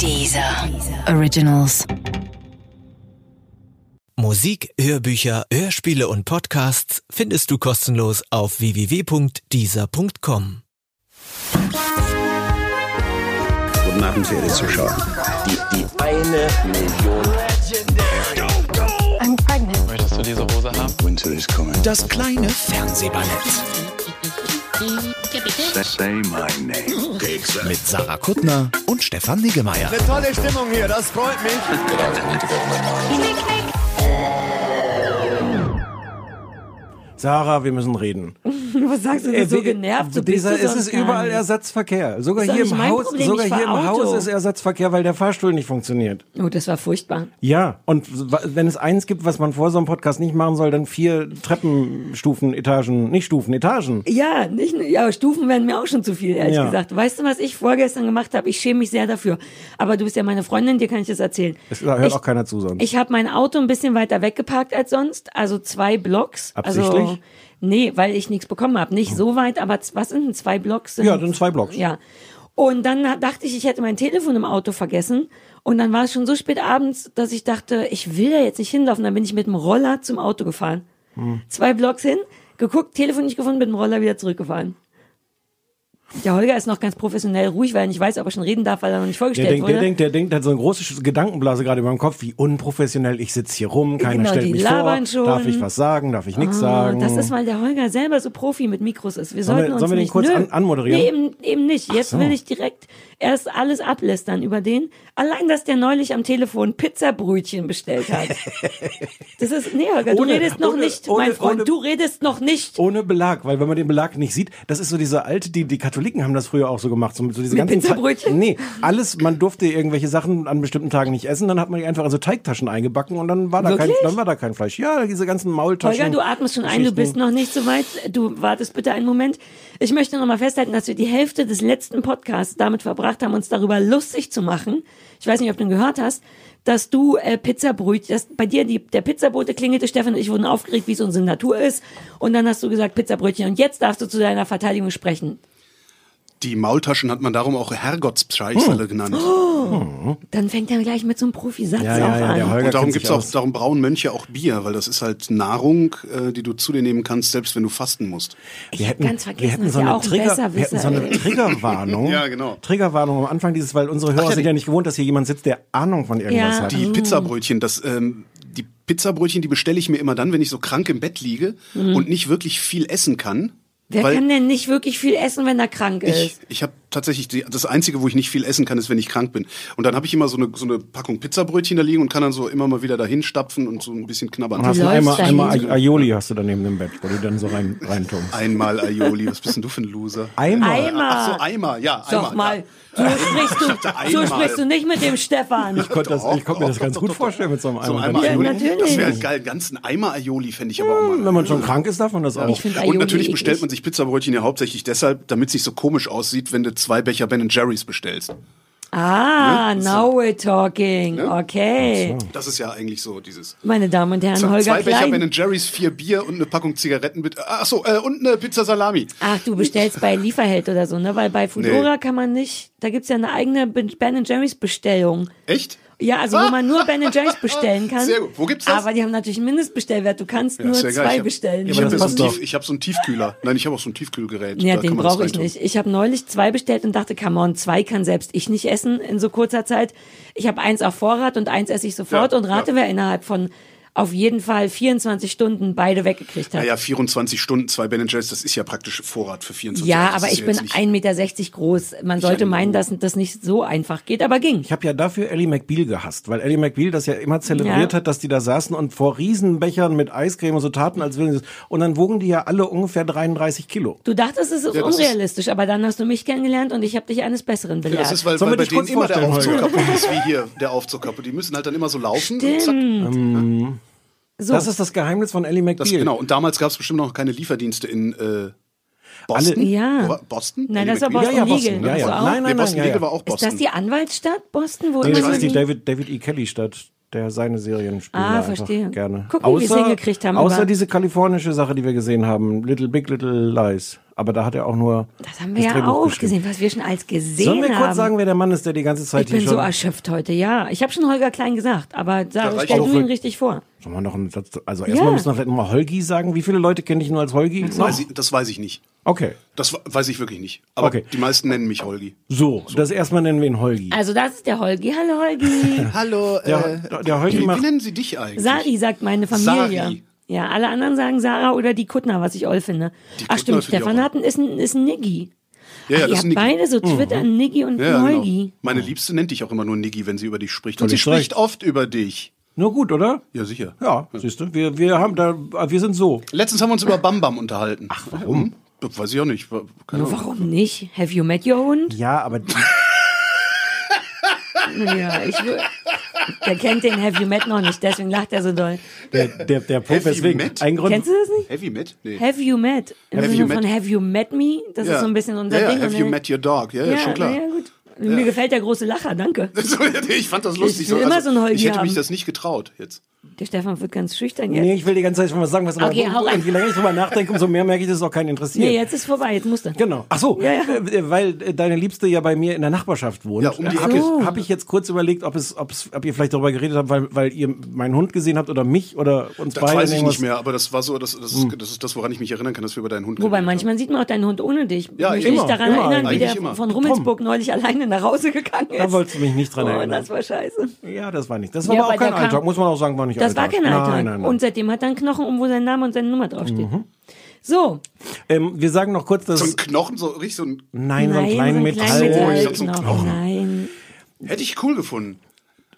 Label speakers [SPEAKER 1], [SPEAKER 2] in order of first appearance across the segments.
[SPEAKER 1] Dieser Originals.
[SPEAKER 2] Musik, Hörbücher, Hörspiele und Podcasts findest du kostenlos auf www.dieser.com.
[SPEAKER 3] Guten Abend, verehrte Zuschauer.
[SPEAKER 4] Die, die eine Million.
[SPEAKER 5] I'm pregnant.
[SPEAKER 6] Möchtest du diese Hose haben?
[SPEAKER 3] Winter is coming.
[SPEAKER 2] Das kleine Fernsehballett
[SPEAKER 3] Say my name.
[SPEAKER 2] mit Sarah Kuttner und Stefan Niggemeier.
[SPEAKER 7] Tolle Stimmung hier, das freut mich.
[SPEAKER 8] Sarah, wir müssen reden.
[SPEAKER 9] Was sagst du denn so
[SPEAKER 8] Äh,
[SPEAKER 9] genervt? So bist
[SPEAKER 8] dieser,
[SPEAKER 9] du
[SPEAKER 8] es
[SPEAKER 9] sonst
[SPEAKER 8] ist
[SPEAKER 9] gar
[SPEAKER 8] überall
[SPEAKER 9] nicht.
[SPEAKER 8] Ersatzverkehr. Sogar
[SPEAKER 9] Ist doch
[SPEAKER 8] hier
[SPEAKER 9] nicht
[SPEAKER 8] im
[SPEAKER 9] mein
[SPEAKER 8] Haus,
[SPEAKER 9] Problem,
[SPEAKER 8] sogar
[SPEAKER 9] ich fahr
[SPEAKER 8] hier im
[SPEAKER 9] Auto.
[SPEAKER 8] Haus ist Ersatzverkehr, weil der Fahrstuhl nicht funktioniert.
[SPEAKER 9] Oh, das war furchtbar.
[SPEAKER 8] Ja, und w- wenn es eins gibt, was man vor so einem Podcast nicht machen soll, dann vier Treppenstufen, Etagen, nicht Stufen, Etagen.
[SPEAKER 9] Ja, nicht, nur- ja, Stufen werden mir auch schon zu viel, ehrlich
[SPEAKER 8] Ja.
[SPEAKER 9] gesagt. Weißt du, was ich vorgestern gemacht habe? Ich schäme mich sehr dafür. Aber du bist ja meine Freundin, dir kann ich das erzählen.
[SPEAKER 8] Es hört
[SPEAKER 9] ich,
[SPEAKER 8] auch keiner zu sonst.
[SPEAKER 9] Ich habe mein Auto ein bisschen weiter weggeparkt als sonst, also zwei Blocks. Also,
[SPEAKER 8] Absichtlich?
[SPEAKER 9] nee, weil ich nichts bekommen habe. Nicht so weit, aber z- was sind denn zwei Blocks? Sind,
[SPEAKER 8] Ja, sind zwei Blocks.
[SPEAKER 9] Ja. Und dann ha- dachte ich, ich hätte mein Telefon im Auto vergessen. Und dann war es schon so spät abends, dass ich dachte, ich will da jetzt nicht hinlaufen. Dann bin ich mit dem Roller zum Auto gefahren.
[SPEAKER 8] Hm.
[SPEAKER 9] Zwei Blocks hin, geguckt, Telefon nicht gefunden, mit dem Roller wieder zurückgefahren. Der Holger ist noch ganz professionell ruhig, weil er nicht weiß, ob er schon reden darf, weil er noch nicht
[SPEAKER 8] Der
[SPEAKER 9] vorgestellt
[SPEAKER 8] denkt,
[SPEAKER 9] wurde.
[SPEAKER 8] der denkt, der denkt, der hat so eine große Gedankenblase gerade über dem Kopf, wie unprofessionell, ich sitze hier rum, keiner
[SPEAKER 9] Genau, die
[SPEAKER 8] stellt mich
[SPEAKER 9] labern
[SPEAKER 8] vor,
[SPEAKER 9] schon.
[SPEAKER 8] darf ich was sagen, darf ich nichts
[SPEAKER 9] Ah,
[SPEAKER 8] sagen.
[SPEAKER 9] Das ist, weil der Holger selber so Profi mit Mikros ist. Wir
[SPEAKER 8] Sollen wir-
[SPEAKER 9] sollten uns
[SPEAKER 8] sollen wir den
[SPEAKER 9] nicht,
[SPEAKER 8] kurz
[SPEAKER 9] nö.
[SPEAKER 8] an- anmoderieren?
[SPEAKER 9] Nee, eben, eben nicht. Jetzt
[SPEAKER 8] so.
[SPEAKER 9] will ich direkt erst alles ablästern über den. Allein, dass der neulich am Telefon Pizzabrötchen bestellt hat. das ist, nee, Holger,
[SPEAKER 8] Ohne-
[SPEAKER 9] du redest noch
[SPEAKER 8] ohne-
[SPEAKER 9] nicht,
[SPEAKER 8] ohne-
[SPEAKER 9] mein Freund,
[SPEAKER 8] ohne-
[SPEAKER 9] du redest noch nicht.
[SPEAKER 8] Ohne Belag, weil wenn man den Belag nicht sieht, das ist so diese alte, die, die Katholiken haben das früher auch so gemacht. So, so diese
[SPEAKER 9] Mit
[SPEAKER 8] ganzen
[SPEAKER 9] Pizzabrötchen?
[SPEAKER 8] Teig- Nee, alles, man durfte irgendwelche Sachen an bestimmten Tagen nicht essen, dann hat man die einfach in so Teigtaschen eingebacken und dann war da, kein,
[SPEAKER 9] Wirklich?
[SPEAKER 8] dann war da kein Fleisch. Ja, diese ganzen Maultaschen.
[SPEAKER 9] Holger, du atmest schon ein, du bist
[SPEAKER 8] Geschichten.
[SPEAKER 9] noch nicht so weit. Du wartest bitte einen Moment. Ich möchte noch mal festhalten, dass wir die Hälfte des letzten Podcasts damit verbracht haben, uns darüber lustig zu machen. Ich weiß nicht, ob du ihn gehört hast, dass du äh, Pizzabrötchen, dass bei dir die, der Pizzabote klingelte, Stefan und ich wurden aufgeregt, wie es unsere Natur ist. Und dann hast du gesagt, Pizzabrötchen. Und jetzt darfst du zu deiner Verteidigung sprechen.
[SPEAKER 10] Die Maultaschen hat man darum auch Herrgottspreisele
[SPEAKER 8] Hm.
[SPEAKER 10] genannt.
[SPEAKER 8] Oh.
[SPEAKER 9] Dann fängt er gleich mit so einem Profisatz
[SPEAKER 8] Ja, ja,
[SPEAKER 9] auch
[SPEAKER 8] ja,
[SPEAKER 9] an.
[SPEAKER 8] der Holger
[SPEAKER 10] Und darum
[SPEAKER 8] kennt sich
[SPEAKER 10] gibt's auch,
[SPEAKER 8] aus.
[SPEAKER 10] darum brauen Mönche auch Bier, weil das ist halt Nahrung, äh, die du zu dir nehmen kannst, selbst wenn du fasten musst.
[SPEAKER 8] wir hätten,
[SPEAKER 9] ganz vergessen,
[SPEAKER 8] wir hätten
[SPEAKER 9] dass
[SPEAKER 8] so
[SPEAKER 9] ihr
[SPEAKER 8] eine,
[SPEAKER 9] auch ein
[SPEAKER 8] Trigger, wir hätten
[SPEAKER 9] Besserwisser,
[SPEAKER 8] so eine
[SPEAKER 9] ey.
[SPEAKER 8] Triggerwarnung.
[SPEAKER 10] Ja, genau.
[SPEAKER 8] Triggerwarnung am Anfang dieses, weil unsere Hörer
[SPEAKER 10] ja,
[SPEAKER 8] sind
[SPEAKER 10] die-
[SPEAKER 8] ja nicht gewohnt, dass hier jemand sitzt, der Ahnung von irgendwas
[SPEAKER 9] Ja.
[SPEAKER 8] hat.
[SPEAKER 10] Die Pizzabrötchen, das, ähm, die Pizzabrötchen, die bestelle ich mir immer dann, wenn ich so krank im Bett liege
[SPEAKER 8] Mhm.
[SPEAKER 10] und nicht wirklich viel essen kann.
[SPEAKER 9] Wer
[SPEAKER 10] weil
[SPEAKER 9] kann denn nicht wirklich viel essen, wenn er krank
[SPEAKER 10] ich,
[SPEAKER 9] ist?
[SPEAKER 10] ich habe tatsächlich die, das einzige, wo ich nicht viel essen kann, ist, wenn ich krank bin. Und dann habe ich immer so eine, so eine Packung Pizzabrötchen da liegen und kann dann so immer mal wieder dahin stapfen und so ein bisschen
[SPEAKER 8] Und hast
[SPEAKER 10] knabbern.
[SPEAKER 8] du
[SPEAKER 9] läufst
[SPEAKER 8] Also einmal,
[SPEAKER 9] dahin.
[SPEAKER 8] einmal Aioli hast du da neben dem Bett, wo du dann so rein, reintumst.
[SPEAKER 10] Einmal Aioli, was bist denn du für ein Loser?
[SPEAKER 8] Einmal.
[SPEAKER 9] Eimer.
[SPEAKER 10] Ach so, Eimer, ja, Eimer.
[SPEAKER 9] Sag mal, so sprichst
[SPEAKER 10] Ich
[SPEAKER 9] du,
[SPEAKER 10] dachte
[SPEAKER 9] so
[SPEAKER 10] einmal.
[SPEAKER 9] sprichst du nicht mit dem Stefan.
[SPEAKER 8] Ich konnte, das, ich konnte mir das ganz gut vorstellen mit so einem
[SPEAKER 10] So
[SPEAKER 8] Eimer.
[SPEAKER 10] ein Eimer
[SPEAKER 9] Ja,
[SPEAKER 10] Aioli.
[SPEAKER 9] natürlich. Hm,
[SPEAKER 10] Das wäre geil. Einen ganzen Eimer Aioli fände ich aber auch mal.
[SPEAKER 8] Wenn man schon krank ist, darf man das auch.
[SPEAKER 9] Ich finde
[SPEAKER 10] Und
[SPEAKER 9] Aioli
[SPEAKER 10] natürlich bestellt
[SPEAKER 9] eklig.
[SPEAKER 10] man sich Pizzabrötchen ja hauptsächlich deshalb, damit es nicht so komisch aussieht, wenn du zwei Becher Ben Jerry's bestellst.
[SPEAKER 9] Ah,
[SPEAKER 10] Ne?
[SPEAKER 9] now we're talking. Okay.
[SPEAKER 10] Das ist ja eigentlich so dieses.
[SPEAKER 9] Meine Damen und Herren,
[SPEAKER 10] So,
[SPEAKER 9] Holger
[SPEAKER 10] zwei Becher Ben
[SPEAKER 9] Klein.
[SPEAKER 10] Jerry's, vier Bier und eine Packung Zigaretten mit. Ach so, äh, und eine Pizza Salami.
[SPEAKER 9] Ach, du bestellst bei Lieferheld oder so, ne? Weil bei Foodora kann man nicht, da gibt's ja eine eigene Ben Jerry's Bestellung.
[SPEAKER 10] Echt?
[SPEAKER 9] Ja, also wo
[SPEAKER 10] Ah.
[SPEAKER 9] man nur Ben Jerry's bestellen kann.
[SPEAKER 10] Sehr gut. Wo gibt's das?
[SPEAKER 9] Aber die haben natürlich einen Mindestbestellwert. Du kannst nur
[SPEAKER 10] ist ja
[SPEAKER 9] zwei
[SPEAKER 10] geil. Ich hab-
[SPEAKER 9] bestellen.
[SPEAKER 10] Ich habe
[SPEAKER 8] das
[SPEAKER 10] ja so, einen
[SPEAKER 8] passt doch.
[SPEAKER 10] Tief- ich hab so einen Tiefkühler. Nein, ich habe auch so ein Tiefkühlgerät.
[SPEAKER 9] Ja,
[SPEAKER 10] Da
[SPEAKER 9] den
[SPEAKER 10] kann man das
[SPEAKER 9] brauche ich
[SPEAKER 10] reintun.
[SPEAKER 9] nicht. Ich habe neulich zwei bestellt und dachte, come on, zwei kann selbst ich nicht essen in so kurzer Zeit. Ich habe eins auf Vorrat und eins esse ich sofort
[SPEAKER 10] Ja,
[SPEAKER 9] und rate,
[SPEAKER 10] ja.
[SPEAKER 9] wer innerhalb von auf jeden Fall 24 Stunden beide weggekriegt hat.
[SPEAKER 10] Naja, 24 Ah Stunden, zwei Ben Jerry's, das ist ja praktisch Vorrat für 24
[SPEAKER 9] Ja,
[SPEAKER 10] Das
[SPEAKER 9] aber
[SPEAKER 10] ist
[SPEAKER 9] ich
[SPEAKER 10] ja
[SPEAKER 9] bin
[SPEAKER 10] jetzt nicht-
[SPEAKER 9] 1,60 Meter groß. Man sollte meinen, dass das nicht so einfach geht, aber ging.
[SPEAKER 8] Ich habe ja dafür Ellie McBeal gehasst, weil Ellie McBeal das ja immer zelebriert
[SPEAKER 9] Ja.
[SPEAKER 8] hat, dass die da saßen und vor Riesenbechern mit Eiscreme und so taten, als würden sie es. Und dann wogen die ja alle ungefähr 33 Kilo.
[SPEAKER 9] Du dachtest, es ist
[SPEAKER 10] Ja, das ist-
[SPEAKER 9] unrealistisch, aber dann hast du mich kennengelernt und ich habe dich eines Besseren belehrt.
[SPEAKER 10] Ja, das ist, weil,
[SPEAKER 8] Sollen
[SPEAKER 10] weil
[SPEAKER 8] wir
[SPEAKER 10] bei
[SPEAKER 8] dich kurz
[SPEAKER 10] denen immer der Aufzug
[SPEAKER 8] vorstellen, Holger?
[SPEAKER 10] kaputt ist, wie hier der Aufzug kaputt. Die müssen halt dann immer so laufen. und zack.
[SPEAKER 9] Stimmt. So.
[SPEAKER 8] Das ist das Geheimnis von Ellie McBeal.
[SPEAKER 10] Das, genau. Und damals gab es bestimmt noch keine Lieferdienste in äh, Boston.
[SPEAKER 8] Alle-
[SPEAKER 9] Ja.
[SPEAKER 10] Wo- Boston?
[SPEAKER 9] Nein, das ist aber
[SPEAKER 10] McBeal?
[SPEAKER 8] Ja, ja,
[SPEAKER 9] Boston
[SPEAKER 8] Boston.
[SPEAKER 9] Legal.
[SPEAKER 8] Ja, ja.
[SPEAKER 9] Hast du auch?
[SPEAKER 8] Nein,
[SPEAKER 10] Nee,
[SPEAKER 8] nein, nein.
[SPEAKER 10] ne? Boston
[SPEAKER 8] Ja,
[SPEAKER 10] Legal
[SPEAKER 8] ja.
[SPEAKER 10] war auch
[SPEAKER 9] ist
[SPEAKER 10] Boston.
[SPEAKER 9] das die Anwaltsstadt Boston, wo
[SPEAKER 8] Nee,
[SPEAKER 9] immer
[SPEAKER 8] das
[SPEAKER 9] so
[SPEAKER 8] ist die
[SPEAKER 9] die-
[SPEAKER 8] David, David E. Kelly-Stadt, der seine Serien spielt.
[SPEAKER 9] Ah,
[SPEAKER 8] einfach
[SPEAKER 9] verstehe.
[SPEAKER 8] Gerne.
[SPEAKER 9] Guck mal, wie wir es hingekriegt haben
[SPEAKER 8] Außer
[SPEAKER 9] über-
[SPEAKER 8] diese kalifornische Sache, die wir gesehen haben. Little Big Little Lies. Aber da hat er auch nur.
[SPEAKER 9] Das haben wir
[SPEAKER 8] das
[SPEAKER 9] ja
[SPEAKER 8] Drehbuch
[SPEAKER 9] auch
[SPEAKER 8] geschrieben.
[SPEAKER 9] gesehen, was wir schon alles gesehen
[SPEAKER 8] Sollen wir
[SPEAKER 9] haben.
[SPEAKER 8] kurz sagen, wer der Mann ist, der die ganze Zeit
[SPEAKER 9] ich bin
[SPEAKER 8] hier
[SPEAKER 9] so
[SPEAKER 8] schon.
[SPEAKER 9] erschöpft heute, ja. Ich habe schon Holger Klein gesagt, aber sag,
[SPEAKER 10] reicht
[SPEAKER 9] stell
[SPEAKER 10] auch
[SPEAKER 9] du ihn
[SPEAKER 8] wirklich.
[SPEAKER 9] richtig vor.
[SPEAKER 8] Sollen wir noch einen Satz? Also erstmal
[SPEAKER 9] Ja.
[SPEAKER 8] müssen wir vielleicht nochmal Holgi sagen. Wie viele Leute kenne ich nur als Holgi?
[SPEAKER 10] Das weiß, ich, das weiß ich nicht.
[SPEAKER 8] Okay.
[SPEAKER 10] Das we- weiß ich wirklich nicht. Aber
[SPEAKER 8] Okay.
[SPEAKER 10] die meisten nennen mich Holgi.
[SPEAKER 8] So, das erstmal nennen wir ihn Holgi.
[SPEAKER 9] Also das ist der Holgi. Hallo Holgi.
[SPEAKER 10] Hallo,
[SPEAKER 8] äh,
[SPEAKER 9] Also,
[SPEAKER 8] Der- der Holgi
[SPEAKER 10] wie, wie
[SPEAKER 8] macht-
[SPEAKER 10] nennen Sie dich eigentlich?
[SPEAKER 9] Sari sagt meine Familie.
[SPEAKER 10] Sari.
[SPEAKER 9] Ja, alle anderen sagen Sarah oder die Kuttner, was ich oll finde.
[SPEAKER 10] Die Kuttner
[SPEAKER 9] Ach stimmt,
[SPEAKER 10] finde ich
[SPEAKER 9] Stefan
[SPEAKER 10] auch.
[SPEAKER 9] hat ein, ist ein, ist ein Niggi.
[SPEAKER 10] Ja, ja,
[SPEAKER 9] Ihr
[SPEAKER 10] das
[SPEAKER 9] habt
[SPEAKER 10] ist Niggi. Mhm.
[SPEAKER 9] beide so Twitter, einen Niggi und
[SPEAKER 10] ja,
[SPEAKER 9] einen
[SPEAKER 10] ja,
[SPEAKER 9] Holgi.
[SPEAKER 10] genau. Meine Liebste nennt dich auch immer nur Niggi, wenn sie über dich spricht. Und sie
[SPEAKER 8] Völlig
[SPEAKER 10] spricht
[SPEAKER 8] recht.
[SPEAKER 10] oft über dich.
[SPEAKER 8] Nur gut, oder?
[SPEAKER 10] Ja, sicher.
[SPEAKER 8] Ja, siehst du, wir, wir haben da, wir sind so.
[SPEAKER 10] Letztens haben wir uns über Bam Bam unterhalten. Ach, warum? Weiß ich auch nicht. Keine Ahnung.
[SPEAKER 9] Warum nicht? Have you met your Hund?
[SPEAKER 8] Ja, aber
[SPEAKER 9] Ja, ich wür- Der kennt den Have you met noch nicht, deswegen lacht er so doll.
[SPEAKER 8] der, der, der Punkt,
[SPEAKER 10] Heavy
[SPEAKER 8] weswegen,
[SPEAKER 10] Met?
[SPEAKER 8] ein Grund,
[SPEAKER 9] Kennst du das nicht?
[SPEAKER 10] Heavy Met? Nee.
[SPEAKER 9] Have you met? Im
[SPEAKER 10] Have
[SPEAKER 9] Sinne
[SPEAKER 10] you
[SPEAKER 9] von
[SPEAKER 10] met?
[SPEAKER 9] Have you met me? Das ist so ein bisschen unser
[SPEAKER 10] ja,
[SPEAKER 9] Ding.
[SPEAKER 10] Ja, have
[SPEAKER 9] und
[SPEAKER 10] you
[SPEAKER 9] dann-
[SPEAKER 10] met your dog? Ja, ja,
[SPEAKER 9] ja,
[SPEAKER 10] schon klar.
[SPEAKER 9] na Ja, gut. Mir gefällt der große Lacher, danke.
[SPEAKER 10] So, ich fand das lustig. Also,
[SPEAKER 9] Ich will immer so einen Holgi
[SPEAKER 10] ich hätte
[SPEAKER 9] haben.
[SPEAKER 10] mich das nicht getraut jetzt.
[SPEAKER 9] Der Stefan wird ganz schüchtern jetzt.
[SPEAKER 8] Nee, ich will die ganze Zeit schon was sagen, was
[SPEAKER 9] Okay, hau
[SPEAKER 8] aber,
[SPEAKER 9] rein.
[SPEAKER 8] und je länger ich drüber nachdenke, umso mehr merke ich, dass es auch keinen interessiert.
[SPEAKER 9] Nee, jetzt ist vorbei, jetzt musst du.
[SPEAKER 8] Genau. Ach so,
[SPEAKER 9] Ja, ja.
[SPEAKER 8] äh, weil äh, deine Liebste ja bei mir in der Nachbarschaft wohnt. Äh,
[SPEAKER 10] Ja, um die
[SPEAKER 8] Hab
[SPEAKER 10] Ecke.
[SPEAKER 8] ich- Hab ich jetzt kurz überlegt, ob es, ob's, ob ihr vielleicht darüber geredet habt, weil, weil ihr meinen Hund gesehen habt oder mich oder uns
[SPEAKER 10] Das
[SPEAKER 8] beide.
[SPEAKER 10] weiß ich
[SPEAKER 8] irgendwas-
[SPEAKER 10] nicht mehr, aber das war so, das, das, ist,
[SPEAKER 8] Hm.
[SPEAKER 10] das ist das, woran ich mich erinnern kann, dass wir über deinen Hund geredet
[SPEAKER 9] Wobei
[SPEAKER 10] haben.
[SPEAKER 9] manchmal sieht man auch deinen Hund ohne dich.
[SPEAKER 10] Ja,
[SPEAKER 9] ich
[SPEAKER 10] immer,
[SPEAKER 9] mich daran
[SPEAKER 8] immer
[SPEAKER 9] erinnern, wie
[SPEAKER 10] eigentlich
[SPEAKER 9] der
[SPEAKER 10] immer.
[SPEAKER 9] von Rummelsburg neulich alleine nach Hause gegangen ist.
[SPEAKER 8] Da wolltest du mich nicht dran
[SPEAKER 9] oh,
[SPEAKER 8] erinnern.
[SPEAKER 9] Das war scheiße.
[SPEAKER 8] Ja, das war nicht. Das war
[SPEAKER 9] Ja,
[SPEAKER 8] aber
[SPEAKER 9] aber
[SPEAKER 8] auch kein
[SPEAKER 9] der kam-
[SPEAKER 8] Alltag, muss man auch sagen, war nicht
[SPEAKER 9] Das war
[SPEAKER 8] Alltag.
[SPEAKER 9] kein Alltag.
[SPEAKER 8] Nein, nein, nein.
[SPEAKER 9] Und seitdem hat er einen Knochen um, wo sein Name und seine Nummer draufsteht. So,
[SPEAKER 8] ähm, wir sagen noch kurz, dass.
[SPEAKER 10] So ein Knochen, so richtig so ein.
[SPEAKER 8] nein, so
[SPEAKER 9] nein,
[SPEAKER 8] ein kleinen
[SPEAKER 9] so einen
[SPEAKER 8] Metall.
[SPEAKER 9] kleinen
[SPEAKER 10] Oh, ich
[SPEAKER 9] Metall
[SPEAKER 10] hab so einen
[SPEAKER 9] Knochen. Nein.
[SPEAKER 10] Hätte ich cool gefunden.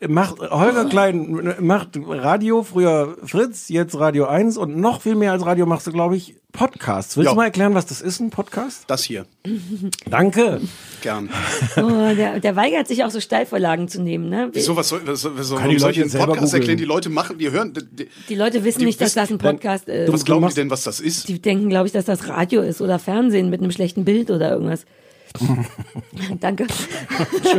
[SPEAKER 8] Macht Holger Klein macht Radio, früher Fritz, jetzt Radio 1 und noch viel mehr als Radio machst du, glaube ich, Podcasts. Willst
[SPEAKER 10] Ja.
[SPEAKER 8] du mal erklären, was das ist, ein Podcast?
[SPEAKER 10] Das hier.
[SPEAKER 8] Danke.
[SPEAKER 10] Gern.
[SPEAKER 9] Oh, der, der weigert sich auch so Steilvorlagen zu nehmen. Ne?
[SPEAKER 10] Wieso, was soll, was, soll- was soll,
[SPEAKER 8] Können die
[SPEAKER 10] warum soll
[SPEAKER 8] Leute
[SPEAKER 10] ich einen
[SPEAKER 8] jetzt selber
[SPEAKER 10] Podcast
[SPEAKER 8] googeln?
[SPEAKER 10] erklären? Die Leute machen, die hören. Die, die,
[SPEAKER 9] Die Leute wissen
[SPEAKER 10] Die
[SPEAKER 9] nicht, dass
[SPEAKER 10] wissen-
[SPEAKER 9] das ein Podcast ist.
[SPEAKER 10] was glauben die
[SPEAKER 8] machst-
[SPEAKER 10] denn, was das ist?
[SPEAKER 9] Die denken, glaube ich, dass das Radio ist oder Fernsehen mit einem schlechten Bild oder irgendwas. Danke. oh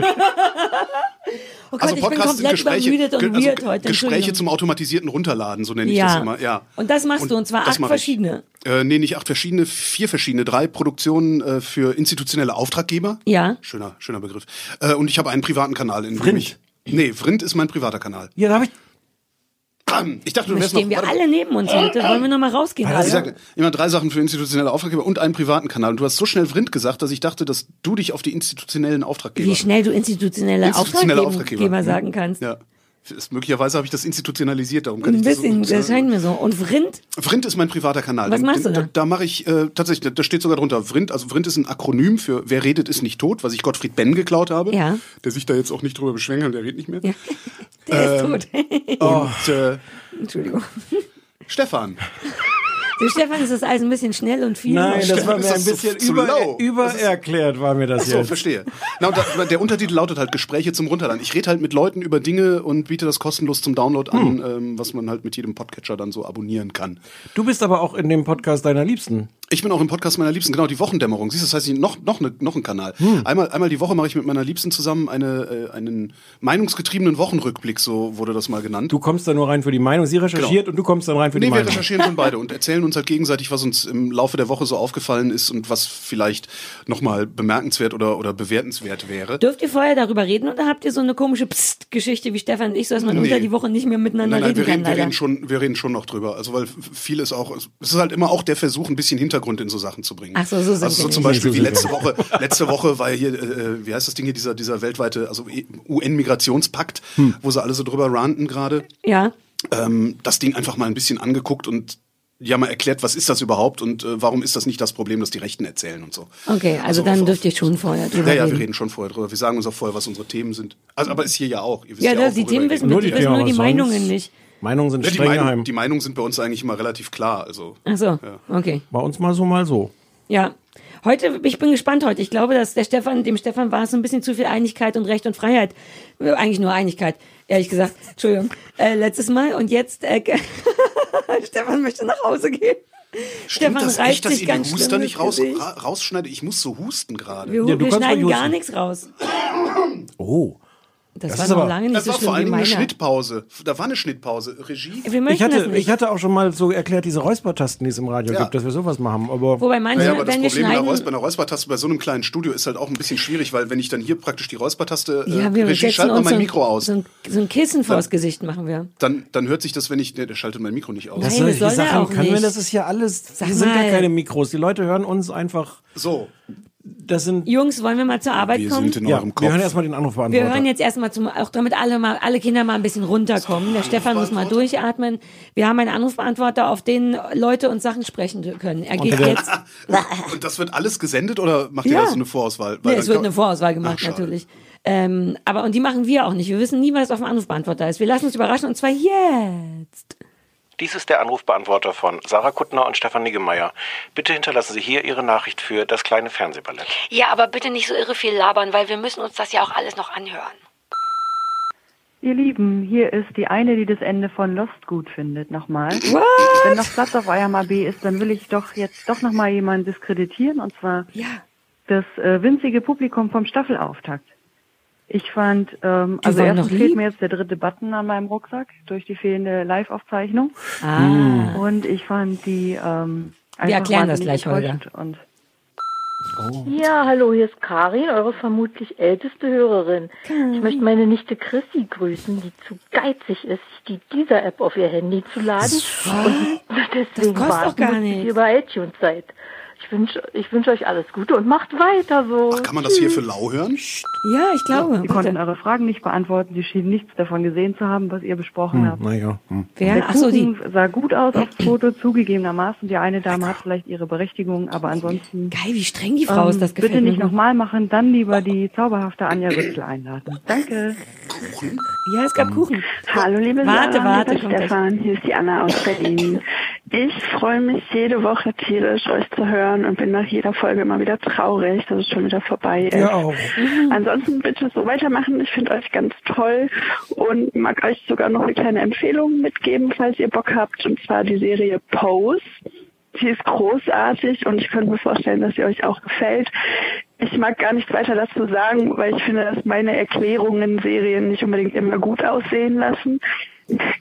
[SPEAKER 9] Gott,
[SPEAKER 10] Also
[SPEAKER 9] ich bin komplett übermüdet und
[SPEAKER 10] Ge- also
[SPEAKER 9] weird
[SPEAKER 10] Ge- Gespräche
[SPEAKER 9] heute. Entschuldigung.
[SPEAKER 10] zum automatisierten Runterladen, so nenne ich
[SPEAKER 9] Ja.
[SPEAKER 10] das immer. Ja.
[SPEAKER 9] Und das machst du, und zwar
[SPEAKER 10] das
[SPEAKER 9] acht
[SPEAKER 10] mache ich.
[SPEAKER 9] verschiedene.
[SPEAKER 10] Äh, nee, nicht acht verschiedene, vier verschiedene, drei Produktionen äh, für institutionelle Auftraggeber.
[SPEAKER 9] Ja.
[SPEAKER 10] Schöner, schöner Begriff. Äh, und ich habe einen privaten Kanal in
[SPEAKER 8] Vrind.
[SPEAKER 10] Ich, nee, Vrind ist mein privater Kanal.
[SPEAKER 8] Ja, da habe ich.
[SPEAKER 10] Bam! Ich dachte, du
[SPEAKER 9] Da
[SPEAKER 10] wärst noch.
[SPEAKER 9] stehen wir
[SPEAKER 10] warte.
[SPEAKER 9] alle neben uns heute. Wollen wir nochmal rausgehen?
[SPEAKER 10] Ich
[SPEAKER 9] alle?
[SPEAKER 10] sagte immer drei Sachen für institutionelle Auftraggeber und einen privaten Kanal. Und du hast so schnell Vrind gesagt, dass ich dachte, dass du dich auf die institutionellen Auftraggeber.
[SPEAKER 9] Wie schnell du institutionelle,
[SPEAKER 10] genau. Institutionelle
[SPEAKER 9] Auftraggeber,
[SPEAKER 10] Auftraggeber
[SPEAKER 9] sagen kannst.
[SPEAKER 10] Ja. Ist, möglicherweise habe ich das institutionalisiert, darum kann
[SPEAKER 9] Ein
[SPEAKER 10] ich das so
[SPEAKER 9] bisschen,
[SPEAKER 10] gut
[SPEAKER 9] das
[SPEAKER 10] sagen.
[SPEAKER 9] scheint mir so. Und Vrind,
[SPEAKER 10] Vrind ist mein privater Kanal.
[SPEAKER 9] Was
[SPEAKER 10] Den-
[SPEAKER 9] machst du
[SPEAKER 10] den-
[SPEAKER 9] da?
[SPEAKER 10] Da, da mache ich äh, tatsächlich, da steht sogar drunter Vrind. Also Vrind ist ein Akronym für Wer redet ist nicht tot, was ich Gottfried Benn geklaut habe.
[SPEAKER 9] Ja.
[SPEAKER 10] Der sich da jetzt auch nicht drüber beschwängen kann, der redet nicht mehr.
[SPEAKER 9] der
[SPEAKER 10] Ähm.
[SPEAKER 9] ist tot.
[SPEAKER 10] Und äh,
[SPEAKER 9] Entschuldigung.
[SPEAKER 10] Stefan.
[SPEAKER 9] Dem Stefan ist das alles ein bisschen schnell und viel.
[SPEAKER 8] Nein, das war
[SPEAKER 10] Ist
[SPEAKER 8] mir
[SPEAKER 10] das
[SPEAKER 8] ein
[SPEAKER 10] so
[SPEAKER 8] bisschen
[SPEAKER 10] zu
[SPEAKER 8] über,
[SPEAKER 10] low?
[SPEAKER 8] übererklärt, war mir das
[SPEAKER 10] So,
[SPEAKER 8] jetzt.
[SPEAKER 10] verstehe. Na, und da, der Untertitel lautet halt Gespräche zum Runterladen. Ich rede halt mit Leuten über Dinge und biete das kostenlos zum Download an, ähm, was man halt mit jedem Podcatcher dann so abonnieren kann.
[SPEAKER 8] Du bist aber auch in dem Podcast deiner Liebsten.
[SPEAKER 10] Ich bin auch im Podcast meiner Liebsten, genau, die Wochendämmerung. Siehst du, das heißt, ich- noch, noch, ne, noch ein Kanal.
[SPEAKER 8] Hm.
[SPEAKER 10] Einmal, einmal die Woche mache ich mit meiner Liebsten zusammen eine, äh, einen meinungsgetriebenen Wochenrückblick, so wurde das mal genannt.
[SPEAKER 8] Du kommst da nur rein für die Meinung, sie recherchiert
[SPEAKER 10] Genau.
[SPEAKER 8] und du kommst dann rein für die
[SPEAKER 10] Nee, wir
[SPEAKER 8] Meinung.
[SPEAKER 10] recherchieren schon beide und erzählen uns halt gegenseitig, was uns im Laufe der Woche so aufgefallen ist und was vielleicht nochmal bemerkenswert oder, oder bewertenswert wäre.
[SPEAKER 9] Dürft ihr vorher darüber reden oder habt ihr so eine komische Psst-Geschichte wie Stefan und ich, sodass man unter die Woche nicht mehr miteinander
[SPEAKER 10] Nein, nein,
[SPEAKER 9] reden
[SPEAKER 10] wir
[SPEAKER 9] kann,
[SPEAKER 10] reden, wir,
[SPEAKER 9] leider?
[SPEAKER 10] reden schon, wir reden schon noch drüber. Also, weil viel ist auch, es ist halt immer auch der Versuch, ein bisschen Hintergrund in so Sachen zu bringen.
[SPEAKER 9] Ach so, so
[SPEAKER 10] Also,
[SPEAKER 9] sind wir
[SPEAKER 10] so zum
[SPEAKER 9] nicht.
[SPEAKER 10] Beispiel
[SPEAKER 8] So
[SPEAKER 10] wie
[SPEAKER 8] sind
[SPEAKER 10] letzte Woche, letzte Woche war hier, äh, wie heißt das Ding hier, dieser, dieser weltweite, also UN-Migrationspakt,
[SPEAKER 8] Hm.
[SPEAKER 10] wo sie alle so drüber ranten gerade.
[SPEAKER 9] Ja.
[SPEAKER 10] Ähm, das Ding einfach mal ein bisschen angeguckt und ja, mal erklärt, was ist das überhaupt und äh, warum ist das nicht das Problem, das die Rechten erzählen und so.
[SPEAKER 9] Okay, also dann
[SPEAKER 10] auf-
[SPEAKER 9] dürft ihr schon vorher drüber
[SPEAKER 10] Ja, ja, wir
[SPEAKER 9] reden.
[SPEAKER 10] reden schon vorher drüber. Wir sagen uns auch vorher, was unsere Themen sind. Also, aber ist hier ja auch. Ihr wisst
[SPEAKER 9] Ja,
[SPEAKER 10] ja
[SPEAKER 9] das-
[SPEAKER 10] auch,
[SPEAKER 9] die
[SPEAKER 10] worüber
[SPEAKER 9] Themen
[SPEAKER 10] ihr
[SPEAKER 9] wissen
[SPEAKER 10] redet.
[SPEAKER 9] wir wissen nur die
[SPEAKER 8] aber
[SPEAKER 9] Meinungen
[SPEAKER 8] sonst-
[SPEAKER 9] nicht.
[SPEAKER 8] Meinungen sind
[SPEAKER 10] Ja, Ne, die,
[SPEAKER 8] streng
[SPEAKER 10] Meinung,
[SPEAKER 8] geheim.
[SPEAKER 10] die Meinungen sind bei uns eigentlich immer relativ klar. Also
[SPEAKER 9] Ach so, okay.
[SPEAKER 8] Bei uns mal so, mal so.
[SPEAKER 9] Ja. Heute, ich bin gespannt heute. Ich glaube, dass der Stefan, dem Stefan war es ein bisschen zu viel Einigkeit und Recht und Freiheit. Äh, Eigentlich nur Einigkeit, ehrlich gesagt. Entschuldigung. Äh, letztes Mal und jetzt, äh, Stefan möchte nach Hause gehen. Stefan
[SPEAKER 10] das
[SPEAKER 9] reibt
[SPEAKER 10] echt, dass
[SPEAKER 9] sich
[SPEAKER 10] ihr den
[SPEAKER 9] ganz
[SPEAKER 10] Huster
[SPEAKER 9] schlimm
[SPEAKER 10] nicht
[SPEAKER 9] ins
[SPEAKER 10] raus,
[SPEAKER 9] Gesicht.
[SPEAKER 10] ra rausschneidet? Ich muss so husten gerade.
[SPEAKER 9] Wir,
[SPEAKER 8] Ja, du
[SPEAKER 9] wir
[SPEAKER 8] kannst mal
[SPEAKER 9] schneiden gar
[SPEAKER 8] husten.
[SPEAKER 9] nichts raus.
[SPEAKER 8] Oh.
[SPEAKER 9] Das,
[SPEAKER 8] Das
[SPEAKER 9] war
[SPEAKER 8] ist
[SPEAKER 9] noch
[SPEAKER 8] aber-
[SPEAKER 9] lange nicht
[SPEAKER 10] Das
[SPEAKER 9] so
[SPEAKER 10] war
[SPEAKER 9] schlimm
[SPEAKER 10] vor allem
[SPEAKER 9] wie
[SPEAKER 10] eine
[SPEAKER 9] meiner.
[SPEAKER 10] Schnittpause. Da war eine Schnittpause. Regie.
[SPEAKER 9] Wir möchten
[SPEAKER 8] Ich hatte,
[SPEAKER 9] das nicht.
[SPEAKER 8] ich hatte auch schon mal so erklärt, diese Räuspertasten, die es im Radio
[SPEAKER 10] Ja.
[SPEAKER 8] gibt, dass wir sowas machen. Aber
[SPEAKER 9] Wobei manche,
[SPEAKER 10] Naja, aber das
[SPEAKER 9] wenn wir
[SPEAKER 10] Problem mit der
[SPEAKER 9] schneiden,
[SPEAKER 10] Räus- bei einer Räuspertaste bei so einem kleinen Studio ist halt auch ein bisschen schwierig, weil wenn ich dann hier praktisch die Räuspertaste äh,
[SPEAKER 9] ja, wir
[SPEAKER 10] Regie
[SPEAKER 9] setzen
[SPEAKER 10] schalte mal
[SPEAKER 9] uns
[SPEAKER 10] mein
[SPEAKER 9] so ein,
[SPEAKER 10] Mikro aus,
[SPEAKER 9] So, ein, so ein Kissen vors Gesicht machen wir.
[SPEAKER 10] dann, dann hört sich das, wenn ich ne, der schaltet mein Mikro nicht aus.
[SPEAKER 9] Nein, das soll der auch
[SPEAKER 8] können wir,
[SPEAKER 9] nicht.
[SPEAKER 8] das ist ja alles,
[SPEAKER 9] Sag
[SPEAKER 8] das sind
[SPEAKER 9] mal.
[SPEAKER 8] ja keine Mikros. Die Leute hören uns einfach,
[SPEAKER 10] So,
[SPEAKER 8] das sind,
[SPEAKER 9] Jungs, wollen wir mal zur Arbeit
[SPEAKER 10] wir
[SPEAKER 9] kommen?
[SPEAKER 10] sind in
[SPEAKER 8] ja,
[SPEAKER 10] eurem
[SPEAKER 8] wir hören
[SPEAKER 10] Kopf.
[SPEAKER 8] erstmal den
[SPEAKER 9] Wir
[SPEAKER 8] Anrufbeantworter.
[SPEAKER 9] hören jetzt erstmal zum, auch damit alle mal, alle Kinder mal ein bisschen runterkommen. Der Stefan muss mal durchatmen. Wir haben einen Anrufbeantworter, auf den Leute und Sachen sprechen können. Er geht
[SPEAKER 8] der-
[SPEAKER 9] jetzt.
[SPEAKER 10] Und das wird alles gesendet oder macht ihr
[SPEAKER 9] Ja.
[SPEAKER 10] da so eine Vorauswahl?
[SPEAKER 9] Nee,
[SPEAKER 10] dann
[SPEAKER 9] es wird
[SPEAKER 10] kann-
[SPEAKER 9] eine Vorauswahl gemacht,
[SPEAKER 10] Ach, schade.
[SPEAKER 9] natürlich. Ähm, aber, und die machen wir auch nicht. Wir wissen nie, was auf dem Anrufbeantworter ist. Wir lassen uns überraschen, und zwar jetzt.
[SPEAKER 5] Dies ist der Anrufbeantworter von Sarah Kuttner und Stefan Niggemeier. Bitte hinterlassen Sie hier Ihre Nachricht für das kleine Fernsehballett.
[SPEAKER 1] Ja, aber bitte nicht so irre viel labern, weil wir müssen uns das ja auch alles noch anhören.
[SPEAKER 6] Ihr Lieben, hier ist die eine, die das Ende von Lost gut findet. Nochmal. Wenn noch Platz auf eurem AB ist, dann will ich doch jetzt doch nochmal jemanden diskreditieren und zwar
[SPEAKER 9] Ja.
[SPEAKER 6] das äh, winzige Publikum vom Staffelauftakt. Ich fand, ähm,
[SPEAKER 9] Die
[SPEAKER 6] also
[SPEAKER 9] waren
[SPEAKER 6] erstens
[SPEAKER 9] noch
[SPEAKER 6] fehlt
[SPEAKER 9] lieb.
[SPEAKER 6] mir jetzt der dritte Button an meinem Rucksack durch die fehlende Live-Aufzeichnung.
[SPEAKER 9] Ah.
[SPEAKER 10] Hm.
[SPEAKER 6] Und ich fand die ähm, einfach
[SPEAKER 9] erklären das
[SPEAKER 6] wahnsinnig
[SPEAKER 9] gleich, Holger.
[SPEAKER 6] enttäuschend Und
[SPEAKER 11] Ja, hallo, hier ist Karin, eure vermutlich älteste Hörerin. Ich möchte meine Nichte Chrissy grüßen, die zu geizig ist, sich die dieser App auf ihr Handy zu laden.
[SPEAKER 9] Ah.
[SPEAKER 11] Und deswegen
[SPEAKER 9] Das kostet doch gar
[SPEAKER 11] warten, bis
[SPEAKER 9] nichts.
[SPEAKER 11] ihr bei iTunes seid. Ich wünsche ich wünsche euch alles Gute und macht weiter so.
[SPEAKER 10] Ach, kann man das hier für lau hören?
[SPEAKER 9] Ja, ich glaube.
[SPEAKER 6] sie konnten
[SPEAKER 9] Oh, Bitte.
[SPEAKER 6] eure Fragen nicht beantworten. Sie schienen nichts davon gesehen zu haben, was ihr besprochen habt.
[SPEAKER 8] Naja, hm.
[SPEAKER 9] Wer,
[SPEAKER 6] Der
[SPEAKER 9] ach so, die.
[SPEAKER 6] Kuchen sah gut aus aufs Foto, zugegebenermaßen. Die eine Dame hat vielleicht ihre Berechtigung, aber ansonsten
[SPEAKER 9] Geil, wie streng die Frau ist. Das gefällt
[SPEAKER 6] Ähm, bitte
[SPEAKER 9] mir
[SPEAKER 6] nicht
[SPEAKER 9] gut.
[SPEAKER 6] nochmal machen, dann lieber die zauberhafte Anja Rützel einladen. Danke.
[SPEAKER 9] Ja, es gab Kuchen.
[SPEAKER 6] Ähm, Hallo liebe
[SPEAKER 9] Warte, Sarah, warte, lieber kommt gleich.
[SPEAKER 6] Stefan, hier ist die Anna aus Berlin. Ich freue mich jede Woche tierisch, euch zu hören und bin nach jeder Folge immer wieder traurig, dass es schon wieder vorbei ist.
[SPEAKER 8] Ja, auch.
[SPEAKER 6] Ansonsten bitte so weitermachen. Ich finde euch ganz toll und mag euch sogar noch eine kleine Empfehlung mitgeben, falls ihr Bock habt. Und zwar die Serie Pose. Sie ist großartig und ich könnte mir vorstellen, dass sie euch auch gefällt. Ich mag gar nichts weiter dazu sagen, weil ich finde, dass meine Erklärungen Serien nicht unbedingt immer gut aussehen lassen.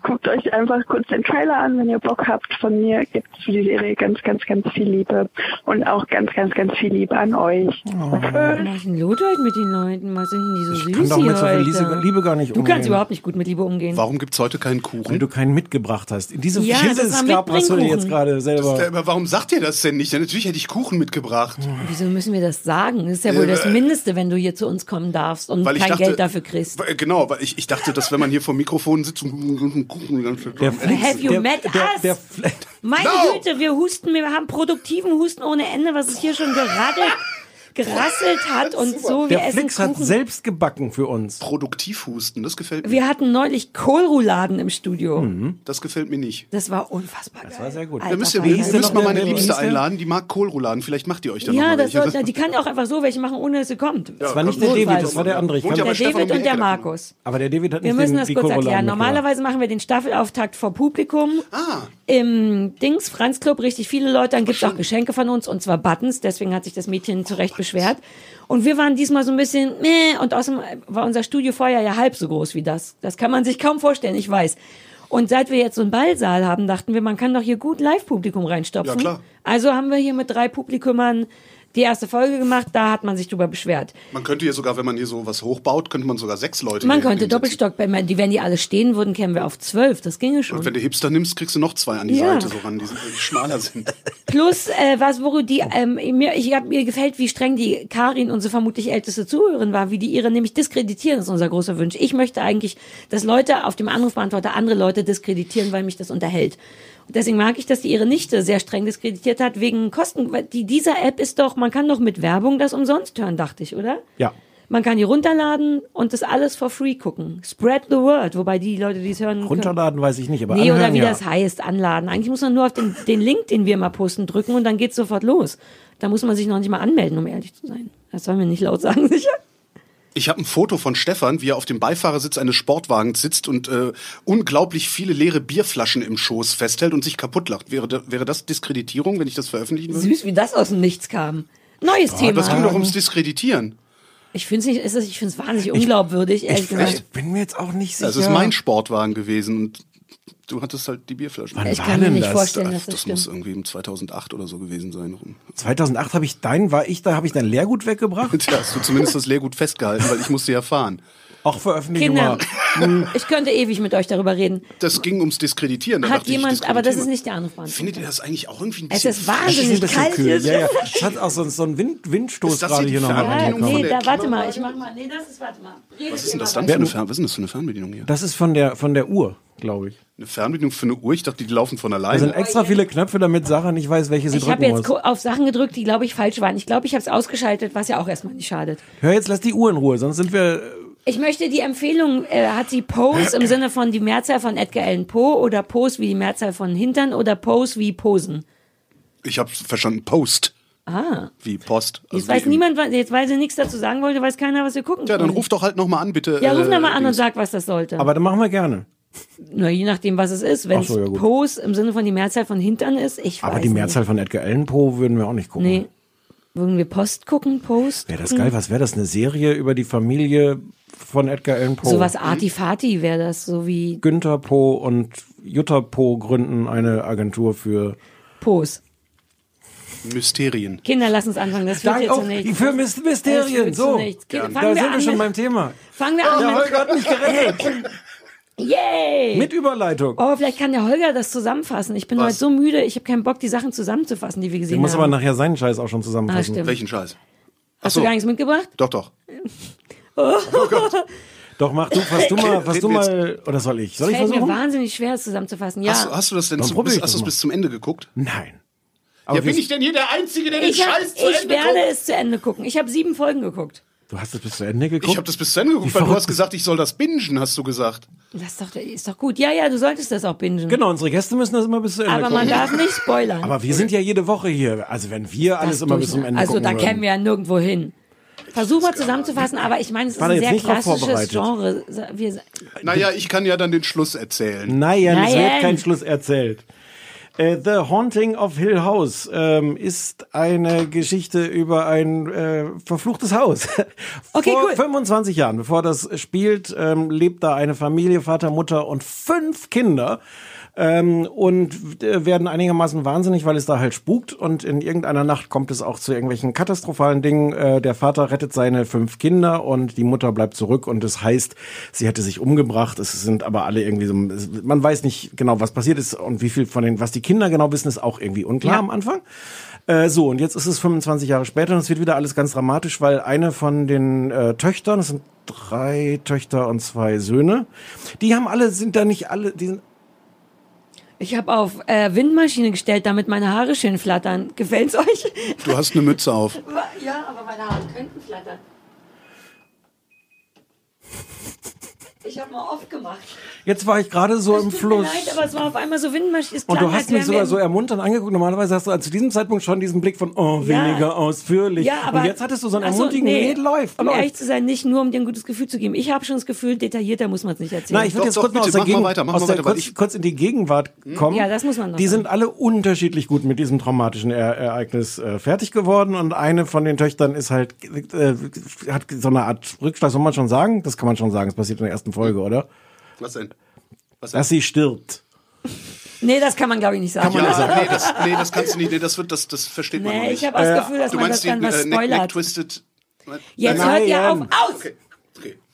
[SPEAKER 6] Guckt euch einfach kurz den Trailer an, wenn ihr Bock habt. Von mir gibt es für die Serie ganz, ganz, ganz viel Liebe und auch ganz, ganz, ganz viel Liebe an euch. Tschüss.
[SPEAKER 9] Was ist denn los heute mit den Leuten? Was sind denn die so süß
[SPEAKER 8] kann doch
[SPEAKER 9] hier
[SPEAKER 8] mit so viel
[SPEAKER 9] heute?
[SPEAKER 8] Liebe- Liebe gar nicht
[SPEAKER 9] Du kannst
[SPEAKER 8] umgehen.
[SPEAKER 9] überhaupt nicht gut mit Liebe umgehen.
[SPEAKER 10] Warum gibt's heute keinen
[SPEAKER 8] weil
[SPEAKER 10] Kuchen?
[SPEAKER 8] du keinen mitgebracht hast. In diesem
[SPEAKER 9] Ja, das war
[SPEAKER 8] Skap hast du dir
[SPEAKER 9] Mitbringkuchen.
[SPEAKER 8] jetzt gerade selber.
[SPEAKER 10] Aber warum sagt ihr das denn nicht? Ja, natürlich hätte ich Kuchen mitgebracht.
[SPEAKER 9] Wieso müssen wir das sagen? Das ist ja wohl das
[SPEAKER 8] Äh.
[SPEAKER 9] Mindeste, wenn du hier zu uns kommen darfst und
[SPEAKER 10] Weil ich
[SPEAKER 9] kein
[SPEAKER 10] dachte,
[SPEAKER 9] Geld dafür kriegst.
[SPEAKER 10] Weil- Genau, weil ich, ich dachte, dass wenn man hier vor dem Mikrofon sitzt und Kuchen die ganze Zeit-
[SPEAKER 9] Have you
[SPEAKER 8] der,
[SPEAKER 9] met
[SPEAKER 8] der,
[SPEAKER 9] us?
[SPEAKER 8] Der, Flat-
[SPEAKER 9] Meine
[SPEAKER 10] No!
[SPEAKER 9] Güte, wir husten, wir haben produktiven Husten ohne Ende, was es hier schon geraddelt, gerasselt hat und so. Wir
[SPEAKER 8] der
[SPEAKER 9] essen
[SPEAKER 8] Flix hat
[SPEAKER 9] Kuchen.
[SPEAKER 8] selbst gebacken für uns.
[SPEAKER 10] Produktiv husten, das gefällt mir.
[SPEAKER 9] wir hatten neulich Kohlrouladen im Studio.
[SPEAKER 10] Das gefällt mir nicht.
[SPEAKER 9] Das war unfassbar geil. Das
[SPEAKER 8] Mhm. war sehr gut.
[SPEAKER 10] Da
[SPEAKER 9] Alter,
[SPEAKER 10] müsst ihr,
[SPEAKER 9] war
[SPEAKER 10] ihr
[SPEAKER 9] das
[SPEAKER 8] denn noch
[SPEAKER 10] müsst mal
[SPEAKER 8] der-
[SPEAKER 10] meine
[SPEAKER 8] wer
[SPEAKER 10] Liebste
[SPEAKER 8] hieß der?
[SPEAKER 10] einladen, die mag Kohlrouladen. Vielleicht macht ihr euch da
[SPEAKER 9] ja,
[SPEAKER 10] noch mal
[SPEAKER 9] das
[SPEAKER 10] welche.
[SPEAKER 9] sollte, die kann ja auch einfach so welche machen, ohne dass sie kommt. halt
[SPEAKER 8] Das war nicht der
[SPEAKER 10] Kohl-
[SPEAKER 8] David, das war der andere. Ich
[SPEAKER 10] Wohnt ja
[SPEAKER 8] kann-
[SPEAKER 10] bei
[SPEAKER 9] der
[SPEAKER 10] Stefan um
[SPEAKER 9] David
[SPEAKER 10] die
[SPEAKER 9] und der
[SPEAKER 10] Ecke.
[SPEAKER 9] Markus.
[SPEAKER 8] Aber der David hat
[SPEAKER 9] Wir
[SPEAKER 8] nicht
[SPEAKER 9] müssen
[SPEAKER 8] den,
[SPEAKER 9] das
[SPEAKER 8] die
[SPEAKER 9] kurz
[SPEAKER 8] Kohlrouladen
[SPEAKER 9] erklären.
[SPEAKER 8] mitgebracht.
[SPEAKER 9] Normalerweise machen wir den Staffelauftakt vor Publikum.
[SPEAKER 10] Ah,
[SPEAKER 9] im Dings Franz Club richtig viele Leute, dann gibt's auch Geschenke von uns und zwar Buttons, deswegen hat sich das
[SPEAKER 10] Oh
[SPEAKER 9] Mädchen zu Recht beschwert. Und wir waren diesmal so ein bisschen meh und außerdem war unser Studio vorher ja halb so groß wie das. Das kann man sich kaum vorstellen, ich weiß. Und seit wir jetzt so einen Ballsaal haben, dachten wir, man kann doch hier gut Live-Publikum reinstopfen.
[SPEAKER 10] Ja, klar.
[SPEAKER 9] Also haben wir hier mit drei Publikumern die erste Folge gemacht, da hat man sich drüber beschwert.
[SPEAKER 10] man könnte hier sogar, wenn man hier so was hochbaut, könnte man sogar sechs Leute
[SPEAKER 9] Man
[SPEAKER 10] hier
[SPEAKER 9] könnte
[SPEAKER 10] hinsetzen.
[SPEAKER 9] Doppelstock, wenn man- die, wenn die alle stehen würden, kämen wir auf zwölf, das ginge schon.
[SPEAKER 10] Und wenn du Hipster nimmst, kriegst du noch zwei an die
[SPEAKER 9] Ja.
[SPEAKER 10] Seite, so ran, die, die schmaler sind.
[SPEAKER 9] Plus, äh, was, wo die, ähm, mir, ich hab, mir gefällt, wie streng die Karin, unsere vermutlich älteste Zuhörerin war, wie die ihre nämlich diskreditieren, ist unser großer Wunsch. Ich möchte eigentlich, dass Leute auf dem Anrufbeantworter andere Leute diskreditieren, weil mich das unterhält. Und deswegen mag ich, dass die ihre Nichte sehr streng diskreditiert hat, wegen Kosten. weil Die, dieser App ist doch, man kann doch mit Werbung das umsonst hören, dachte ich, oder?
[SPEAKER 8] Ja.
[SPEAKER 9] Man kann die runterladen und das alles for free gucken. Spread the word, wobei die Leute, die es hören, können-
[SPEAKER 8] Runterladen weiß ich nicht, aber
[SPEAKER 9] Nee,
[SPEAKER 8] anhören,
[SPEAKER 9] oder wie
[SPEAKER 8] ja.
[SPEAKER 9] das heißt, anladen. Eigentlich muss man nur auf den, den Link, den wir mal posten, drücken und dann geht's sofort los. Da muss man sich noch nicht mal anmelden, um ehrlich zu sein. Das sollen wir nicht laut sagen, sicher?
[SPEAKER 10] Ich habe ein Foto von Stefan, wie er auf dem Beifahrersitz eines Sportwagens sitzt und äh, unglaublich viele leere Bierflaschen im Schoß festhält und sich kaputt lacht. Wäre, da, wäre das Diskreditierung, wenn ich das veröffentlichen würde?
[SPEAKER 9] Süß, wie das aus dem Nichts kam. Neues Thema.
[SPEAKER 10] Das ging doch ums Diskreditieren.
[SPEAKER 9] Ich finde es nicht, es ist- ich finde es wahnsinnig unglaubwürdig, ehrlich gesagt.
[SPEAKER 10] bin mir jetzt auch nicht
[SPEAKER 9] sicher.
[SPEAKER 10] Das Also ist mein Sportwagen gewesen und du hattest halt die Bierflaschen.
[SPEAKER 8] Wann Ich war kann mir denn nicht das? vorstellen, dass
[SPEAKER 10] das,
[SPEAKER 8] das
[SPEAKER 10] muss
[SPEAKER 8] stimmt.
[SPEAKER 10] irgendwie im 2008 oder so gewesen sein.
[SPEAKER 8] 2008 habe ich dein, war ich da, habe ich dein Lehrgut weggebracht?
[SPEAKER 10] Tja, hast du zumindest das Lehrgut festgehalten, weil ich musste ja fahren.
[SPEAKER 8] Auch veröffentlichen
[SPEAKER 9] Kinder,
[SPEAKER 8] Hm,
[SPEAKER 9] ich könnte ewig mit euch darüber reden.
[SPEAKER 10] Das ging ums Diskreditieren. da
[SPEAKER 9] Hat
[SPEAKER 10] dachte ich,
[SPEAKER 9] jemand,
[SPEAKER 10] diskreditieren
[SPEAKER 9] aber das
[SPEAKER 10] wir.
[SPEAKER 9] ist nicht der Anrufbeantworter.
[SPEAKER 10] Findet ihr das eigentlich auch irgendwie ein
[SPEAKER 9] Es
[SPEAKER 10] bisschen
[SPEAKER 9] ist wahnsinnig
[SPEAKER 10] frisch?
[SPEAKER 9] kalt.
[SPEAKER 8] Kühl. Ja, ja. Es hat auch so, so einen Wind, Windstoß
[SPEAKER 10] Ist das
[SPEAKER 8] gerade hier
[SPEAKER 10] hier die
[SPEAKER 8] noch
[SPEAKER 10] Fernbedienung
[SPEAKER 8] reingekommen.
[SPEAKER 9] Nee, da, warte mal, ich mach mal. Nee, das ist, warte mal.
[SPEAKER 10] Was ist denn das dann für eine, Fern was ist denn das für eine Fernbedienung hier?
[SPEAKER 8] Das ist von der, von der Uhr, glaube ich.
[SPEAKER 10] Eine Fernbedienung für eine Uhr? Ich dachte, die laufen von
[SPEAKER 8] Da
[SPEAKER 10] alleine.
[SPEAKER 9] Also
[SPEAKER 8] sind extra viele Knöpfe, damit Sarah nicht weiß, welche sie
[SPEAKER 9] Ich
[SPEAKER 8] drücken
[SPEAKER 9] habe jetzt
[SPEAKER 8] muss.
[SPEAKER 9] ko- auf Sachen gedrückt, die, glaube ich, falsch waren. Ich glaube, ich habe es ausgeschaltet, was ja auch erstmal nicht schadet.
[SPEAKER 8] Hör jetzt, lass die Uhr in Ruhe, sonst sind wir.
[SPEAKER 9] Ich möchte die Empfehlung, äh, hat sie Pose im Sinne von die Mehrzahl von Edgar Allan Poe oder Pose wie die Mehrzahl von Hintern oder Pose wie Posen?
[SPEAKER 10] Ich habe verstanden, Post.
[SPEAKER 9] Ah.
[SPEAKER 10] Wie Post. Also
[SPEAKER 9] Jetzt weiß
[SPEAKER 10] die-
[SPEAKER 9] niemand, was- jetzt weil sie nichts dazu sagen wollte, weiß keiner, was wir gucken.
[SPEAKER 10] Ja, dann
[SPEAKER 9] können.
[SPEAKER 10] ruf doch halt nochmal an, bitte.
[SPEAKER 9] Ja, ruf
[SPEAKER 10] äh,
[SPEAKER 9] doch mal an und
[SPEAKER 10] Dings.
[SPEAKER 9] sag, was das sollte.
[SPEAKER 8] Aber dann machen wir gerne.
[SPEAKER 9] Nur je nachdem, was es ist. Wenn
[SPEAKER 8] Ach so, ja,
[SPEAKER 9] es
[SPEAKER 8] gut.
[SPEAKER 9] Pose im Sinne von die Mehrzahl von Hintern ist, ich weiß
[SPEAKER 8] Aber die Mehrzahl von Edgar Allan Poe würden wir auch nicht gucken.
[SPEAKER 9] Nicht. Nee. Mhm. Würden wir Post gucken, Post?
[SPEAKER 8] Wäre das
[SPEAKER 9] gucken?
[SPEAKER 8] geil, was wäre das? Eine Serie über die Familie von Edgar Allan Poe.
[SPEAKER 9] Sowas Artifati wäre das, so wie
[SPEAKER 8] Günther Poe und Jutta Poe gründen eine Agentur für
[SPEAKER 9] Pose.
[SPEAKER 10] Mysterien.
[SPEAKER 9] Kinder, lass uns anfangen. Das führt
[SPEAKER 8] Dank
[SPEAKER 9] jetzt zu
[SPEAKER 8] auch
[SPEAKER 9] nichts.
[SPEAKER 8] für Mys-
[SPEAKER 9] Das
[SPEAKER 8] Mysterien.
[SPEAKER 9] führt
[SPEAKER 8] So,
[SPEAKER 9] zu nichts. Kinder,
[SPEAKER 8] da
[SPEAKER 9] fangen wir
[SPEAKER 8] sind
[SPEAKER 9] an
[SPEAKER 8] wir schon
[SPEAKER 9] mit-
[SPEAKER 8] beim Thema.
[SPEAKER 9] Fangen wir an.
[SPEAKER 8] Der
[SPEAKER 9] mit-
[SPEAKER 8] Holger hat mich gerettet.
[SPEAKER 9] Yay!
[SPEAKER 8] Mit Überleitung.
[SPEAKER 9] Oh, vielleicht kann der Holger das zusammenfassen. Ich bin
[SPEAKER 8] Was?
[SPEAKER 9] heute so müde, ich habe keinen Bock, die Sachen zusammenzufassen, die wir
[SPEAKER 8] Ich
[SPEAKER 9] gesehen
[SPEAKER 8] muss
[SPEAKER 9] haben.
[SPEAKER 8] aber nachher seinen Scheiß auch schon
[SPEAKER 9] Ah,
[SPEAKER 8] zusammenfassen.
[SPEAKER 9] stimmt. Welchen
[SPEAKER 10] Scheiß?
[SPEAKER 9] Hast du gar nichts mitgebracht?
[SPEAKER 10] Doch, doch.
[SPEAKER 9] Oh.
[SPEAKER 8] Doch, mach du, fass du mal, fass du mal, oder soll ich? Soll ich
[SPEAKER 9] es fällt mir
[SPEAKER 8] versuchen?
[SPEAKER 9] wahnsinnig schwer, es zusammenzufassen. Ja.
[SPEAKER 10] Hast, du- hast du das denn
[SPEAKER 8] Dann
[SPEAKER 10] zu,
[SPEAKER 8] probier
[SPEAKER 10] bis,
[SPEAKER 8] ich das
[SPEAKER 10] hast du es
[SPEAKER 8] mal.
[SPEAKER 10] bis zum Ende geguckt?
[SPEAKER 8] Nein.
[SPEAKER 10] ja, bin
[SPEAKER 8] wir-
[SPEAKER 10] ich denn hier der Einzige, der den
[SPEAKER 9] ich hab,
[SPEAKER 10] Scheiß zu
[SPEAKER 9] ich
[SPEAKER 10] Ende
[SPEAKER 9] werde
[SPEAKER 10] guckt?
[SPEAKER 9] es zu Ende gucken. Ich habe sieben Folgen geguckt.
[SPEAKER 8] Du hast es bis zu Ende geguckt?
[SPEAKER 10] Ich habe das bis zu Ende geguckt, weil du hast gesagt, ich soll das bingen, hast du gesagt.
[SPEAKER 9] Das ist doch, ist doch gut. Ja, ja, du solltest das auch bingen.
[SPEAKER 8] Genau, unsere Gäste müssen das immer bis zu Ende
[SPEAKER 9] Aber
[SPEAKER 8] gucken.
[SPEAKER 9] man darf nicht spoilern.
[SPEAKER 8] Aber wir sind ja jede Woche hier. Also wenn wir alles immer bis zum Ende
[SPEAKER 9] Also
[SPEAKER 8] gucken
[SPEAKER 9] da
[SPEAKER 8] würden.
[SPEAKER 9] kämen wir ja nirgendwo hin. Versuch mal zusammenzufassen, aber ich meine, es ist
[SPEAKER 8] War da
[SPEAKER 9] ein
[SPEAKER 8] jetzt
[SPEAKER 9] sehr
[SPEAKER 8] nicht drauf
[SPEAKER 9] klassisches
[SPEAKER 8] vorbereitet?
[SPEAKER 9] Genre. Wir,
[SPEAKER 10] Naja, ich kann ja dann den Schluss erzählen.
[SPEAKER 8] Nein, es
[SPEAKER 9] Nein.
[SPEAKER 8] wird kein Schluss erzählt. Äh, The Haunting of Hill House ähm, ist eine Geschichte über ein äh, verfluchtes Haus.
[SPEAKER 9] Okay,
[SPEAKER 8] Vor
[SPEAKER 9] cool.
[SPEAKER 8] 25 Jahren, bevor das spielt, ähm, lebt da eine Familie, Vater, Mutter und fünf Kinder. Ähm, und äh, werden einigermaßen wahnsinnig, weil es da halt spukt und in irgendeiner Nacht kommt es auch zu irgendwelchen katastrophalen Dingen. Äh, der Vater rettet seine fünf Kinder und die Mutter bleibt zurück und es heißt, sie hätte sich umgebracht. Es sind aber alle irgendwie so, es- man weiß nicht genau, was passiert ist und wie viel von den, was die Kinder genau wissen, ist auch irgendwie unklar
[SPEAKER 9] Ja.
[SPEAKER 8] am Anfang. Äh, so, und jetzt ist es 25 Jahre später und es wird wieder alles ganz dramatisch, weil eine von den äh, Töchtern, das sind drei Töchter und zwei Söhne, die haben alle, sind da nicht alle, die sind
[SPEAKER 9] ich habe auf äh, Windmaschine gestellt, damit meine Haare schön flattern. Gefällt's euch?
[SPEAKER 10] Du hast eine Mütze auf.
[SPEAKER 9] Ja, aber meine Haare könnten flattern. Ich habe mal oft gemacht.
[SPEAKER 8] Jetzt war ich gerade so im
[SPEAKER 9] Tut mir
[SPEAKER 8] Fluss.
[SPEAKER 9] leid, aber es war auf einmal so Windmaschine. es
[SPEAKER 8] Und
[SPEAKER 9] klang,
[SPEAKER 8] du hast
[SPEAKER 9] als
[SPEAKER 8] mich
[SPEAKER 9] wären wir
[SPEAKER 8] sogar
[SPEAKER 9] im-
[SPEAKER 8] so ermunternd angeguckt. Normalerweise hast du also zu diesem Zeitpunkt schon diesen Blick von, oh,
[SPEAKER 9] Ja.
[SPEAKER 8] weniger ausführlich.
[SPEAKER 9] Ja, aber,
[SPEAKER 8] und jetzt hattest du so einen
[SPEAKER 9] Ach
[SPEAKER 8] ermutigen, nee, läuft,
[SPEAKER 9] Um ehrlich
[SPEAKER 8] läuft.
[SPEAKER 9] zu sein, nicht nur, um dir ein gutes Gefühl zu geben. Ich habe schon das Gefühl, detaillierter muss man es nicht erzählen.
[SPEAKER 8] Na, ich würde jetzt kurz mal aus der, Gegend, aus der kurz, kurz in die Gegenwart kommen.
[SPEAKER 9] Ja, das muss man noch
[SPEAKER 8] Die
[SPEAKER 9] sagen.
[SPEAKER 8] sind alle unterschiedlich gut mit diesem traumatischen er Ereignis äh, fertig geworden und eine von den Töchtern ist halt äh, hat so eine Art Rückschlag, soll man schon sagen? Das kann man schon sagen. Das passiert in der ersten Folge, oder?
[SPEAKER 10] Was denn? Was
[SPEAKER 8] Dass sie stirbt.
[SPEAKER 9] Nee, das kann man, glaube ich, nicht sagen.
[SPEAKER 10] Kann man ja, sagen. Nee, das, nee, das kannst du nicht. Nee, das, wird, das, das versteht man
[SPEAKER 9] Nee,
[SPEAKER 10] noch nicht.
[SPEAKER 9] ich hab auch das Äh, Gefühl, dass
[SPEAKER 10] du
[SPEAKER 9] man
[SPEAKER 10] meinst
[SPEAKER 9] das dann
[SPEAKER 10] den,
[SPEAKER 9] was
[SPEAKER 10] äh, Neck- Neck
[SPEAKER 9] spoilert.
[SPEAKER 10] Twisted.
[SPEAKER 9] Jetzt
[SPEAKER 8] Nein.
[SPEAKER 9] hört ihr auf. Aus!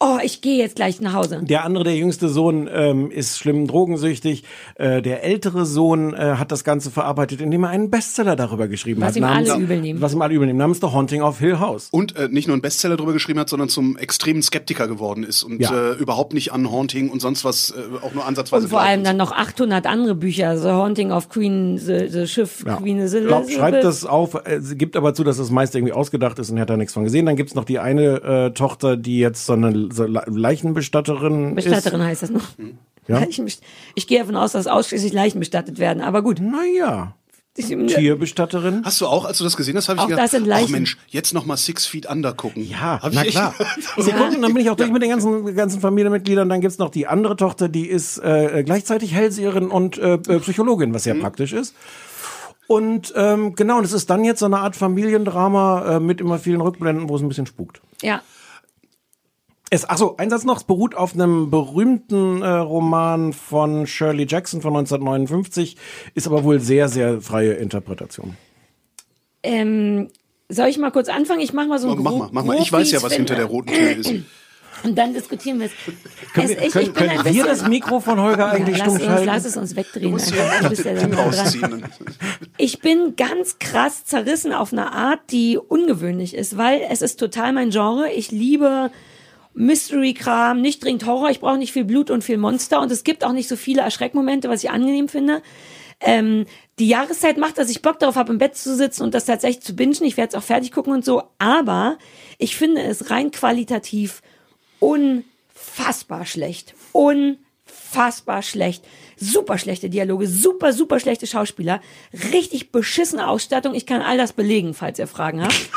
[SPEAKER 9] Oh, ich gehe jetzt gleich nach Hause.
[SPEAKER 8] Der andere, der jüngste Sohn, ähm, ist schlimm drogensüchtig. Äh, der ältere Sohn äh, hat das Ganze verarbeitet, indem er einen Bestseller darüber geschrieben
[SPEAKER 9] Was
[SPEAKER 8] hat.
[SPEAKER 9] ihm alle
[SPEAKER 8] namens-
[SPEAKER 9] übel nehmen.
[SPEAKER 8] Was ihm alle übel nehmen, namens The Haunting of Hill House.
[SPEAKER 10] Und äh, nicht nur einen Bestseller drüber geschrieben hat, sondern zum extremen Skeptiker geworden ist und
[SPEAKER 8] Ja.
[SPEAKER 10] äh, überhaupt nicht an Haunting und sonst was äh, auch nur ansatzweise
[SPEAKER 9] Und vor
[SPEAKER 10] glaubt.
[SPEAKER 9] allem dann noch 800 andere Bücher. The Haunting of Queen, The, the Schiff, Queen
[SPEAKER 8] Ich
[SPEAKER 9] Elizabeth.
[SPEAKER 8] glaub, schreibt das auf, äh, sie gibt aber zu, dass das meiste irgendwie ausgedacht ist und hat da nichts von gesehen. Dann gibt's noch die eine äh, Tochter, die jetzt so eine so Le- Leichenbestatterin
[SPEAKER 9] Bestatterin
[SPEAKER 8] ist.
[SPEAKER 9] heißt das noch.
[SPEAKER 10] Hm.
[SPEAKER 8] Ja.
[SPEAKER 9] Leichenbest- Ich gehe davon aus, dass ausschließlich Leichen bestattet werden, aber gut.
[SPEAKER 8] Naja. Tierbestatterin.
[SPEAKER 10] Hast du auch, als du das gesehen hast, habe ich
[SPEAKER 9] Auch
[SPEAKER 10] gedacht,
[SPEAKER 9] das sind Leichen.
[SPEAKER 10] ach Mensch, jetzt noch mal Six Feet Under gucken. Ja, hab
[SPEAKER 8] Na
[SPEAKER 10] ich
[SPEAKER 8] klar.
[SPEAKER 10] Echt?
[SPEAKER 8] Sekunden, dann bin ich auch durch mit den ganzen, ganzen Familienmitgliedern. Dann gibt's noch die andere Tochter, die ist äh, gleichzeitig Hellseherin und äh, äh, Psychologin, was sehr praktisch ist. Und ähm, genau, das ist dann jetzt so eine Art Familiendrama äh, mit immer vielen Rückblenden, wo es ein bisschen spukt.
[SPEAKER 9] Ja.
[SPEAKER 8] Es, ach so, ein Satz noch, es beruht auf einem berühmten äh, Roman von Shirley Jackson von 1959, ist aber wohl sehr, sehr freie Interpretation.
[SPEAKER 9] Ähm, soll ich mal kurz anfangen? Ich mach mal so ein
[SPEAKER 10] Mach mal, mach mal. Ich weiß ja, was hinter der roten Tür ist.
[SPEAKER 9] Und dann diskutieren wir es.
[SPEAKER 8] Können
[SPEAKER 9] es
[SPEAKER 8] wir- können- können wir das Mikro von Holger eigentlich
[SPEAKER 9] lass
[SPEAKER 8] stumm
[SPEAKER 9] uns,
[SPEAKER 8] schalten?
[SPEAKER 9] Lass es uns wegdrehen.
[SPEAKER 10] Du musst hier
[SPEAKER 9] einfach. Du bist ja
[SPEAKER 10] den
[SPEAKER 9] dann
[SPEAKER 10] Ding
[SPEAKER 9] dran.
[SPEAKER 10] rausziehen.
[SPEAKER 9] Ich bin ganz krass zerrissen auf eine Art, die ungewöhnlich ist, weil es ist total mein Genre. Ich liebe Mystery-Kram, nicht dringend Horror. Ich brauche nicht viel Blut und viel Monster. Und es gibt auch nicht so viele Erschreckmomente, was ich angenehm finde. Ähm, die Jahreszeit macht, dass ich Bock darauf habe, im Bett zu sitzen und das tatsächlich zu bingen. Ich werde es auch fertig gucken und so. Aber ich finde es rein qualitativ unfassbar schlecht. Unfassbar schlecht. Super schlechte Dialoge, super, super schlechte Schauspieler, richtig beschissene Ausstattung. Ich kann all das belegen, falls ihr Fragen habt.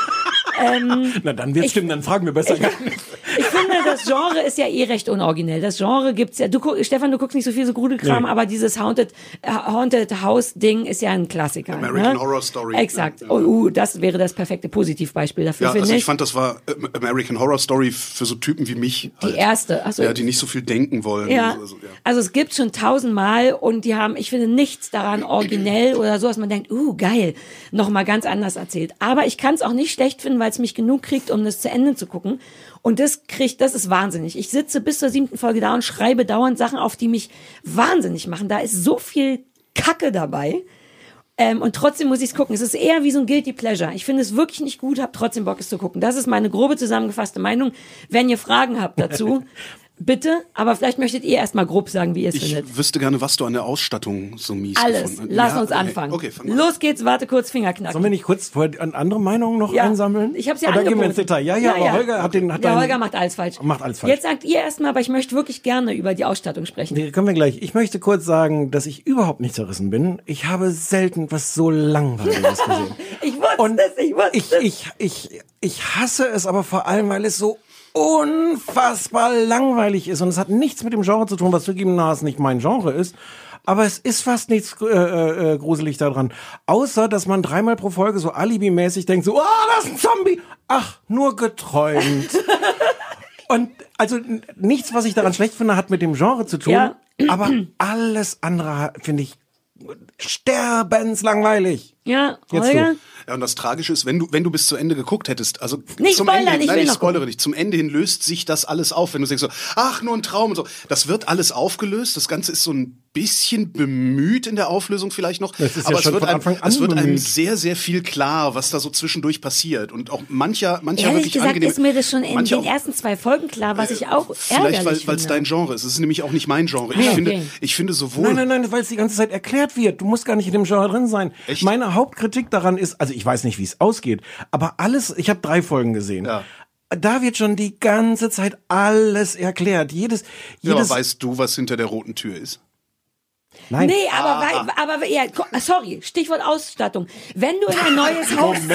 [SPEAKER 9] ähm,
[SPEAKER 8] Na, dann wird's stimmen, dann fragen wir besser gar nicht.
[SPEAKER 9] ich finde, das Genre ist ja eh recht unoriginell. Das Genre gibt's ja. Du guck, Stefan, du guckst nicht so viel so Grudelkram,
[SPEAKER 10] Nee.
[SPEAKER 9] aber dieses Haunted, äh, Haunted House Ding ist ja ein Klassiker.
[SPEAKER 10] American
[SPEAKER 9] ne?
[SPEAKER 10] Horror Story.
[SPEAKER 9] Exakt. Oh, uh, das wäre das perfekte Positivbeispiel dafür,
[SPEAKER 10] Ja,
[SPEAKER 9] finde
[SPEAKER 10] also ich
[SPEAKER 9] ich.
[SPEAKER 10] fand, das war äh, American Horror Story für so Typen wie mich. Halt.
[SPEAKER 9] Die erste. Ach so.
[SPEAKER 10] Ja, die nicht so viel denken wollen.
[SPEAKER 9] Ja.
[SPEAKER 10] Also, ja.
[SPEAKER 9] Also es gibt schon tausendmal und die haben, ich finde nichts daran originell oder so, dass man denkt, uh, geil, nochmal ganz anders erzählt. Aber ich kann es auch nicht schlecht finden, weil es mich genug kriegt, um das zu Ende zu gucken. Und das kriegt, das ist wahnsinnig. Ich sitze bis zur siebten Folge da und schreibe dauernd Sachen auf, die mich wahnsinnig machen. Da ist so viel Kacke dabei. Ähm, und trotzdem muss ich es gucken. Es ist eher wie so ein Guilty Pleasure. Ich finde es wirklich nicht gut, habe trotzdem Bock, es zu gucken. Das ist meine grobe zusammengefasste Meinung. Wenn ihr Fragen habt dazu, bitte. Aber vielleicht möchtet ihr erstmal grob sagen, wie ihr es findet.
[SPEAKER 10] Ich wüsste gerne, was du an der Ausstattung so mies
[SPEAKER 9] Alles.
[SPEAKER 10] gefunden hast.
[SPEAKER 9] Lass
[SPEAKER 10] Ja,
[SPEAKER 9] uns
[SPEAKER 10] okay.
[SPEAKER 9] anfangen.
[SPEAKER 10] Okay, fang mal.
[SPEAKER 9] Los geht's, warte kurz, Fingerknacken.
[SPEAKER 8] Sollen wir nicht kurz vorher an andere Meinungen noch
[SPEAKER 9] Ja.
[SPEAKER 8] einsammeln?
[SPEAKER 9] Ich hab's ja
[SPEAKER 8] Oder gehen wir ins
[SPEAKER 9] angeboten.
[SPEAKER 8] Detail. Ja, ja,
[SPEAKER 9] Ja,
[SPEAKER 8] aber
[SPEAKER 9] ja.
[SPEAKER 8] Holger hat den... Hat
[SPEAKER 9] Der
[SPEAKER 8] deinen-
[SPEAKER 9] Holger macht alles falsch.
[SPEAKER 8] Macht alles falsch.
[SPEAKER 9] Jetzt sagt ihr erstmal, aber ich möchte wirklich gerne über die Ausstattung sprechen.
[SPEAKER 8] Nee, können wir gleich. Ich möchte kurz sagen, dass ich überhaupt nicht zerrissen bin. Ich habe selten was so langweiliges gesehen.
[SPEAKER 9] ich wusste es, ich wusste
[SPEAKER 8] ich, ich, ich, ich hasse es aber vor allem, weil es so unfassbar langweilig ist. Und es hat nichts mit dem Genre zu tun, was zugegebenermaßen nicht mein Genre ist. Aber es ist fast nichts äh, äh, gruselig daran. Außer, dass man dreimal pro Folge so alibimäßig denkt, so, ah, das ist ein Zombie. Ach, nur geträumt. Und also n- nichts, was ich daran schlecht finde, hat mit dem Genre zu tun.
[SPEAKER 9] Ja.
[SPEAKER 8] Aber alles andere ha- finde ich sterbenslangweilig.
[SPEAKER 9] Ja,
[SPEAKER 8] Jetzt
[SPEAKER 9] Holger?
[SPEAKER 8] du.
[SPEAKER 10] Ja, und das Tragische ist, wenn du, wenn du bis zu Ende geguckt hättest, also
[SPEAKER 9] Nicht
[SPEAKER 10] zum
[SPEAKER 9] spoilern,
[SPEAKER 10] Ende,
[SPEAKER 9] ich
[SPEAKER 10] nein,
[SPEAKER 9] will
[SPEAKER 10] ich
[SPEAKER 9] noch
[SPEAKER 10] spoilere nicht, zum Ende hin löst sich das alles auf, wenn du sagst so, ach, nur ein Traum und so. Das wird alles aufgelöst, das Ganze ist so ein bisschen bemüht in der Auflösung vielleicht noch,
[SPEAKER 8] Das ist ja
[SPEAKER 10] aber es,
[SPEAKER 8] schon
[SPEAKER 10] wird
[SPEAKER 8] von
[SPEAKER 10] einem,
[SPEAKER 8] Anfang an
[SPEAKER 10] es wird einem
[SPEAKER 8] bemüht.
[SPEAKER 10] sehr, sehr viel klar, was da so zwischendurch passiert und auch mancher, mancher
[SPEAKER 9] Ehrlich
[SPEAKER 10] wirklich
[SPEAKER 9] gesagt
[SPEAKER 10] angenehm.
[SPEAKER 9] ist mir das schon in
[SPEAKER 10] mancher
[SPEAKER 9] den
[SPEAKER 10] auch-
[SPEAKER 9] ersten zwei Folgen klar, was ich auch
[SPEAKER 10] Vielleicht, weil
[SPEAKER 9] ärgerlich
[SPEAKER 10] weil es
[SPEAKER 9] finde.
[SPEAKER 10] dein Genre ist. Es ist nämlich auch nicht mein Genre. Ich,
[SPEAKER 9] Ah, okay.
[SPEAKER 10] finde, ich finde sowohl
[SPEAKER 8] Nein, nein, nein, weil es die ganze Zeit erklärt wird. Du musst gar nicht in dem Genre drin sein. Meine Hauptkritik daran ist, also ich weiß nicht, wie es ausgeht, aber alles, ich habe drei Folgen gesehen. Da wird schon die ganze Zeit alles erklärt. Jedes,
[SPEAKER 10] Ja,
[SPEAKER 8] jedes.
[SPEAKER 10] aber weißt du, was hinter der roten Tür ist?
[SPEAKER 8] nein.
[SPEAKER 9] Nee, aber,
[SPEAKER 10] Ah.
[SPEAKER 9] weil, aber ja, ko- ah, sorry, Stichwort Ausstattung. Wenn du in ein neues Haus ziehst,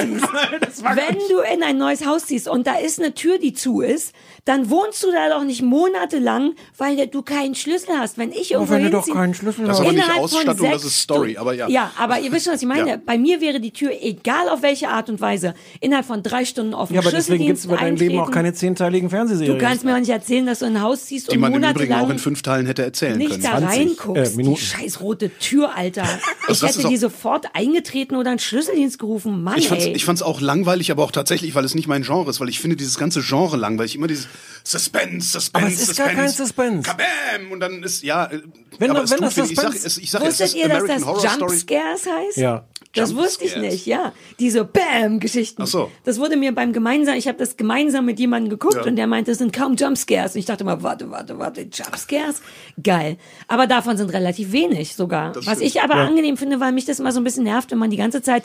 [SPEAKER 9] wenn du in ein neues Haus ziehst und da ist eine Tür, die zu ist, dann wohnst du da doch nicht monatelang, weil du keinen Schlüssel hast. Wenn ich irgendwo
[SPEAKER 8] Oh, wenn du doch
[SPEAKER 9] hinziehe-
[SPEAKER 8] keinen Schlüssel
[SPEAKER 10] Das ist aber nicht
[SPEAKER 9] Innerhalb von
[SPEAKER 10] Ausstattung, das
[SPEAKER 9] sechs
[SPEAKER 10] ist Story,
[SPEAKER 9] Stunden-
[SPEAKER 10] aber ja.
[SPEAKER 9] Ja, aber ihr wisst schon, was ich meine.
[SPEAKER 10] Ja.
[SPEAKER 9] Bei mir wäre die Tür, egal auf welche Art und Weise, innerhalb von drei Stunden offen.
[SPEAKER 8] Ja, aber deswegen gibt's
[SPEAKER 9] Schlüsseldienst
[SPEAKER 8] über dein Leben auch
[SPEAKER 9] eintreten.
[SPEAKER 8] keine zehnteiligen Fernsehserien.
[SPEAKER 9] Du kannst mir auch nicht erzählen, dass du in ein Haus ziehst
[SPEAKER 10] Äh, Die
[SPEAKER 9] und
[SPEAKER 10] man im Übrigen auch
[SPEAKER 9] monatelang
[SPEAKER 10] in fünf Teilen hätte erzählen
[SPEAKER 9] nicht
[SPEAKER 10] können.
[SPEAKER 9] da
[SPEAKER 10] 20.
[SPEAKER 9] reinguckst.
[SPEAKER 8] äh, Minuten.
[SPEAKER 9] die scheiß rote Tür, Alter. Ich
[SPEAKER 10] das ist
[SPEAKER 9] hätte
[SPEAKER 10] auch-
[SPEAKER 9] die sofort eingetreten oder einen Schlüsseldienst gerufen. Mann,
[SPEAKER 10] Ich fand's,
[SPEAKER 9] ey.
[SPEAKER 10] ich fand's auch langweilig, aber auch tatsächlich, weil es nicht mein Genre ist, weil ich finde dieses ganze Genre langweilig. Immer dieses Suspense, Suspense,
[SPEAKER 8] Aber es ist gar
[SPEAKER 10] Suspense.
[SPEAKER 8] kein Suspense.
[SPEAKER 10] Kabam! Und dann ist, ja, äh,
[SPEAKER 8] Wenn
[SPEAKER 10] aber
[SPEAKER 8] da-
[SPEAKER 10] es
[SPEAKER 8] wenn
[SPEAKER 10] tut
[SPEAKER 8] das
[SPEAKER 10] weh. ich sag,
[SPEAKER 8] Suspense-
[SPEAKER 10] es- ich sag, es
[SPEAKER 9] Wusstet
[SPEAKER 10] ist
[SPEAKER 9] ihr, dass
[SPEAKER 10] American
[SPEAKER 9] das
[SPEAKER 10] Horror Story.
[SPEAKER 9] Jumpscares heißt?
[SPEAKER 8] Ja.
[SPEAKER 9] Das wusste ich
[SPEAKER 10] Jumpscares.
[SPEAKER 9] nicht, ja. Diese Bam-Geschichten.
[SPEAKER 10] Ach so.
[SPEAKER 9] Das wurde mir beim gemeinsamen, ich habe das gemeinsam mit jemandem geguckt
[SPEAKER 10] Ja.
[SPEAKER 9] und der meinte, es sind kaum Jumpscares. Und ich dachte mal, warte, warte, warte, Jumpscares? Geil. Aber davon sind relativ wenig sogar.
[SPEAKER 10] Das
[SPEAKER 9] Was
[SPEAKER 10] stimmt.
[SPEAKER 9] ich aber angenehm finde, weil mich das mal so ein bisschen nervt, wenn man die ganze Zeit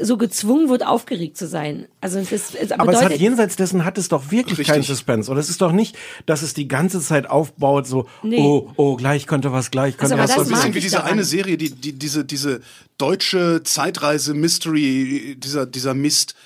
[SPEAKER 9] so gezwungen wird, aufgeregt zu sein. Also das, das
[SPEAKER 8] Aber es hat
[SPEAKER 9] bedeutet,
[SPEAKER 8] jenseits dessen hat es doch wirklich
[SPEAKER 10] Richtig.
[SPEAKER 8] keinen Suspense. Und es ist doch nicht, dass es die ganze Zeit aufbaut, so,
[SPEAKER 9] Nee. Also,
[SPEAKER 8] oh, oh, gleich könnte was, gleich könnte
[SPEAKER 9] aber
[SPEAKER 8] was.
[SPEAKER 9] das
[SPEAKER 10] So ein
[SPEAKER 8] passieren.
[SPEAKER 9] mag
[SPEAKER 10] bisschen
[SPEAKER 9] ich
[SPEAKER 10] wie diese
[SPEAKER 9] daran.
[SPEAKER 10] eine Serie, die, die, diese, diese deutsche Zeitreise-Mystery, dieser, dieser Mist.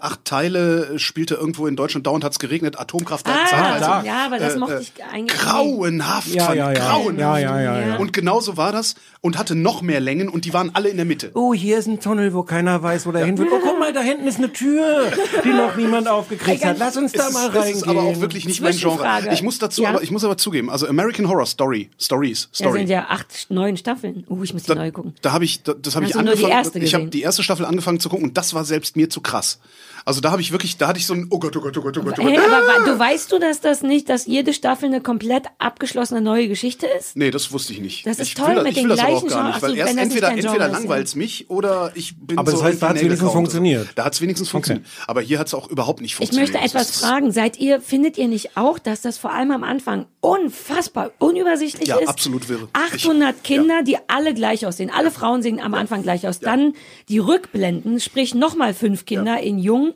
[SPEAKER 10] acht Teile, spielte irgendwo in Deutschland, dauernd hat es geregnet, Atomkraftwerk
[SPEAKER 9] Ah,
[SPEAKER 10] zahlreich.
[SPEAKER 9] Atom- ja, aber
[SPEAKER 10] Äh,
[SPEAKER 9] das mochte ich eigentlich
[SPEAKER 10] Grauenhaft,
[SPEAKER 8] Ja,
[SPEAKER 10] fand,
[SPEAKER 8] ja, ja.
[SPEAKER 10] grauenhaft.
[SPEAKER 8] Ja, ja, ja, ja.
[SPEAKER 10] Und genauso war das und hatte noch mehr Längen und die waren alle in der Mitte.
[SPEAKER 8] Oh, hier ist ein Tunnel, wo keiner weiß, wo der hin will. Oh, guck mal, da hinten ist eine Tür, die noch niemand aufgekriegt hat. Lass uns da
[SPEAKER 10] Es ist-
[SPEAKER 8] mal reingehen.
[SPEAKER 10] Es ist aber auch wirklich nicht mein Genre. Ich muss dazu,
[SPEAKER 9] Ja.
[SPEAKER 10] aber ich muss aber zugeben, also American Horror Story, Stories,
[SPEAKER 9] Da
[SPEAKER 10] Story.
[SPEAKER 9] sind ja acht, neun Staffeln. Oh, ich muss die neu gucken.
[SPEAKER 10] Da habe ich, da, das habe
[SPEAKER 9] Hast
[SPEAKER 10] ich
[SPEAKER 9] du nur
[SPEAKER 10] angefangen.
[SPEAKER 9] die erste
[SPEAKER 10] ich habe
[SPEAKER 9] gesehen?
[SPEAKER 10] die erste Staffel angefangen zu gucken und das war selbst mir zu krass. Also da habe ich wirklich, da hatte ich so ein, oh Gott, oh Gott, oh Gott, oh Gott, oh Gott.
[SPEAKER 9] Hey, aber wa- du weißt du, dass das nicht, dass jede Staffel eine komplett abgeschlossene neue Geschichte ist?
[SPEAKER 10] Nee, das wusste ich nicht.
[SPEAKER 9] Das ist
[SPEAKER 10] ich
[SPEAKER 9] toll
[SPEAKER 10] will, das-
[SPEAKER 9] mit
[SPEAKER 10] ich
[SPEAKER 9] den
[SPEAKER 10] will das aber auch
[SPEAKER 9] gleichen
[SPEAKER 10] gar
[SPEAKER 9] Genre-
[SPEAKER 10] nicht, weil
[SPEAKER 9] Ach so,
[SPEAKER 10] erst
[SPEAKER 9] wenn das nicht
[SPEAKER 10] entweder,
[SPEAKER 9] dein Genre
[SPEAKER 10] entweder
[SPEAKER 9] ist, ja.
[SPEAKER 10] langweilt's mich oder ich bin
[SPEAKER 8] Aber
[SPEAKER 10] so
[SPEAKER 8] das heißt, da
[SPEAKER 10] irgendwie
[SPEAKER 8] hat's wenigstens
[SPEAKER 10] nägelkaut.
[SPEAKER 8] funktioniert.
[SPEAKER 10] Da hat es wenigstens funktioniert. Aber hier hat es auch überhaupt nicht
[SPEAKER 9] Ich
[SPEAKER 10] funktioniert.
[SPEAKER 9] möchte etwas fragen. Seid ihr, findet ihr nicht auch, dass das vor allem am Anfang unfassbar unübersichtlich
[SPEAKER 10] Ja,
[SPEAKER 9] ist?
[SPEAKER 10] absolut wirre.
[SPEAKER 9] 800 Kinder, die alle gleich aussehen. Alle Frauen sehen am Anfang gleich aus. Dann die Rückblenden, sprich nochmal fünf Kinder in Jung.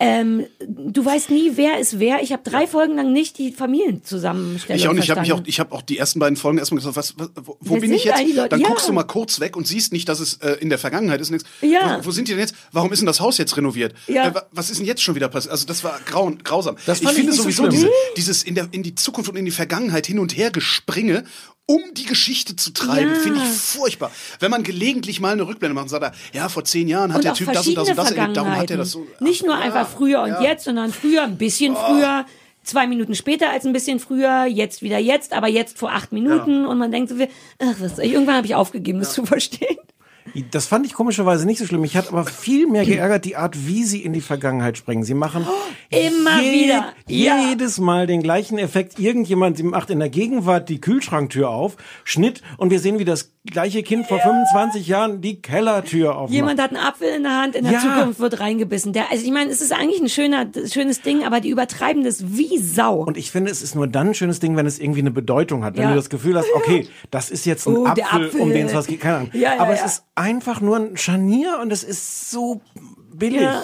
[SPEAKER 9] Ähm, du weißt nie, wer ist wer. Ich habe drei Folgen lang nicht die Familienzusammenstellung
[SPEAKER 10] Ich auch nicht. Ich habe mich auch,
[SPEAKER 9] verstanden.
[SPEAKER 10] ich habe auch die ersten beiden Folgen erstmal gesagt, was, was wo, wo
[SPEAKER 9] Wer
[SPEAKER 10] bin ich
[SPEAKER 9] sind
[SPEAKER 10] jetzt?
[SPEAKER 9] eigentlich Leute?
[SPEAKER 10] Dann
[SPEAKER 9] Ja.
[SPEAKER 10] guckst du mal kurz weg und siehst nicht, dass es äh, in der Vergangenheit ist. Nix.
[SPEAKER 9] Ja.
[SPEAKER 10] Wo, wo sind die denn jetzt? Warum ist denn das Haus jetzt renoviert?
[SPEAKER 9] Ja.
[SPEAKER 10] Äh, wa- was ist denn jetzt schon wieder passiert? Also das war grauen, grausam.
[SPEAKER 8] Das
[SPEAKER 10] ich
[SPEAKER 8] fand ich
[SPEAKER 10] finde
[SPEAKER 8] nicht so
[SPEAKER 10] sowieso
[SPEAKER 8] schlimm.
[SPEAKER 10] diese,
[SPEAKER 8] Mhm.
[SPEAKER 10] dieses in der in die Zukunft und in die Vergangenheit hin und her gespringe. Um die Geschichte zu treiben,
[SPEAKER 9] Ja.
[SPEAKER 10] finde ich furchtbar. Wenn man gelegentlich mal eine Rückblende macht und sagt, er, ja, vor zehn Jahren hat
[SPEAKER 9] und
[SPEAKER 10] der
[SPEAKER 9] auch
[SPEAKER 10] Typ das und das und das
[SPEAKER 9] verschiedene
[SPEAKER 10] erlebt, darum hat er das so.
[SPEAKER 9] Vergangenheiten. Nicht nur einfach früher und jetzt, sondern früher, ein bisschen
[SPEAKER 10] Oh.
[SPEAKER 9] früher, zwei Minuten später als ein bisschen früher, jetzt wieder jetzt, aber jetzt vor acht Minuten und man denkt so, viel, ach, was, irgendwann habe ich aufgegeben, das zu verstehen.
[SPEAKER 8] Das fand ich komischerweise nicht so schlimm. Mich hat aber viel
[SPEAKER 10] Hm.
[SPEAKER 8] mehr geärgert die Art, wie sie in die Vergangenheit springen. Sie
[SPEAKER 10] Oh,
[SPEAKER 8] machen
[SPEAKER 9] Immer wieder. Ja.
[SPEAKER 8] jedes Mal den gleichen Effekt. Irgendjemand macht in der Gegenwart die Kühlschranktür auf, Schnitt und wir sehen, wie das gleiche Kind vor 25 Jahren die Kellertür aufmacht.
[SPEAKER 9] Jemand hat einen Apfel in der Hand, in der
[SPEAKER 8] Ja.
[SPEAKER 9] Zukunft wird reingebissen. Der, also ich meine, es ist eigentlich ein schöner, schönes Ding, aber die übertreiben das wie Sau.
[SPEAKER 8] Und ich finde, es ist nur dann ein schönes Ding, wenn es irgendwie eine Bedeutung hat. Wenn
[SPEAKER 9] Ja.
[SPEAKER 8] du das Gefühl hast, okay, das ist jetzt ein
[SPEAKER 9] Oh,
[SPEAKER 8] Apfel,
[SPEAKER 9] der Apfel.
[SPEAKER 8] um den es was geht. Keine Ahnung.
[SPEAKER 9] Ja, ja,
[SPEAKER 8] Aber
[SPEAKER 9] ja.
[SPEAKER 8] es ist einfach nur ein Scharnier und es ist so billig.
[SPEAKER 9] Ja.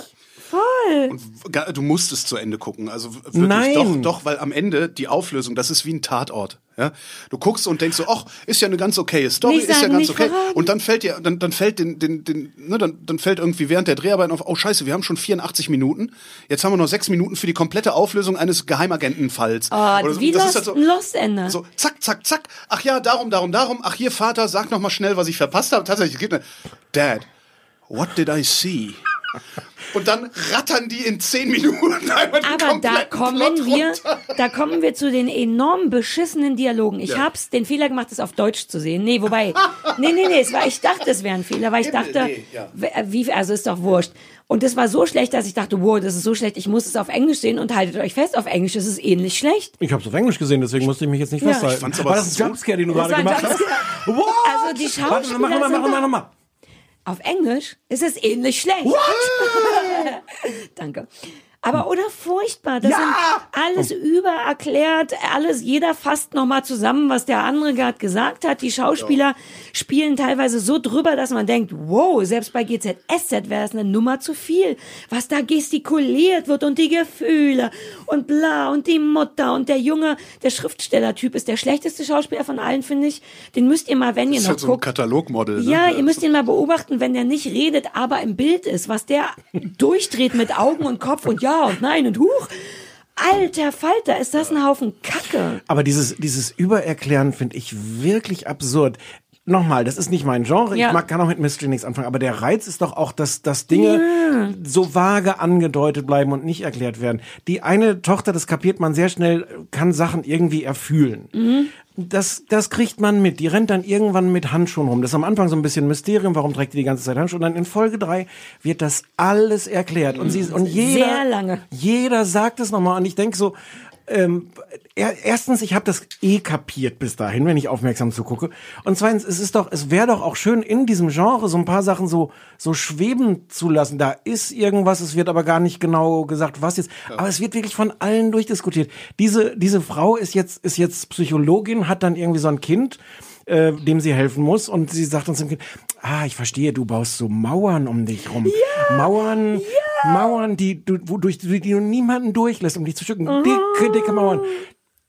[SPEAKER 9] Voll.
[SPEAKER 10] Ga- Du musst es zu Ende gucken. Also w- wirklich,
[SPEAKER 8] Nein.
[SPEAKER 10] doch, doch, weil am Ende die Auflösung, das ist wie ein Tatort. Ja? Du guckst und denkst so, ach, ist ja eine ganz okaye Story,
[SPEAKER 9] Nicht
[SPEAKER 10] ist ja
[SPEAKER 9] sagen,
[SPEAKER 10] ganz
[SPEAKER 9] nicht
[SPEAKER 10] okay.
[SPEAKER 9] verraten.
[SPEAKER 10] Und dann fällt dir, dann, dann fällt den, den, den, ne, dann, dann fällt irgendwie während der Dreharbeiten auf, oh scheiße, wir haben schon 84 Minuten, jetzt haben wir noch sechs Minuten für die komplette Auflösung eines Geheimagentenfalls.
[SPEAKER 9] Oh,
[SPEAKER 10] Oder so.
[SPEAKER 9] wie
[SPEAKER 10] Das
[SPEAKER 9] Lost,
[SPEAKER 10] ist halt so-
[SPEAKER 9] Lost Ender.
[SPEAKER 10] so, zack, zack, zack. Ach ja, darum, darum, darum. Ach hier, Vater, sag noch mal schnell, was ich verpasst habe. Tatsächlich, es gibt eine Dad, what did I see? Und dann rattern die in zehn Minuten einmal den
[SPEAKER 9] Aber da
[SPEAKER 10] kompletten Plot
[SPEAKER 9] kommen wir,
[SPEAKER 10] runter.
[SPEAKER 9] da kommen wir zu den enorm beschissenen Dialogen. Ich
[SPEAKER 10] Ja.
[SPEAKER 9] hab's den Fehler gemacht, es auf Deutsch zu sehen. Nee, wobei, nee, nee, nee, es war, ich dachte, es wäre ein Fehler, weil ich
[SPEAKER 10] Himmel,
[SPEAKER 9] dachte,
[SPEAKER 10] nee, ja.
[SPEAKER 9] w- äh, wie, also ist doch wurscht. Und es war so schlecht, dass ich dachte, wow, das ist so schlecht, ich muss es auf Englisch sehen und haltet euch fest, auf Englisch ist es ähnlich schlecht.
[SPEAKER 8] Ich habe es auf Englisch gesehen, deswegen musste ich mich jetzt nicht
[SPEAKER 9] Ja.
[SPEAKER 8] festhalten.
[SPEAKER 10] Ich fand's aber
[SPEAKER 8] War das ein
[SPEAKER 10] so-
[SPEAKER 8] Jumpscare, den du
[SPEAKER 9] Das
[SPEAKER 8] gerade
[SPEAKER 9] war ein
[SPEAKER 8] gemacht hast?
[SPEAKER 9] Jumpscare.
[SPEAKER 8] What?
[SPEAKER 9] Also die
[SPEAKER 8] Warte, mach
[SPEAKER 9] Schauspieler
[SPEAKER 8] nochmal,
[SPEAKER 9] sind
[SPEAKER 8] mach nochmal,
[SPEAKER 9] da.
[SPEAKER 8] mach nochmal.
[SPEAKER 9] Auf Englisch ist es ähnlich schlecht. Danke. Aber oder furchtbar, das sind alles
[SPEAKER 10] Oh.
[SPEAKER 9] übererklärt, alles jeder fasst noch mal zusammen, was der andere gerade gesagt hat. Die Schauspieler spielen teilweise so drüber, dass man denkt, wow, selbst bei GZSZ wäre es eine Nummer zu viel, was da gestikuliert wird und die Gefühle und bla und die Mutter und der Junge, der Schriftstellertyp ist der schlechteste Schauspieler von allen, finde ich. Den müsst ihr mal, wenn ihr
[SPEAKER 10] Das ist
[SPEAKER 9] noch
[SPEAKER 10] halt so ein
[SPEAKER 9] guckt,
[SPEAKER 10] Katalogmodel. Ne?
[SPEAKER 9] ja, ihr müsst ihn mal beobachten, wenn der nicht redet, aber im Bild ist, was der durchdreht mit Augen und Kopf und ja und nein und huch. Alter Falter, ist das ein Haufen Kacke.
[SPEAKER 8] Aber dieses, dieses Übererklären finde ich wirklich absurd. Nochmal, das ist nicht mein Genre.
[SPEAKER 9] Ja.
[SPEAKER 8] Ich mag, kann auch mit Mystery nichts anfangen. Aber der Reiz ist doch auch, dass, dass Dinge so vage angedeutet bleiben und nicht erklärt werden. Die eine Tochter, das kapiert man sehr schnell, kann Sachen irgendwie erfühlen. Das, das kriegt man mit. Die rennt dann irgendwann mit Handschuhen rum. Das ist am Anfang so ein bisschen Mysterium. Warum trägt die die ganze Zeit Handschuhe? Und dann in Folge drei wird das alles erklärt. Und sie, und jeder,
[SPEAKER 9] Sehr lange.
[SPEAKER 8] jeder sagt es nochmal. Und ich denke so, ähm, er, erstens, ich habe das eh kapiert bis dahin, wenn ich aufmerksam zugucke. Und zweitens, es ist doch, es wäre doch auch schön, in diesem Genre so ein paar Sachen so so schweben zu lassen. Da ist irgendwas, es wird aber gar nicht genau gesagt, was jetzt. Aber es wird wirklich von allen durchdiskutiert. Diese diese Frau ist jetzt ist jetzt Psychologin, hat dann irgendwie so ein Kind äh, dem sie helfen muss. Und sie sagt uns dem Kind, ah, ich verstehe, du baust so Mauern um dich rum. Mauern, Mauern, die du,
[SPEAKER 9] Oh.
[SPEAKER 8] wodurch, du- die du niemanden durchlässt, um dich zu schücken. Dicke, dicke Mauern.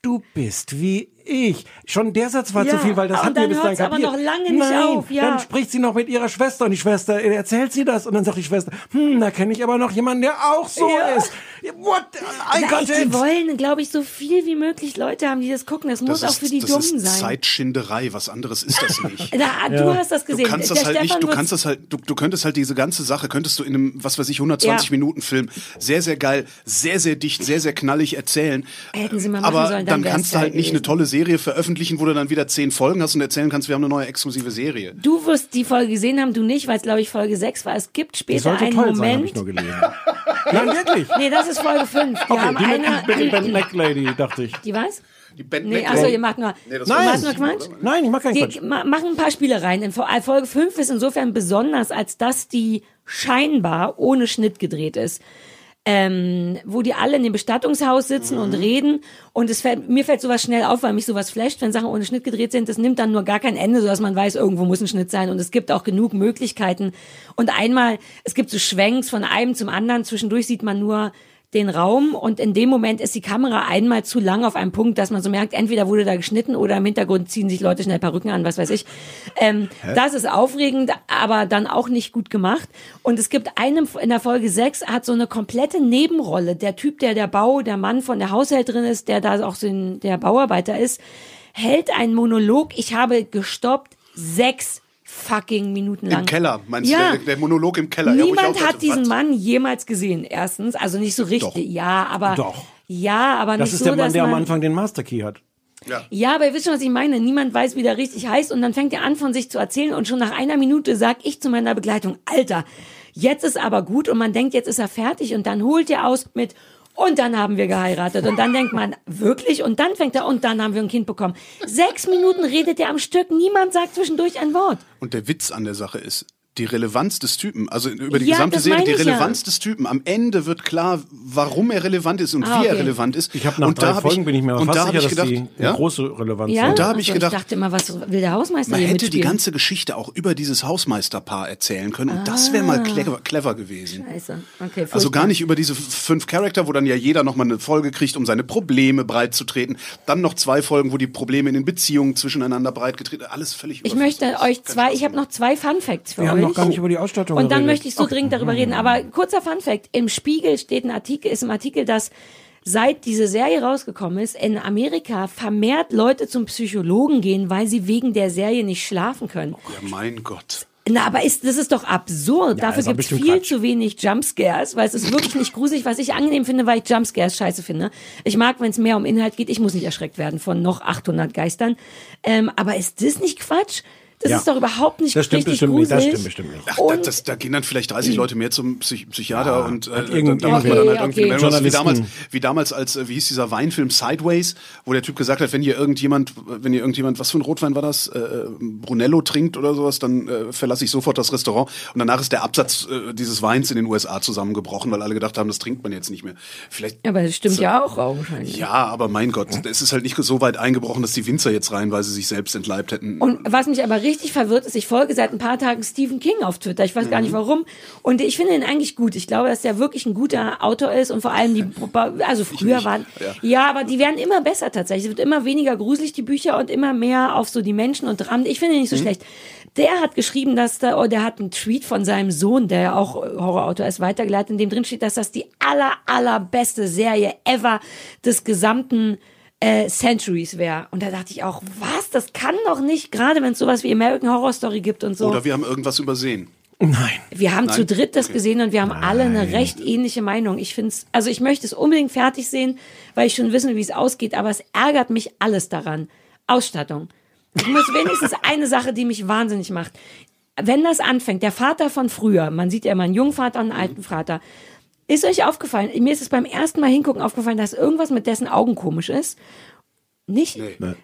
[SPEAKER 8] Du bist wie ich. Schon der Satz war
[SPEAKER 9] Ja,
[SPEAKER 8] zu viel, weil das
[SPEAKER 9] und
[SPEAKER 8] hat mir
[SPEAKER 9] dann
[SPEAKER 8] bis dahin
[SPEAKER 9] hört's aber
[SPEAKER 8] kapiert.
[SPEAKER 9] noch lange nicht
[SPEAKER 8] Nein,
[SPEAKER 9] auf, ja.
[SPEAKER 8] Dann spricht sie noch mit ihrer Schwester und die Schwester äh, erzählt sie das und dann sagt die Schwester, hm, da kenne ich aber noch jemanden, der auch so
[SPEAKER 9] Ja.
[SPEAKER 8] ist. What? I
[SPEAKER 9] Ja,
[SPEAKER 8] got
[SPEAKER 9] ey, die
[SPEAKER 8] it.
[SPEAKER 9] wollen, glaube ich, so viel wie möglich Leute haben, die das gucken. Das, muss auch für die
[SPEAKER 10] das
[SPEAKER 9] Dummen
[SPEAKER 10] ist
[SPEAKER 9] sein.
[SPEAKER 10] Zeitschinderei, was anderes ist das nicht.
[SPEAKER 9] Da, ah, du Ja. hast das gesehen.
[SPEAKER 10] Du kannst das
[SPEAKER 9] Der
[SPEAKER 10] halt nicht,
[SPEAKER 9] Stefan
[SPEAKER 10] du
[SPEAKER 9] wird's-
[SPEAKER 10] kannst das halt, du, du könntest halt diese ganze Sache, könntest du in einem, was weiß ich, 120
[SPEAKER 9] Ja.
[SPEAKER 10] Minuten Film sehr, sehr geil, sehr, sehr dicht, sehr, sehr knallig erzählen.
[SPEAKER 9] Hätten sie mal machen
[SPEAKER 10] Aber dann,
[SPEAKER 9] sollen, dann wär's
[SPEAKER 10] kannst du halt
[SPEAKER 9] geil
[SPEAKER 10] nicht eine
[SPEAKER 9] gewesen.
[SPEAKER 10] tolle Serie veröffentlichen, wo du dann wieder zehn Folgen hast und erzählen kannst, wir haben eine neue exklusive Serie.
[SPEAKER 9] Du wirst die Folge gesehen haben, du nicht, weil es, glaube ich, Folge 6 war. Es gibt
[SPEAKER 10] Die
[SPEAKER 9] später
[SPEAKER 10] sollte
[SPEAKER 9] einen
[SPEAKER 10] toll sein,
[SPEAKER 9] Moment.
[SPEAKER 10] hab ich nur
[SPEAKER 8] gelesen.
[SPEAKER 9] Nein,
[SPEAKER 8] wirklich?
[SPEAKER 9] Nee, das ist Folge 5. Die haben
[SPEAKER 8] die
[SPEAKER 9] eine.
[SPEAKER 8] mit, mit, mit Black Lady, dachte ich.
[SPEAKER 9] Die was? Die
[SPEAKER 10] Band
[SPEAKER 9] nee,
[SPEAKER 8] Black
[SPEAKER 9] achso,
[SPEAKER 8] Lady.
[SPEAKER 9] ihr macht nur.
[SPEAKER 8] Nee, das
[SPEAKER 9] du
[SPEAKER 8] war-
[SPEAKER 9] machst nur Quatsch?
[SPEAKER 8] Nein, ich mach keinen
[SPEAKER 9] Die
[SPEAKER 8] Quatsch.
[SPEAKER 9] ma machen ein paar Spielereien. In Fol- äh, Folge 5 ist insofern besonders, als dass die scheinbar ohne Schnitt gedreht ist. Ähm, wo die alle in dem Bestattungshaus sitzen und reden. Und es fällt, mir fällt sowas schnell auf, weil mich sowas flasht, wenn Sachen ohne Schnitt gedreht sind. Das nimmt dann nur gar kein Ende, sodass man weiß, irgendwo muss ein Schnitt sein. Und es gibt auch genug Möglichkeiten. Und einmal, es gibt so Schwenks von einem zum anderen. Zwischendurch sieht man nur den Raum und in dem Moment ist die Kamera einmal zu lang auf einem Punkt, dass man so merkt, entweder wurde da geschnitten oder im Hintergrund ziehen sich Leute schnell Perücken an, was weiß ich. Ähm,
[SPEAKER 12] Hä?
[SPEAKER 9] das ist aufregend, aber dann auch nicht gut gemacht. Und es gibt einen in der Folge 6 hat so eine komplette Nebenrolle. Der Typ, der der Bau, der Mann von der Haushälterin ist, der da auch so ein, der Bauarbeiter ist, hält einen Monolog. Ich habe gestoppt sechs fucking Minuten lang.
[SPEAKER 10] Im Keller, meinst
[SPEAKER 9] ja.
[SPEAKER 10] du? Der, der Monolog im Keller. Ja, wo ich
[SPEAKER 9] Niemand
[SPEAKER 10] auch
[SPEAKER 9] hat
[SPEAKER 10] dachte,
[SPEAKER 9] diesen
[SPEAKER 10] was?
[SPEAKER 9] Mann jemals gesehen, erstens. Also nicht so richtig. Ja, aber.
[SPEAKER 8] Doch.
[SPEAKER 9] Ja, aber
[SPEAKER 8] Das
[SPEAKER 9] nicht
[SPEAKER 8] ist
[SPEAKER 9] so,
[SPEAKER 8] der Mann,
[SPEAKER 9] dass
[SPEAKER 8] der am
[SPEAKER 9] man,
[SPEAKER 8] Anfang den Master Key hat.
[SPEAKER 9] Ja, aber ihr wisst schon, was ich meine. Niemand weiß, wie der richtig heißt. Und dann fängt er an, von sich zu erzählen. Und schon nach einer Minute sag ich zu meiner Begleitung, Alter, jetzt ist aber gut. Und man denkt, jetzt ist er fertig. Und dann holt er aus mit, und dann haben wir geheiratet. Und dann denkt man, wirklich? Und dann fängt er, und dann haben wir ein Kind bekommen. Sechs Minuten redet er am Stück. Niemand sagt zwischendurch ein Wort.
[SPEAKER 10] Und der Witz an der Sache ist, die Relevanz des Typen, also über die
[SPEAKER 9] Ja,
[SPEAKER 10] gesamte
[SPEAKER 9] das
[SPEAKER 10] Serie,
[SPEAKER 9] meine
[SPEAKER 10] die
[SPEAKER 9] ich ja.
[SPEAKER 10] Relevanz des Typen. Am Ende wird klar, warum er relevant ist und
[SPEAKER 9] Ah,
[SPEAKER 10] wie er
[SPEAKER 9] okay.
[SPEAKER 10] relevant ist.
[SPEAKER 8] Ich habe nach
[SPEAKER 10] und
[SPEAKER 8] drei
[SPEAKER 10] hab
[SPEAKER 8] Folgen bin ich mir aber
[SPEAKER 10] und
[SPEAKER 8] fast
[SPEAKER 10] da hab
[SPEAKER 8] sicher, dass
[SPEAKER 10] ich gedacht,
[SPEAKER 8] die eine
[SPEAKER 10] ja?
[SPEAKER 8] große Relevanz
[SPEAKER 9] Ja,
[SPEAKER 10] Und da habe ich
[SPEAKER 9] also
[SPEAKER 10] gedacht,
[SPEAKER 9] ich dachte immer, was will der Hausmeister
[SPEAKER 10] man
[SPEAKER 9] hier
[SPEAKER 10] hätte die
[SPEAKER 9] mitspielen?
[SPEAKER 10] ganze Geschichte auch über dieses Hausmeisterpaar erzählen können und das wäre mal
[SPEAKER 9] Ah.
[SPEAKER 10] clever, clever gewesen.
[SPEAKER 9] Scheiße. Okay,
[SPEAKER 10] Also gar
[SPEAKER 9] furchtbar.
[SPEAKER 10] nicht über diese f- fünf Charakter, wo dann ja jeder nochmal eine Folge kriegt, um seine Probleme breitzutreten. Dann noch zwei Folgen, wo die Probleme in den Beziehungen zwischeneinander breitgetreten Alles völlig
[SPEAKER 9] Ich möchte euch zwei, ich habe noch zwei Fun Facts für
[SPEAKER 8] Wir
[SPEAKER 9] euch.
[SPEAKER 8] haben noch gar nicht über die Ausstattung
[SPEAKER 9] Und dann
[SPEAKER 8] geredet.
[SPEAKER 9] möchte ich so
[SPEAKER 8] Okay.
[SPEAKER 9] dringend darüber
[SPEAKER 10] Mhm.
[SPEAKER 9] reden. Aber kurzer Fun Fact: Im Spiegel steht ein Artikel, ist im Artikel, dass seit diese Serie rausgekommen ist, in Amerika vermehrt Leute zum Psychologen gehen, weil sie wegen der Serie nicht schlafen können.
[SPEAKER 10] Ja, mein Gott.
[SPEAKER 9] Na, aber ist, das ist doch absurd.
[SPEAKER 10] Ja,
[SPEAKER 9] Dafür
[SPEAKER 10] ist aber
[SPEAKER 9] gibt es
[SPEAKER 10] bestimmt
[SPEAKER 9] viel zu wenig Jumpscares, weil es ist wirklich nicht gruselig, was ich angenehm finde, weil ich Jumpscares scheiße finde. Ich mag, wenn es mehr um Inhalt geht. Ich muss nicht erschreckt werden von noch 800 Geistern. Ähm, aber ist das nicht Quatsch? Das
[SPEAKER 10] Ja.
[SPEAKER 9] ist doch überhaupt nicht
[SPEAKER 10] Das stimmt
[SPEAKER 9] richtig
[SPEAKER 10] bestimmt nicht,
[SPEAKER 9] gruselig.
[SPEAKER 10] das stimmt bestimmt nicht. Ach, da, das, da gehen dann vielleicht
[SPEAKER 9] Hm.
[SPEAKER 10] 30 Leute mehr zum Psych Psychiater und äh, da, da macht man dann halt
[SPEAKER 9] Okay,
[SPEAKER 10] irgendwie eine
[SPEAKER 9] okay.
[SPEAKER 10] Meldung. wie damals,
[SPEAKER 8] Journalisten.
[SPEAKER 10] wie damals als, äh, wie hieß dieser Weinfilm Sideways, wo der Typ gesagt hat, wenn hier irgendjemand, wenn hier irgendjemand, was für ein Rotwein war das, äh, äh, Brunello trinkt oder sowas, dann äh, verlasse ich sofort das Restaurant. Und danach ist der Absatz äh, dieses Weins in den USA zusammengebrochen, weil alle gedacht haben, das trinkt man jetzt nicht mehr. Vielleicht
[SPEAKER 9] Aber das stimmt ja auch augenscheinlich.
[SPEAKER 10] ja, aber mein Gott, es ist halt nicht so weit eingebrochen, dass die Winzer jetzt reihenweise sich selbst entleibt hätten.
[SPEAKER 9] Und was mich aber richtig verwirrt ist, ich folge seit ein paar Tagen Stephen King auf Twitter. Ich weiß gar nicht warum. Und ich finde ihn eigentlich gut. Ich glaube, dass der wirklich ein guter Autor ist und vor allem die, also früher waren, ja.
[SPEAKER 12] Ja.
[SPEAKER 9] aber die werden immer besser tatsächlich. Es wird immer weniger gruselig, die Bücher und immer mehr auf so die Menschen und Dramen. Ich finde ihn nicht so schlecht. Der hat geschrieben, dass da, oh, der hat einen Tweet von seinem Sohn, der ja auch äh, Horrorautor ist, weitergeleitet, in dem drin steht, dass das die aller, allerbeste Serie ever des gesamten äh, Centuries wäre. Und da dachte ich auch, was? Das kann doch nicht, gerade wenn es sowas wie American Horror Story gibt und so.
[SPEAKER 10] Oder wir haben irgendwas übersehen.
[SPEAKER 9] wir haben
[SPEAKER 10] Nein.
[SPEAKER 9] zu dritt das
[SPEAKER 10] Okay.
[SPEAKER 9] gesehen und wir haben alle eine recht ähnliche Meinung. Ich finde es, also ich möchte es unbedingt fertig sehen, weil ich schon wissen will, wie es ausgeht, aber es ärgert mich alles daran. Ausstattung. Ich muss wenigstens eine Sache, die mich wahnsinnig macht. Wenn das anfängt, der Vater von früher, man sieht ja immer einen jungen Vater und einen
[SPEAKER 10] Mhm.
[SPEAKER 9] alten Vater, ist euch aufgefallen, mir ist es beim ersten Mal hingucken aufgefallen, dass irgendwas mit dessen Augen komisch ist. Nicht?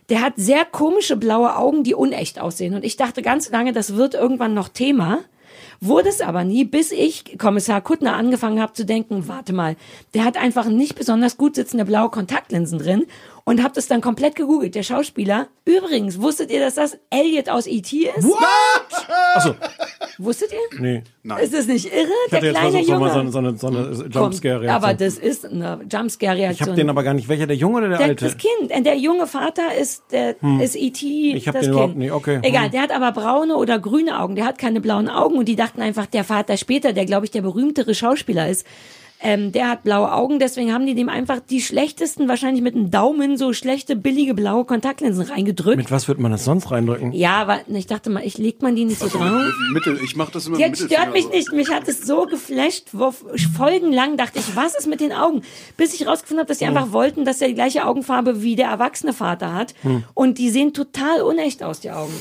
[SPEAKER 9] Der hat sehr komische blaue Augen, die unecht aussehen. Und ich dachte ganz lange, das wird irgendwann noch Thema. Wurde es aber nie, bis ich Kommissar Kuttner angefangen habe zu denken, warte mal, der hat einfach nicht besonders gut sitzende blaue Kontaktlinsen drin und habe das dann komplett gegoogelt. Der Schauspieler, übrigens, wusstet ihr, dass das Elliot aus E.T. ist? What?
[SPEAKER 8] Achso.
[SPEAKER 9] E Wusstet ihr?
[SPEAKER 8] Nee.
[SPEAKER 9] Nein. Ist das nicht irre?
[SPEAKER 8] Ich hatte
[SPEAKER 9] Der
[SPEAKER 8] jetzt mal
[SPEAKER 9] kleine
[SPEAKER 8] so, so,
[SPEAKER 9] Junge.
[SPEAKER 8] mal so, eine- so eine, so eine Jumpscare-Reaktion.
[SPEAKER 9] Aber das ist eine
[SPEAKER 8] ich habe
[SPEAKER 9] Jumpscare-Reaktion.
[SPEAKER 8] den aber gar nicht. Welcher, der Junge oder der,
[SPEAKER 9] Der,
[SPEAKER 8] alte?
[SPEAKER 9] das Kind, äh, der junge Vater ist der
[SPEAKER 8] Hm.
[SPEAKER 9] ist ET.
[SPEAKER 8] Ich hab
[SPEAKER 9] das
[SPEAKER 8] den
[SPEAKER 9] Kind.
[SPEAKER 8] überhaupt nicht, okay.
[SPEAKER 9] Egal,
[SPEAKER 8] Hm.
[SPEAKER 9] der hat aber braune oder grüne Augen. Der hat keine blauen Augen und die dachten einfach, der Vater später, der glaube ich der berühmtere Schauspieler ist, ähm, der hat blaue Augen. Deswegen haben die dem einfach die schlechtesten, wahrscheinlich mit dem Daumen so schlechte billige blaue Kontaktlinsen reingedrückt.
[SPEAKER 8] Mit was wird man das sonst reindrücken?
[SPEAKER 9] ja, aber ich dachte mal, ich legt man die nicht so drauf.
[SPEAKER 10] Mittel, ich mache das immer
[SPEAKER 9] Jetzt
[SPEAKER 10] mit Mittelfinger
[SPEAKER 9] stört mich
[SPEAKER 10] so.
[SPEAKER 9] nicht. Mich hat es so geflasht. Wo folgenlang dachte ich, was ist mit den Augen? Bis ich rausgefunden habe, dass sie
[SPEAKER 12] Hm.
[SPEAKER 9] einfach wollten, dass er die gleiche Augenfarbe wie der erwachsene Vater hat.
[SPEAKER 12] Hm.
[SPEAKER 9] Und die sehen total unecht aus, die Augen.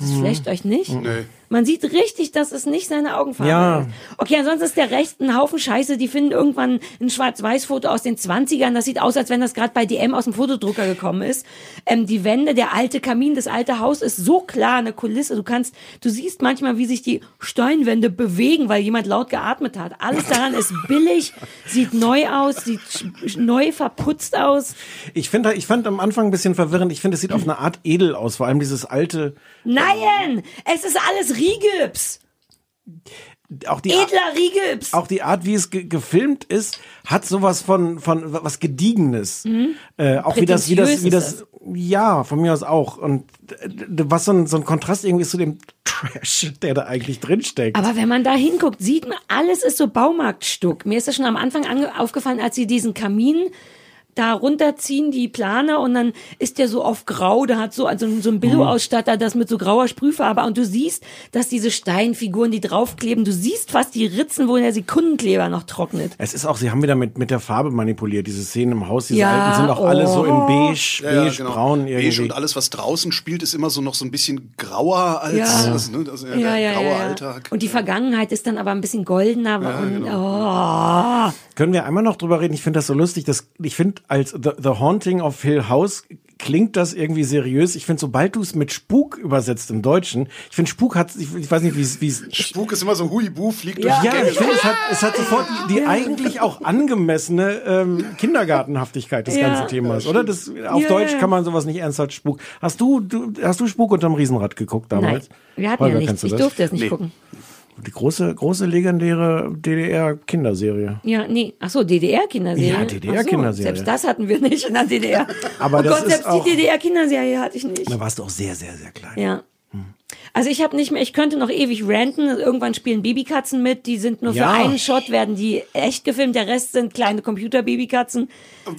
[SPEAKER 9] Das
[SPEAKER 12] Hm.
[SPEAKER 9] flasht euch nicht?
[SPEAKER 12] Nee.
[SPEAKER 9] Man sieht richtig, dass es nicht seine Augenfarbe
[SPEAKER 12] Ja.
[SPEAKER 9] ist. Okay, ansonsten ist der Recht ein Haufen Scheiße. Die finden irgendwann ein Schwarz-Weiß-Foto aus den 20ern. Das sieht aus, als wenn das gerade bei DM aus dem Fotodrucker gekommen ist. Ähm, die Wände, der alte Kamin, das alte Haus ist so klar eine Kulisse. Du kannst, du siehst manchmal, wie sich die Steinwände bewegen, weil jemand laut geatmet hat. Alles daran ist billig, sieht neu aus, sieht sch- sch- neu verputzt aus.
[SPEAKER 8] Ich finde, ich fand am Anfang ein bisschen verwirrend. Ich finde, es sieht auf eine Art edel aus. Vor allem dieses alte,
[SPEAKER 9] Nein! Es ist alles Rigips!
[SPEAKER 8] auch die
[SPEAKER 9] Edler Rigips!
[SPEAKER 8] auch die Art, wie es ge gefilmt ist, hat sowas von von was gediegenes.
[SPEAKER 9] Mhm.
[SPEAKER 8] Äh, auch wie das wie das wie
[SPEAKER 9] Prätentiös
[SPEAKER 8] das ja von mir aus auch und äh, d- was so ein, so ein Kontrast irgendwie ist zu dem Trash, der da eigentlich drin steckt.
[SPEAKER 9] Aber wenn man da hinguckt, sieht man, alles ist so Baumarktstuck. Mir ist das schon am Anfang ange aufgefallen, als sie diesen Kamin da runterziehen, die Plane, und dann ist der so auf grau, da hat so, also so ein Billo-Ausstatter das mit so grauer Sprühfarbe, und du siehst, dass diese Steinfiguren, die draufkleben, du siehst fast die Ritzen, wo der Sekundenkleber noch trocknet.
[SPEAKER 8] Es ist auch, sie haben wieder mit, mit der Farbe manipuliert. Diese Szenen im Haus, diese
[SPEAKER 9] Ja,
[SPEAKER 8] alten sind auch
[SPEAKER 9] oh.
[SPEAKER 8] alle so in beige,
[SPEAKER 10] Ja, ja,
[SPEAKER 8] beige,
[SPEAKER 10] genau.
[SPEAKER 8] braun irgendwie.
[SPEAKER 10] Beige und alles, was draußen spielt, ist immer so noch so ein bisschen grauer als
[SPEAKER 9] Ja.
[SPEAKER 10] das, ne? das, ja,
[SPEAKER 9] Ja,
[SPEAKER 10] der
[SPEAKER 9] ja,
[SPEAKER 10] graue
[SPEAKER 9] ja, ja.
[SPEAKER 10] Alltag. genau.
[SPEAKER 9] Und die Vergangenheit ist dann aber ein bisschen goldener.
[SPEAKER 8] Ja,
[SPEAKER 9] und, oh.
[SPEAKER 8] Können wir einmal noch drüber reden? Ich finde das so lustig. Dass, ich finde, als The, The Haunting of Hill House klingt das irgendwie seriös. Ich finde, sobald du es mit Spuk übersetzt im Deutschen, ich finde, Spuk hat, ich, ich weiß nicht, wie es, wie es,
[SPEAKER 10] Spuk ist immer so Huibu, fliegt durch
[SPEAKER 8] ja,
[SPEAKER 10] die
[SPEAKER 9] genau.
[SPEAKER 10] Gänge.
[SPEAKER 8] ich finde, es hat, es hat sofort die, die eigentlich auch angemessene ähm, Kindergartenhaftigkeit des
[SPEAKER 10] Ja.
[SPEAKER 8] ganzen Themas, oder? Das, auf
[SPEAKER 9] Ja,
[SPEAKER 8] Deutsch
[SPEAKER 9] ja.
[SPEAKER 8] kann man sowas nicht ernsthaft Spuk. Hast du, du hast du Spuk unterm Riesenrad geguckt damals?
[SPEAKER 9] Nein, wir hatten ja nichts.
[SPEAKER 8] kennst du
[SPEAKER 9] Ich
[SPEAKER 8] das?
[SPEAKER 9] durfte es nicht gucken.
[SPEAKER 8] Die große, große legendäre DDR-Kinderserie.
[SPEAKER 9] Ja, nee. Ach so, DDR-Kinderserie.
[SPEAKER 8] Ja, DDR-Kinderserie.
[SPEAKER 9] Ach so, Selbst das hatten wir nicht in der DDR.
[SPEAKER 8] Aber
[SPEAKER 9] oh
[SPEAKER 8] das
[SPEAKER 9] Gott,
[SPEAKER 8] ist
[SPEAKER 9] selbst
[SPEAKER 8] auch-
[SPEAKER 9] die DDR-Kinderserie hatte ich nicht.
[SPEAKER 8] Da warst du auch sehr, sehr, sehr klein.
[SPEAKER 9] Ja. Also ich habe nicht mehr, ich könnte noch ewig ranten. Irgendwann spielen Babykatzen mit, die sind nur
[SPEAKER 8] Ja.
[SPEAKER 9] für einen Shot, werden die echt gefilmt, der Rest sind kleine Computer-Babykatzen.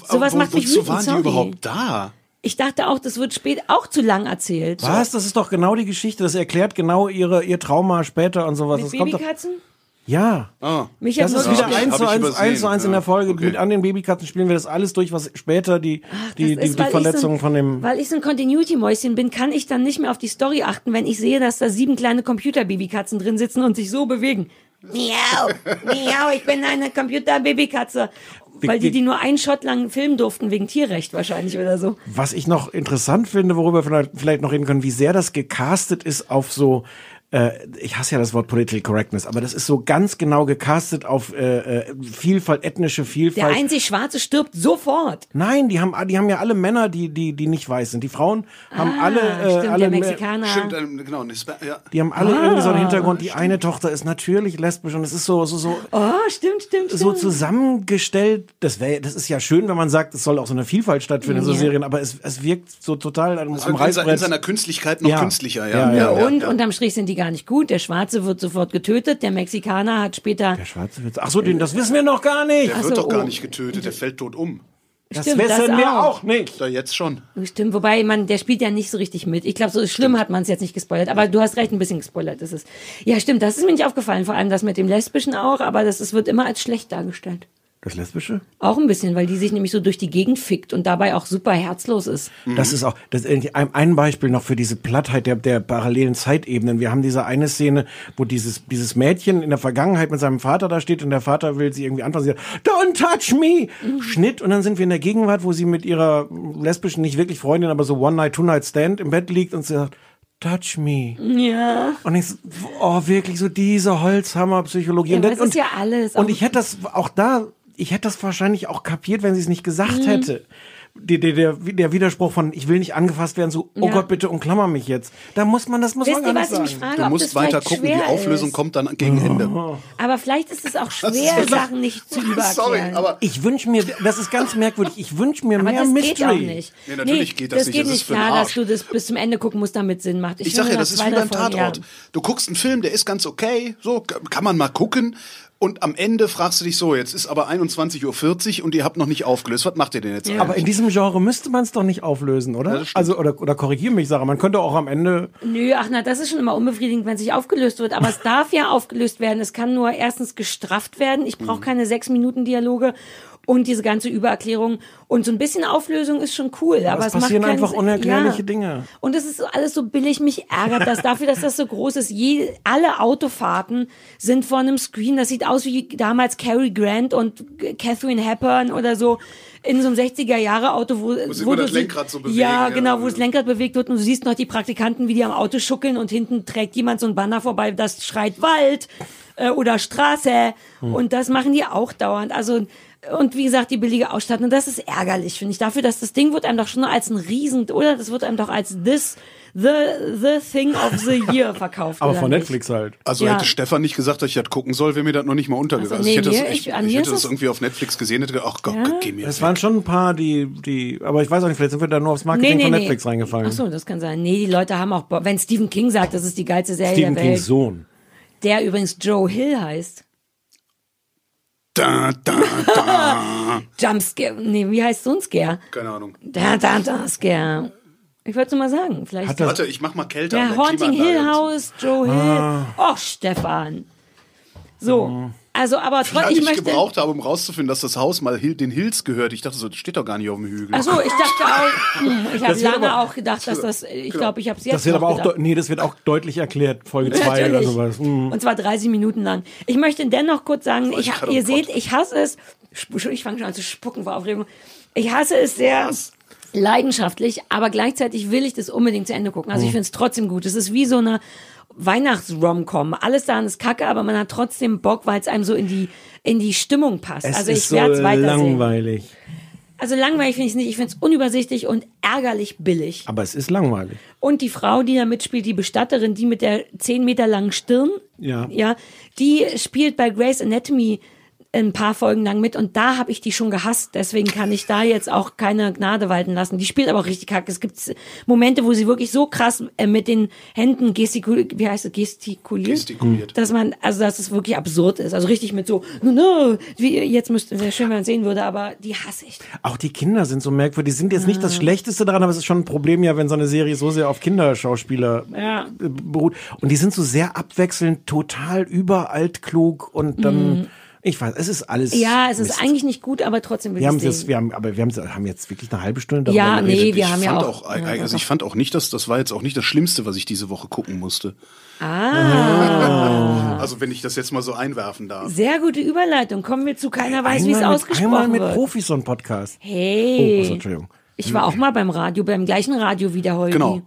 [SPEAKER 9] Sowas
[SPEAKER 10] Wo-
[SPEAKER 9] macht mich
[SPEAKER 10] wozu
[SPEAKER 9] wütend,
[SPEAKER 10] waren
[SPEAKER 9] sorry.
[SPEAKER 10] die überhaupt da?
[SPEAKER 9] Ich dachte auch, das wird spät auch zu lang erzählt.
[SPEAKER 8] Was? Das ist doch genau die Geschichte. Das erklärt genau ihre, ihr Trauma später und sowas.
[SPEAKER 9] Mit
[SPEAKER 8] das kommt doch,
[SPEAKER 9] Babykatzen?
[SPEAKER 8] ja.
[SPEAKER 10] Ah.
[SPEAKER 9] Mich
[SPEAKER 8] das
[SPEAKER 9] hat
[SPEAKER 8] ist
[SPEAKER 9] nur
[SPEAKER 8] wieder
[SPEAKER 9] gespielt.
[SPEAKER 8] eins zu
[SPEAKER 9] Hab ich
[SPEAKER 8] eins,
[SPEAKER 9] übersehen,
[SPEAKER 8] eins zu eins in
[SPEAKER 9] ja.
[SPEAKER 8] der Folge. Mit an den Babykatzen spielen wir das alles durch, was später die, die,
[SPEAKER 9] Das
[SPEAKER 8] die,
[SPEAKER 9] ist,
[SPEAKER 8] die
[SPEAKER 9] weil ich
[SPEAKER 8] Verletzungen
[SPEAKER 9] so
[SPEAKER 8] von
[SPEAKER 9] ein,
[SPEAKER 8] dem.
[SPEAKER 9] Weil ich so ein Continuity-Mäuschen bin, kann ich dann nicht mehr auf die Story achten, wenn ich sehe, dass da sieben kleine Computerbabykatzen drin sitzen und sich so bewegen. Miau, miau, ich bin eine Computerbabykatze.
[SPEAKER 8] Wir-
[SPEAKER 9] Weil die
[SPEAKER 8] wir-
[SPEAKER 9] die nur einen Shot lang filmen durften, wegen Tierrecht wahrscheinlich oder so.
[SPEAKER 8] Was ich noch interessant finde, worüber wir vielleicht- vielleicht noch reden können, wie sehr das gecastet ist auf so, äh, ich hasse ja das Wort Political Correctness, aber das ist so ganz genau gecastet auf äh, äh, Vielfalt, ethnische
[SPEAKER 9] Der
[SPEAKER 8] Vielfalt.
[SPEAKER 9] einzig Schwarze stirbt sofort.
[SPEAKER 8] Nein, die haben, die haben ja alle Männer, die, die, die nicht weiß sind. Die Frauen haben
[SPEAKER 9] Ah,
[SPEAKER 8] alle, äh,
[SPEAKER 9] stimmt,
[SPEAKER 8] alle
[SPEAKER 9] der Mexikaner.
[SPEAKER 10] Stimmt, ähm, genau. nicht Spa- Ja.
[SPEAKER 8] Die haben alle
[SPEAKER 10] Ah,
[SPEAKER 8] irgendwie so einen Hintergrund. Die eine Tochter ist natürlich lesbisch und es ist so, so, so.
[SPEAKER 9] Oh, stimmt, stimmt,
[SPEAKER 8] So
[SPEAKER 9] stimmt.
[SPEAKER 8] zusammengestellt. Das wäre, das ist ja schön, wenn man sagt, es soll auch so eine Vielfalt stattfinden in so
[SPEAKER 9] Ja.
[SPEAKER 8] Serien, aber es, es wirkt so total am, am
[SPEAKER 10] Also in, se- in
[SPEAKER 8] Reißbrett.
[SPEAKER 10] seiner Künstlichkeit noch
[SPEAKER 8] Ja.
[SPEAKER 10] künstlicher,
[SPEAKER 8] Ja,
[SPEAKER 10] ja.
[SPEAKER 8] ja, ja.
[SPEAKER 9] Und unterm Strich sind die gar nicht gut. Der Schwarze wird sofort getötet, der Mexikaner hat später. Der
[SPEAKER 8] Schwarze wird. Ach so, den, das wissen wir noch gar nicht.
[SPEAKER 10] Der wird doch
[SPEAKER 9] oh.
[SPEAKER 10] gar nicht getötet, der fällt tot um.
[SPEAKER 9] Das Stimmt, wissen das wir auch.
[SPEAKER 8] nicht.
[SPEAKER 10] Da jetzt schon.
[SPEAKER 9] Stimmt, wobei man, der spielt ja nicht so richtig mit. Ich glaube, so schlimm hat man es jetzt nicht gespoilert, aber du hast recht, ein bisschen gespoilert ist es. Ja, stimmt, das ist mir nicht aufgefallen, vor allem das mit dem Lesbischen auch, aber das, das wird immer als schlecht dargestellt.
[SPEAKER 8] Das Lesbische?
[SPEAKER 9] Auch ein bisschen, weil die sich nämlich so durch die Gegend fickt und dabei auch super herzlos ist.
[SPEAKER 8] Das ist auch das ist ein, ein Beispiel noch für diese Plattheit der, der parallelen Zeitebenen. Wir haben diese eine Szene, wo dieses, dieses Mädchen in der Vergangenheit mit seinem Vater da steht und der Vater will sie irgendwie anfassen. Sie sagt, Don't touch me! Schnitt. Und dann sind wir in der Gegenwart, wo sie mit ihrer lesbischen, nicht wirklich Freundin, aber so One-Night, Two-Night-Stand im Bett liegt und sie sagt, Touch me.
[SPEAKER 9] Ja.
[SPEAKER 8] Und ich so, oh, wirklich so diese Holzhammer-Psychologie.
[SPEAKER 9] Ja,
[SPEAKER 8] und
[SPEAKER 9] aber
[SPEAKER 8] das-
[SPEAKER 9] es ist
[SPEAKER 8] und-
[SPEAKER 9] ja alles.
[SPEAKER 8] Und ich hätte das auch da, ich hätte das wahrscheinlich auch kapiert, wenn sie es nicht gesagt
[SPEAKER 9] Mhm.
[SPEAKER 8] hätte. die, die, der, der Widerspruch von ich will nicht angefasst werden zu oh
[SPEAKER 9] Ja.
[SPEAKER 8] Gott bitte umklammer mich jetzt. Da muss man das muss
[SPEAKER 9] Wisst
[SPEAKER 8] man gar
[SPEAKER 9] ihr,
[SPEAKER 8] nicht
[SPEAKER 9] was
[SPEAKER 8] sagen.
[SPEAKER 9] ich mich frage?
[SPEAKER 10] Du
[SPEAKER 9] ob
[SPEAKER 10] musst
[SPEAKER 9] das
[SPEAKER 10] weiter
[SPEAKER 9] vielleicht
[SPEAKER 10] gucken, die
[SPEAKER 9] schwer
[SPEAKER 10] Auflösung
[SPEAKER 9] ist.
[SPEAKER 10] kommt dann gegen Ende.
[SPEAKER 9] Aber vielleicht ist es auch schwer,
[SPEAKER 10] wirklich-
[SPEAKER 9] Sachen nicht zu überklären.
[SPEAKER 10] Sorry, aber
[SPEAKER 8] ich wünsche mir, das ist ganz merkwürdig, ich wünsche mir
[SPEAKER 9] Aber
[SPEAKER 8] mehr
[SPEAKER 9] das
[SPEAKER 8] Mystery.
[SPEAKER 9] geht auch nicht.
[SPEAKER 10] Nee, natürlich geht das nicht,
[SPEAKER 9] Geht
[SPEAKER 10] das ist
[SPEAKER 9] nicht
[SPEAKER 10] für den
[SPEAKER 9] klar, dass
[SPEAKER 10] Arsch.
[SPEAKER 9] du das bis zum Ende gucken musst, damit Sinn macht.
[SPEAKER 10] Ich sag
[SPEAKER 9] finde,
[SPEAKER 10] ja, das
[SPEAKER 9] nach
[SPEAKER 10] ist
[SPEAKER 9] zwei,
[SPEAKER 10] wie beim
[SPEAKER 9] drei Folgen,
[SPEAKER 10] Tatort.
[SPEAKER 9] ja.
[SPEAKER 10] Du guckst einen Film, der ist ganz okay, so k- kann man mal gucken. Und am Ende fragst du dich so, jetzt ist aber 21.40 Uhr und ihr habt noch nicht aufgelöst. Was macht ihr denn jetzt eigentlich?
[SPEAKER 8] Aber in diesem Genre müsste man es doch nicht auflösen, oder? also oder oder korrigiere mich, Sarah, man könnte auch am Ende
[SPEAKER 9] Nö, ach na, das ist schon immer unbefriedigend, wenn es nicht aufgelöst wird. Aber es darf ja aufgelöst werden. Es kann nur erstens gestrafft werden. Ich
[SPEAKER 10] Mhm.
[SPEAKER 9] brauche keine sechs Minuten Dialoge und diese ganze Übererklärung. Und so ein bisschen Auflösung ist schon cool. Aber
[SPEAKER 8] es
[SPEAKER 9] es macht
[SPEAKER 8] passieren
[SPEAKER 9] keinen
[SPEAKER 8] einfach
[SPEAKER 9] Sinn.
[SPEAKER 8] unerklärliche
[SPEAKER 9] ja.
[SPEAKER 8] Dinge.
[SPEAKER 9] Und es ist so alles so billig, mich ärgert das dafür, dass das so groß ist. Je, alle Autofahrten sind vor einem Screen. Das sieht aus wie damals Cary Grant und Catherine Hepburn oder so in so einem 60er-Jahre-Auto, wo,
[SPEAKER 10] sie
[SPEAKER 9] wo
[SPEAKER 10] immer das
[SPEAKER 9] sie-
[SPEAKER 10] Lenkrad so bewegen, ja.
[SPEAKER 9] Ja, genau, wo das Lenkrad bewegt wird und du siehst noch die Praktikanten, wie die am Auto schuckeln und hinten trägt jemand so ein Banner vorbei, das schreit Wald äh, oder Straße.
[SPEAKER 8] Hm.
[SPEAKER 9] Und das machen die auch dauernd. Also und wie gesagt, die billige Ausstattung, das ist ärgerlich, finde ich. Dafür, dass das Ding wird einem doch schon als ein Riesen, oder? Das wird einem doch als this, the, the thing of the year verkauft.
[SPEAKER 8] Aber
[SPEAKER 9] oder
[SPEAKER 8] von
[SPEAKER 9] nicht?
[SPEAKER 8] Netflix halt.
[SPEAKER 10] Also
[SPEAKER 9] Ja.
[SPEAKER 10] hätte Stefan nicht gesagt, dass ich das gucken soll, wäre mir das noch nicht mal untergegangen. Also,
[SPEAKER 9] Also, nee,
[SPEAKER 10] ich hätte,
[SPEAKER 9] mir-
[SPEAKER 10] das, ich,
[SPEAKER 9] ich- an
[SPEAKER 10] ich
[SPEAKER 9] mir
[SPEAKER 10] hätte
[SPEAKER 9] ist
[SPEAKER 10] das
[SPEAKER 9] es-
[SPEAKER 10] irgendwie auf Netflix gesehen, hätte gedacht, ach Gott, geh mir
[SPEAKER 8] Es waren schon ein paar, die, die, aber ich weiß auch nicht, vielleicht sind wir da nur aufs Marketing von Netflix reingefallen.
[SPEAKER 9] Ach so, das kann sein. Nee, die Leute haben auch, Bock. wenn Stephen King sagt, das ist die geilste Serie
[SPEAKER 8] Stephen
[SPEAKER 9] der Welt,
[SPEAKER 8] Kings Sohn.
[SPEAKER 9] der übrigens Joe Hill heißt.
[SPEAKER 10] da, da, da.
[SPEAKER 9] Jumpscare, nee, wie heißt so ein Scare?
[SPEAKER 10] Keine Ahnung.
[SPEAKER 9] Da, da, da, Scare. Ich wollte nur mal sagen, vielleicht.
[SPEAKER 8] Hat das-
[SPEAKER 10] Warte, ich mach mal kälter.
[SPEAKER 9] Ja,
[SPEAKER 10] mein
[SPEAKER 9] Haunting
[SPEAKER 10] Klimaanlage
[SPEAKER 9] Hill
[SPEAKER 10] und so.
[SPEAKER 9] House, Joe Hill.
[SPEAKER 8] Ah.
[SPEAKER 9] Och, Stefan. So, also aber
[SPEAKER 10] Wie lange
[SPEAKER 9] trotzdem, ich
[SPEAKER 10] ich
[SPEAKER 9] möchte.
[SPEAKER 10] gebraucht habe, um rauszufinden, dass das Haus mal Hill, den Hills gehört. Ich dachte so, das steht doch gar nicht auf dem Hügel.
[SPEAKER 9] Achso, ich dachte auch, hm, ich habe
[SPEAKER 8] Das wird
[SPEAKER 9] lange
[SPEAKER 8] aber- Genau.
[SPEAKER 9] auch gedacht, dass das, ich glaube, ich habe es jetzt
[SPEAKER 8] Das wird
[SPEAKER 9] noch
[SPEAKER 8] aber auch,
[SPEAKER 9] gedacht.
[SPEAKER 8] deut- nee, das wird auch deutlich erklärt, Folge 2 oder
[SPEAKER 9] Natürlich.
[SPEAKER 8] sowas. Hm.
[SPEAKER 9] Und zwar 30 Minuten lang. Ich möchte dennoch kurz sagen, ich,
[SPEAKER 10] gerade,
[SPEAKER 9] ihr
[SPEAKER 10] oh
[SPEAKER 9] seht, ich hasse es. Sp- Entschuldigung, Ich fange schon an zu spucken vor Aufregung. Ich hasse es sehr leidenschaftlich, aber gleichzeitig will ich das unbedingt zu Ende gucken. Also ich
[SPEAKER 8] Mhm.
[SPEAKER 9] finde es trotzdem gut. Es ist wie so eine Weihnachts-Rom-Com. Alles daran ist kacke, aber man hat trotzdem Bock, weil es einem so in die, in die Stimmung passt.
[SPEAKER 8] Es
[SPEAKER 9] also
[SPEAKER 8] ist
[SPEAKER 9] ich
[SPEAKER 8] so
[SPEAKER 9] werde es weitersehen.
[SPEAKER 8] langweilig.
[SPEAKER 9] Also langweilig finde ich es nicht. Ich finde es unübersichtlich und ärgerlich billig.
[SPEAKER 8] Aber es ist langweilig.
[SPEAKER 9] Und die Frau, die da mitspielt, die Bestatterin, die mit der 10 Meter langen Stirn,
[SPEAKER 8] Ja.
[SPEAKER 9] ja, die spielt bei Grey's Anatomy ein paar Folgen lang mit und da habe ich die schon gehasst. Deswegen kann ich da jetzt auch keine Gnade walten lassen. Die spielt aber auch richtig kacke. Es gibt Momente, wo sie wirklich so krass äh, mit den Händen gestikuliert, wie heißt es, gestikuliert,
[SPEAKER 10] Gestikuliert.
[SPEAKER 9] dass man, also dass es wirklich absurd ist. Also richtig mit so, no, no, wie, jetzt müsste, wäre schön, wenn man sehen würde, aber die hasse ich.
[SPEAKER 8] Auch die Kinder sind so merkwürdig. Die sind jetzt
[SPEAKER 9] Ah.
[SPEAKER 8] nicht das Schlechteste daran, aber es ist schon ein Problem, ja, wenn so eine Serie so sehr auf Kinderschauspieler
[SPEAKER 9] Ja.
[SPEAKER 8] äh, beruht. Und die sind so sehr abwechselnd, total überalt klug und dann, ich weiß, es ist alles.
[SPEAKER 9] Mhm. Ja, es ist
[SPEAKER 8] Mist.
[SPEAKER 9] eigentlich nicht gut, aber trotzdem will
[SPEAKER 8] Wir
[SPEAKER 9] ich
[SPEAKER 8] haben
[SPEAKER 9] sehen.
[SPEAKER 8] jetzt, wir haben, aber wir haben, haben jetzt wirklich eine halbe Stunde darüber
[SPEAKER 9] ja,
[SPEAKER 8] geredet.
[SPEAKER 9] nee, wir
[SPEAKER 10] ich
[SPEAKER 9] haben ja
[SPEAKER 10] fand
[SPEAKER 9] auch.
[SPEAKER 10] ei-
[SPEAKER 9] ja,
[SPEAKER 10] ei- also
[SPEAKER 9] doch.
[SPEAKER 10] ich fand auch nicht, dass das war jetzt auch nicht das Schlimmste, was ich diese Woche gucken musste. Ah. Also wenn ich das jetzt mal so einwerfen darf.
[SPEAKER 9] Sehr gute Überleitung. Kommen wir zu keiner weiß, wie
[SPEAKER 8] Einmal
[SPEAKER 9] es
[SPEAKER 8] mit- Einmal
[SPEAKER 9] ausgesprochen
[SPEAKER 8] mit
[SPEAKER 9] wird.
[SPEAKER 8] Profis so ein Podcast. Oh, achso,
[SPEAKER 9] Hey,
[SPEAKER 8] Entschuldigung.
[SPEAKER 9] ich war auch mal beim Radio, beim gleichen Radio wie der Holgi.
[SPEAKER 10] Genau.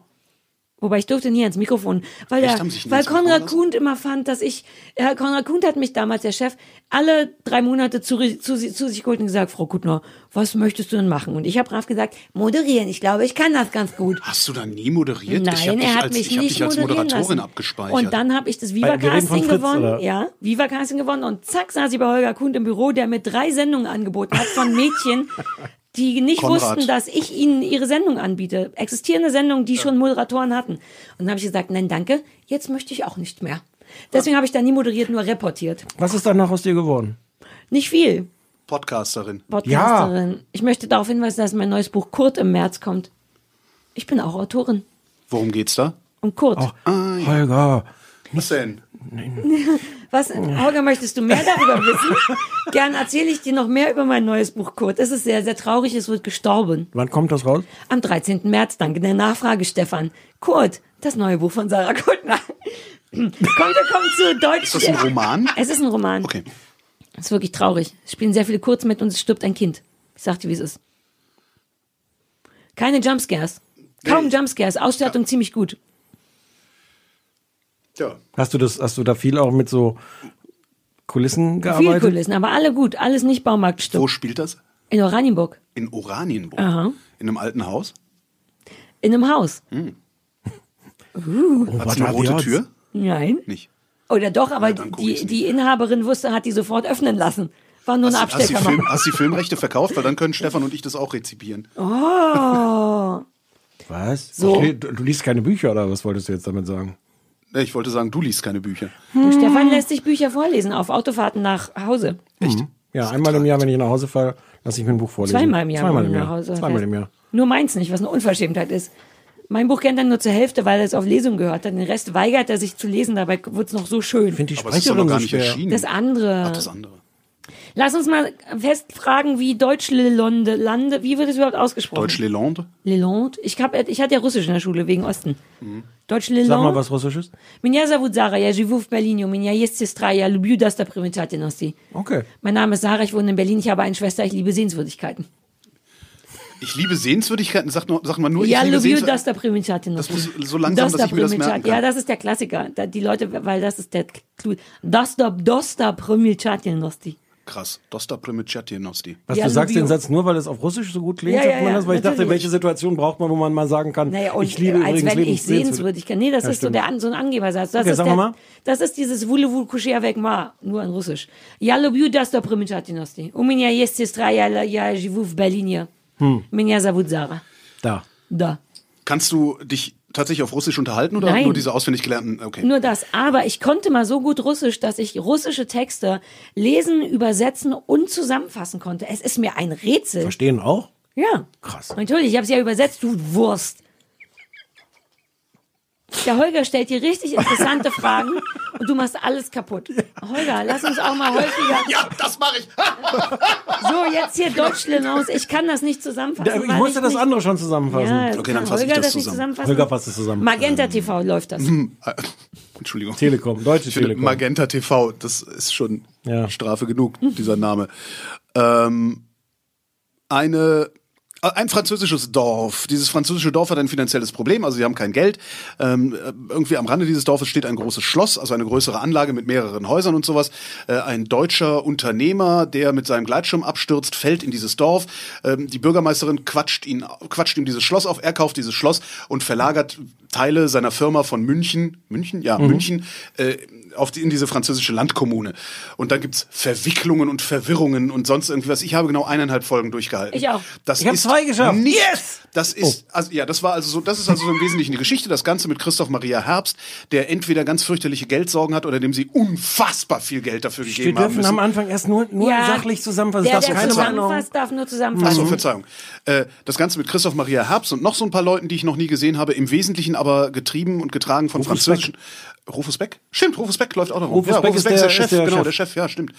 [SPEAKER 9] Wobei ich durfte nie ans Mikrofon, weil,
[SPEAKER 10] Echt,
[SPEAKER 9] der,
[SPEAKER 10] haben Sie sich nie
[SPEAKER 9] weil
[SPEAKER 10] ans Mikrofon
[SPEAKER 9] Konrad
[SPEAKER 10] lassen?
[SPEAKER 9] Kuhn immer fand, dass ich, ja, Konrad Kuhn hat mich damals, der Chef, alle drei Monate zu, zu, zu sich geholt und gesagt, Frau Kuttner, was möchtest du denn machen? Und ich habe brav gesagt, moderieren, ich glaube, ich kann das ganz gut.
[SPEAKER 10] Hast du da nie moderiert? ich hab
[SPEAKER 9] Nein,
[SPEAKER 10] dich
[SPEAKER 9] er hat
[SPEAKER 10] als,
[SPEAKER 9] mich
[SPEAKER 10] ich hab
[SPEAKER 9] nicht
[SPEAKER 10] dich als
[SPEAKER 9] moderieren
[SPEAKER 10] Moderatorin
[SPEAKER 9] lassen.
[SPEAKER 10] abgespeichert.
[SPEAKER 9] Und dann habe ich das
[SPEAKER 8] Bei- wir reden von
[SPEAKER 9] Viva-Casting
[SPEAKER 8] Fritz,
[SPEAKER 9] gewonnen.
[SPEAKER 8] oder?
[SPEAKER 9] Ja, Viva-Casting gewonnen. Und zack, saß ich bei Holger Kuhn im Büro, der mit drei Sendungen angeboten hat von Mädchen, die nicht
[SPEAKER 10] Konrad.
[SPEAKER 9] wussten, dass ich ihnen ihre Sendung anbiete. Existierende Sendungen, die schon Moderatoren hatten. Und dann habe ich gesagt, nein, danke, jetzt möchte ich auch nicht mehr. Deswegen habe ich da nie moderiert, nur reportiert.
[SPEAKER 8] Was ist danach aus dir geworden?
[SPEAKER 9] Nicht viel,
[SPEAKER 10] Podcasterin.
[SPEAKER 9] Podcasterin. Ich möchte darauf hinweisen, dass mein neues Buch Kurt im März kommt. Ich bin auch Autorin.
[SPEAKER 10] Worum geht's da?
[SPEAKER 9] Und Kurt.
[SPEAKER 8] Holger.
[SPEAKER 10] Was denn?
[SPEAKER 9] Was, Holger, möchtest du mehr darüber wissen? Gern erzähle ich dir noch mehr über mein neues Buch, Kurt. Es ist sehr, sehr traurig, es wird gestorben.
[SPEAKER 8] Wann kommt das raus?
[SPEAKER 9] Am 13. März, danke der Nachfrage, Stefan. Kurt, das neue Buch von Sarah Kuttner. Kommt, kommt zu Deutsch. Ist
[SPEAKER 10] das ein Roman?
[SPEAKER 9] Es ist ein Roman.
[SPEAKER 10] Okay.
[SPEAKER 9] Es ist wirklich traurig. Es spielen sehr viele Kurz mit und es stirbt ein Kind. Ich sag dir, wie es ist. Keine Jumpscares. Kaum
[SPEAKER 10] Nee.
[SPEAKER 9] Jumpscares. Ausstattung ziemlich gut.
[SPEAKER 10] Ja.
[SPEAKER 8] Hast du das, hast du da viel auch mit so Kulissen
[SPEAKER 9] Viele
[SPEAKER 8] gearbeitet?
[SPEAKER 9] Kulissen, aber alle gut. Alles nicht Baumarktstück.
[SPEAKER 10] Wo spielt das?
[SPEAKER 9] In Oranienburg.
[SPEAKER 10] In Oranienburg?
[SPEAKER 9] Aha.
[SPEAKER 10] In einem alten Haus?
[SPEAKER 9] In einem Haus.
[SPEAKER 10] Hm.
[SPEAKER 9] Uh.
[SPEAKER 8] Oh,
[SPEAKER 10] Hat's eine rote Tür?
[SPEAKER 9] Nein.
[SPEAKER 10] Nicht.
[SPEAKER 9] Oder doch, aber die, die Inhaberin wusste, hat die sofort öffnen lassen. War nur eine
[SPEAKER 10] Hast, hast, die
[SPEAKER 9] Abstellkammer.
[SPEAKER 10] Film, hast die Filmrechte verkauft? Weil dann können Stefan und ich das auch rezipieren.
[SPEAKER 9] Oh.
[SPEAKER 8] Was?
[SPEAKER 9] So.
[SPEAKER 8] Okay, du, du liest keine Bücher oder was wolltest du jetzt damit sagen?
[SPEAKER 10] Nee, Ich wollte sagen, du liest keine Bücher.
[SPEAKER 9] Du, Stefan lässt sich Bücher vorlesen auf Autofahrten nach Hause.
[SPEAKER 8] Mhm. Ja, einmal im Jahr, wenn ich nach Hause fahre, lasse ich mir ein Buch vorlesen.
[SPEAKER 9] Zweimal im Jahr,
[SPEAKER 8] Zweimal
[SPEAKER 9] wenn
[SPEAKER 8] im
[SPEAKER 9] du
[SPEAKER 8] Jahr.
[SPEAKER 9] nach Hause
[SPEAKER 8] Zweimal
[SPEAKER 9] fährst.
[SPEAKER 8] im Jahr.
[SPEAKER 9] Nur meins nicht, was eine Unverschämtheit ist. Mein Buch kennt er nur zur Hälfte, weil er es auf Lesung gehört hat. Den Rest weigert er sich zu lesen, dabei wird es noch so schön. Finde
[SPEAKER 8] die Aber es ist doch Sprecherin noch gar so nicht schwer. erschienen.
[SPEAKER 9] Das andere.
[SPEAKER 10] Ach, das andere.
[SPEAKER 9] Lass uns mal festfragen, wie Deutsch Lelonde lande. Wie wird es überhaupt ausgesprochen?
[SPEAKER 10] Deutsch Lelande?
[SPEAKER 9] Lelonde. Ich, hab, ich hatte ja Russisch in der Schule wegen Osten. Deutsch Lelonde.
[SPEAKER 8] Mhm. Sag mal was Russisches.
[SPEAKER 9] Меня зовут Zara, я живу в Berlin, у меня есть сестра, я люблю достопримечательности.
[SPEAKER 8] Okay.
[SPEAKER 9] Mein Name ist Sarah, ich wohne in Berlin, ich habe eine Schwester, ich liebe Sehenswürdigkeiten.
[SPEAKER 10] Ich liebe Sehenswürdigkeiten. Sag, nur, sag mal nur,
[SPEAKER 9] ja,
[SPEAKER 10] ich liebe
[SPEAKER 9] люблю
[SPEAKER 10] Sehenswürdigkeiten.
[SPEAKER 9] достопримечательности.
[SPEAKER 10] Das muss so langsam, dass ich mir das merken
[SPEAKER 9] Достопримечат-
[SPEAKER 10] kann.
[SPEAKER 9] Ja, das ist der Klassiker. Da, die Leute, weil das ist der Clou. Достоп- Достопримечательности.
[SPEAKER 10] Krass. Dosta Primichatienosti.
[SPEAKER 8] Was,
[SPEAKER 9] Ja,
[SPEAKER 8] du sagst den
[SPEAKER 9] Lubio.
[SPEAKER 8] Satz nur, weil es auf Russisch so gut klingt,
[SPEAKER 9] Ja,
[SPEAKER 8] sagt
[SPEAKER 9] ja,
[SPEAKER 8] man
[SPEAKER 9] ja,
[SPEAKER 8] das? Weil ich dachte,
[SPEAKER 9] natürlich.
[SPEAKER 8] welche Situation braucht man, wo man mal sagen kann,
[SPEAKER 9] Naja, und
[SPEAKER 8] ich liebe
[SPEAKER 9] äh, als
[SPEAKER 8] übrigens
[SPEAKER 9] wenn ich
[SPEAKER 8] Lebens-
[SPEAKER 9] Sehenswürdigkeit. Nee, das
[SPEAKER 8] Ja,
[SPEAKER 9] ist so,
[SPEAKER 8] stimmt.
[SPEAKER 9] der, An- so ein Angebersatz. Das,
[SPEAKER 8] Okay,
[SPEAKER 9] ist
[SPEAKER 8] sag
[SPEAKER 9] der,
[SPEAKER 8] mal.
[SPEAKER 9] das ist dieses Wule Wule Kuschia weg ma, nur in Russisch. Я люблю достопримечательности. У меня есть сестра, я, я живу в Berlin.
[SPEAKER 10] Hm.
[SPEAKER 9] Меня зовут Zara.
[SPEAKER 8] Da.
[SPEAKER 9] Da.
[SPEAKER 10] Kannst du dich tatsächlich auf Russisch unterhalten oder
[SPEAKER 9] Nein.
[SPEAKER 10] nur diese auswendig gelernten? Okay.
[SPEAKER 9] Nur das. Aber ich konnte mal so gut Russisch, dass ich russische Texte lesen, übersetzen und zusammenfassen konnte. Es ist mir ein Rätsel.
[SPEAKER 8] Verstehen auch?
[SPEAKER 9] Ja.
[SPEAKER 8] Krass.
[SPEAKER 9] Natürlich, ich habe es ja übersetzt, du Wurst. Der Holger stellt dir richtig interessante Fragen und du machst alles kaputt. Holger, lass uns auch mal häufiger.
[SPEAKER 10] Ja, das mache ich.
[SPEAKER 9] So, jetzt hier Deutsch Lenaus. Ich kann das nicht zusammenfassen.
[SPEAKER 8] Da, ich
[SPEAKER 9] weil
[SPEAKER 8] musste das
[SPEAKER 9] Also nicht-
[SPEAKER 8] andere schon zusammenfassen.
[SPEAKER 9] Ja, das Okay, dann kann fass ich Holger das das nicht zusammen. zusammenfassen.
[SPEAKER 8] Holger fasst es zusammen.
[SPEAKER 9] Magenta TV läuft das.
[SPEAKER 10] Hm, äh, Entschuldigung.
[SPEAKER 8] Telekom, Deutsche
[SPEAKER 10] Ich finde,
[SPEAKER 8] Telekom.
[SPEAKER 10] Magenta TV, das ist schon Strafe genug, dieser Name. Ähm, eine, äh, ein französisches Dorf. Dieses französische Dorf hat ein finanzielles Problem, also sie haben kein Geld. Ähm, äh, irgendwie am Rande dieses Dorfes steht ein großes Schloss, also eine größere Anlage mit mehreren Häusern und sowas. Äh, ein deutscher Unternehmer, der mit seinem Gleitschirm abstürzt, fällt in dieses Dorf. Ähm, die Bürgermeisterin quatscht, ihn, quatscht ihm dieses Schloss auf, er kauft dieses Schloss und verlagert Teile seiner Firma von München, München, ja,
[SPEAKER 8] Mhm.
[SPEAKER 10] München, äh, auf die, in diese französische Landkommune. Und dann gibt's Verwicklungen und Verwirrungen und sonst irgendwie was. Ich habe genau eineinhalb Folgen durchgehalten.
[SPEAKER 8] Ich auch.
[SPEAKER 10] Das
[SPEAKER 8] Ich hab
[SPEAKER 10] ist
[SPEAKER 8] zwei geschafft.
[SPEAKER 10] Nicht, Das ist,
[SPEAKER 8] Oh.
[SPEAKER 10] also, ja, das war also so, das ist also so im Wesentlichen die Geschichte. Das Ganze mit Christoph Maria Herbst, der entweder ganz fürchterliche Geldsorgen hat oder dem sie unfassbar viel Geld dafür
[SPEAKER 8] Wir
[SPEAKER 10] gegeben haben
[SPEAKER 8] dürfen
[SPEAKER 10] müssen.
[SPEAKER 8] am Anfang erst nur, nur
[SPEAKER 9] Ja,
[SPEAKER 8] sachlich zusammenfassen.
[SPEAKER 9] Der,
[SPEAKER 8] Das
[SPEAKER 9] der
[SPEAKER 8] keine Meinung.
[SPEAKER 9] zusammenfasst, darf nur
[SPEAKER 10] Ach so,
[SPEAKER 8] Mhm.
[SPEAKER 9] zusammenfassen.
[SPEAKER 10] Verzeihung. Äh, das Ganze mit Christoph Maria Herbst und noch so ein paar Leuten, die ich noch nie gesehen habe, im Wesentlichen aber getrieben und getragen von
[SPEAKER 8] Rufus
[SPEAKER 10] französischen. Rufus Beck? Stimmt, Rufus Beck läuft auch noch rum.
[SPEAKER 8] Rufus
[SPEAKER 10] ja,
[SPEAKER 8] Beck
[SPEAKER 10] Rufus
[SPEAKER 8] ist
[SPEAKER 10] Beck ist
[SPEAKER 8] der-
[SPEAKER 10] der Chef,
[SPEAKER 8] ist der
[SPEAKER 10] genau,
[SPEAKER 8] Chef.
[SPEAKER 10] der Chef, ja, stimmt.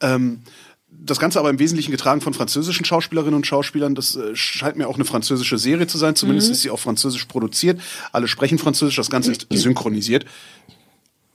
[SPEAKER 10] Ähm, das Ganze aber im Wesentlichen getragen von französischen Schauspielerinnen und Schauspielern. Das äh, scheint mir auch eine französische Serie zu sein. Zumindest
[SPEAKER 12] Mhm.
[SPEAKER 10] ist sie auf Französisch produziert. Alle sprechen Französisch. Das Ganze ist synchronisiert.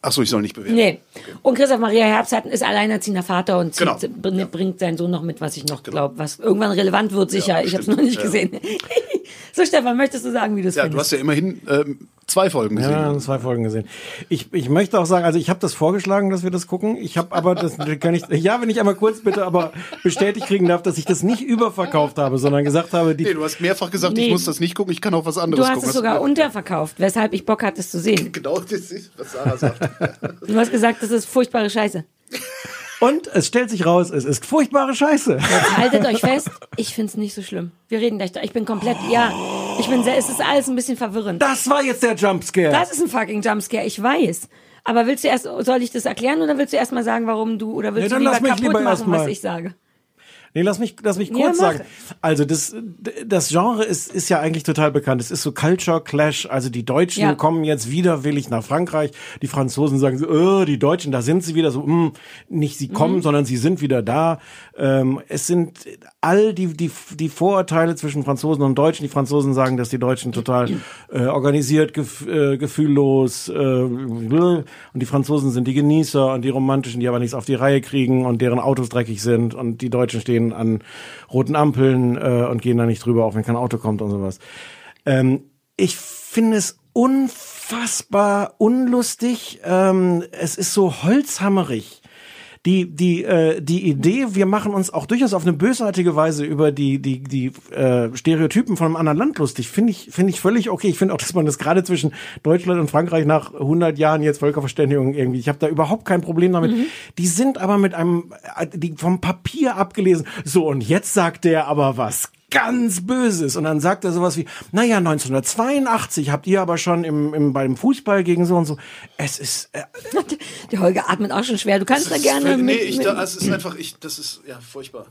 [SPEAKER 10] Ach so, ich soll nicht bewerten.
[SPEAKER 9] Nee. Und Christoph Maria Herbst hat, ist alleinerziehender Vater und zieht,
[SPEAKER 10] Genau.
[SPEAKER 9] bring- bringt seinen Sohn noch mit, was ich noch glaube, was irgendwann relevant wird, sicher. ich habe es noch nicht
[SPEAKER 10] Ja.
[SPEAKER 9] gesehen. so, Stefan, möchtest du sagen, wie du es
[SPEAKER 10] Ja, du
[SPEAKER 9] findest?
[SPEAKER 10] hast ja immerhin ähm, zwei Folgen gesehen.
[SPEAKER 8] Ja, zwei Folgen gesehen. Ich, ich möchte auch sagen, also ich habe das vorgeschlagen, dass wir das gucken. Ich habe aber, das kann ich, ja, wenn ich einmal kurz bitte, aber bestätigt kriegen darf, dass ich das nicht überverkauft habe, sondern gesagt habe, die
[SPEAKER 10] Nee, du hast mehrfach gesagt,
[SPEAKER 9] Nee.
[SPEAKER 10] ich muss das nicht gucken, ich kann auch was
[SPEAKER 9] Du
[SPEAKER 10] anderes
[SPEAKER 9] hast
[SPEAKER 10] gucken.
[SPEAKER 9] es sogar unterverkauft, weshalb ich Bock hatte, es zu sehen.
[SPEAKER 10] Genau, das ist, was Sarah sagt. Genau.
[SPEAKER 9] Du hast gesagt, das ist furchtbare Scheiße.
[SPEAKER 8] Und es stellt sich raus, es ist furchtbare Scheiße.
[SPEAKER 9] Haltet euch fest, ich find's nicht so schlimm. Wir reden gleich. da- Ich bin komplett, ja, ich bin sehr, es ist alles ein bisschen verwirrend.
[SPEAKER 8] Das war jetzt der Jumpscare.
[SPEAKER 9] Das ist ein fucking Jumpscare, ich weiß. Aber willst du erst, soll ich das erklären oder willst du erst mal sagen, warum du, oder
[SPEAKER 8] Nee,
[SPEAKER 9] willst du
[SPEAKER 8] dann
[SPEAKER 9] lieber
[SPEAKER 8] lass mich
[SPEAKER 9] kaputt
[SPEAKER 8] lieber erst
[SPEAKER 9] machen, was
[SPEAKER 8] mal.
[SPEAKER 9] ich sage?
[SPEAKER 8] Nee, lass mich, lass mich
[SPEAKER 9] Ja,
[SPEAKER 8] kurz
[SPEAKER 9] mach.
[SPEAKER 8] sagen. Also das, das Genre ist, ist ja eigentlich total bekannt. Es ist so Culture Clash. Also die Deutschen
[SPEAKER 9] Ja.
[SPEAKER 8] kommen jetzt widerwillig nach Frankreich. Die Franzosen sagen so, oh, die Deutschen, da sind sie wieder so. Mm, nicht sie kommen,
[SPEAKER 9] Mhm.
[SPEAKER 8] sondern sie sind wieder da. Ähm, es sind all die, die, die Vorurteile zwischen Franzosen und Deutschen. Die Franzosen sagen, dass die Deutschen total äh, organisiert, gef äh, gefühllos äh, und die Franzosen sind die Genießer und die Romantischen, die aber nichts auf die Reihe kriegen und deren Autos dreckig sind und die Deutschen stehen an roten Ampeln äh, und gehen da nicht drüber, auch wenn kein Auto kommt und sowas. Ähm, ich finde es unfassbar unlustig. Ähm, es ist so holzhammerig. die, die, äh, die Idee, wir machen uns auch durchaus auf eine bösartige Weise über die, die, die äh, Stereotypen von einem anderen Land lustig, finde ich, finde ich völlig okay. Ich finde auch, dass man das gerade zwischen Deutschland und Frankreich nach 100 Jahren jetzt Völkerverständigung irgendwie, ich habe da überhaupt kein Problem damit.
[SPEAKER 12] Mhm.
[SPEAKER 8] Die sind aber mit einem, äh, die vom Papier abgelesen. So, und jetzt sagt der aber was ganz Böses. Und dann sagt er sowas wie, naja, 1982 habt ihr aber schon im, im, beim Fußball gegen so und so. Es ist... Äh,
[SPEAKER 9] Der Holger atmet auch schon schwer. Du kannst da
[SPEAKER 10] Das ist
[SPEAKER 9] gerne.
[SPEAKER 10] völlig- Nee,
[SPEAKER 9] mit,
[SPEAKER 10] ich,
[SPEAKER 9] mit,
[SPEAKER 10] da, es ist einfach, ich, das ist, ja, furchtbar.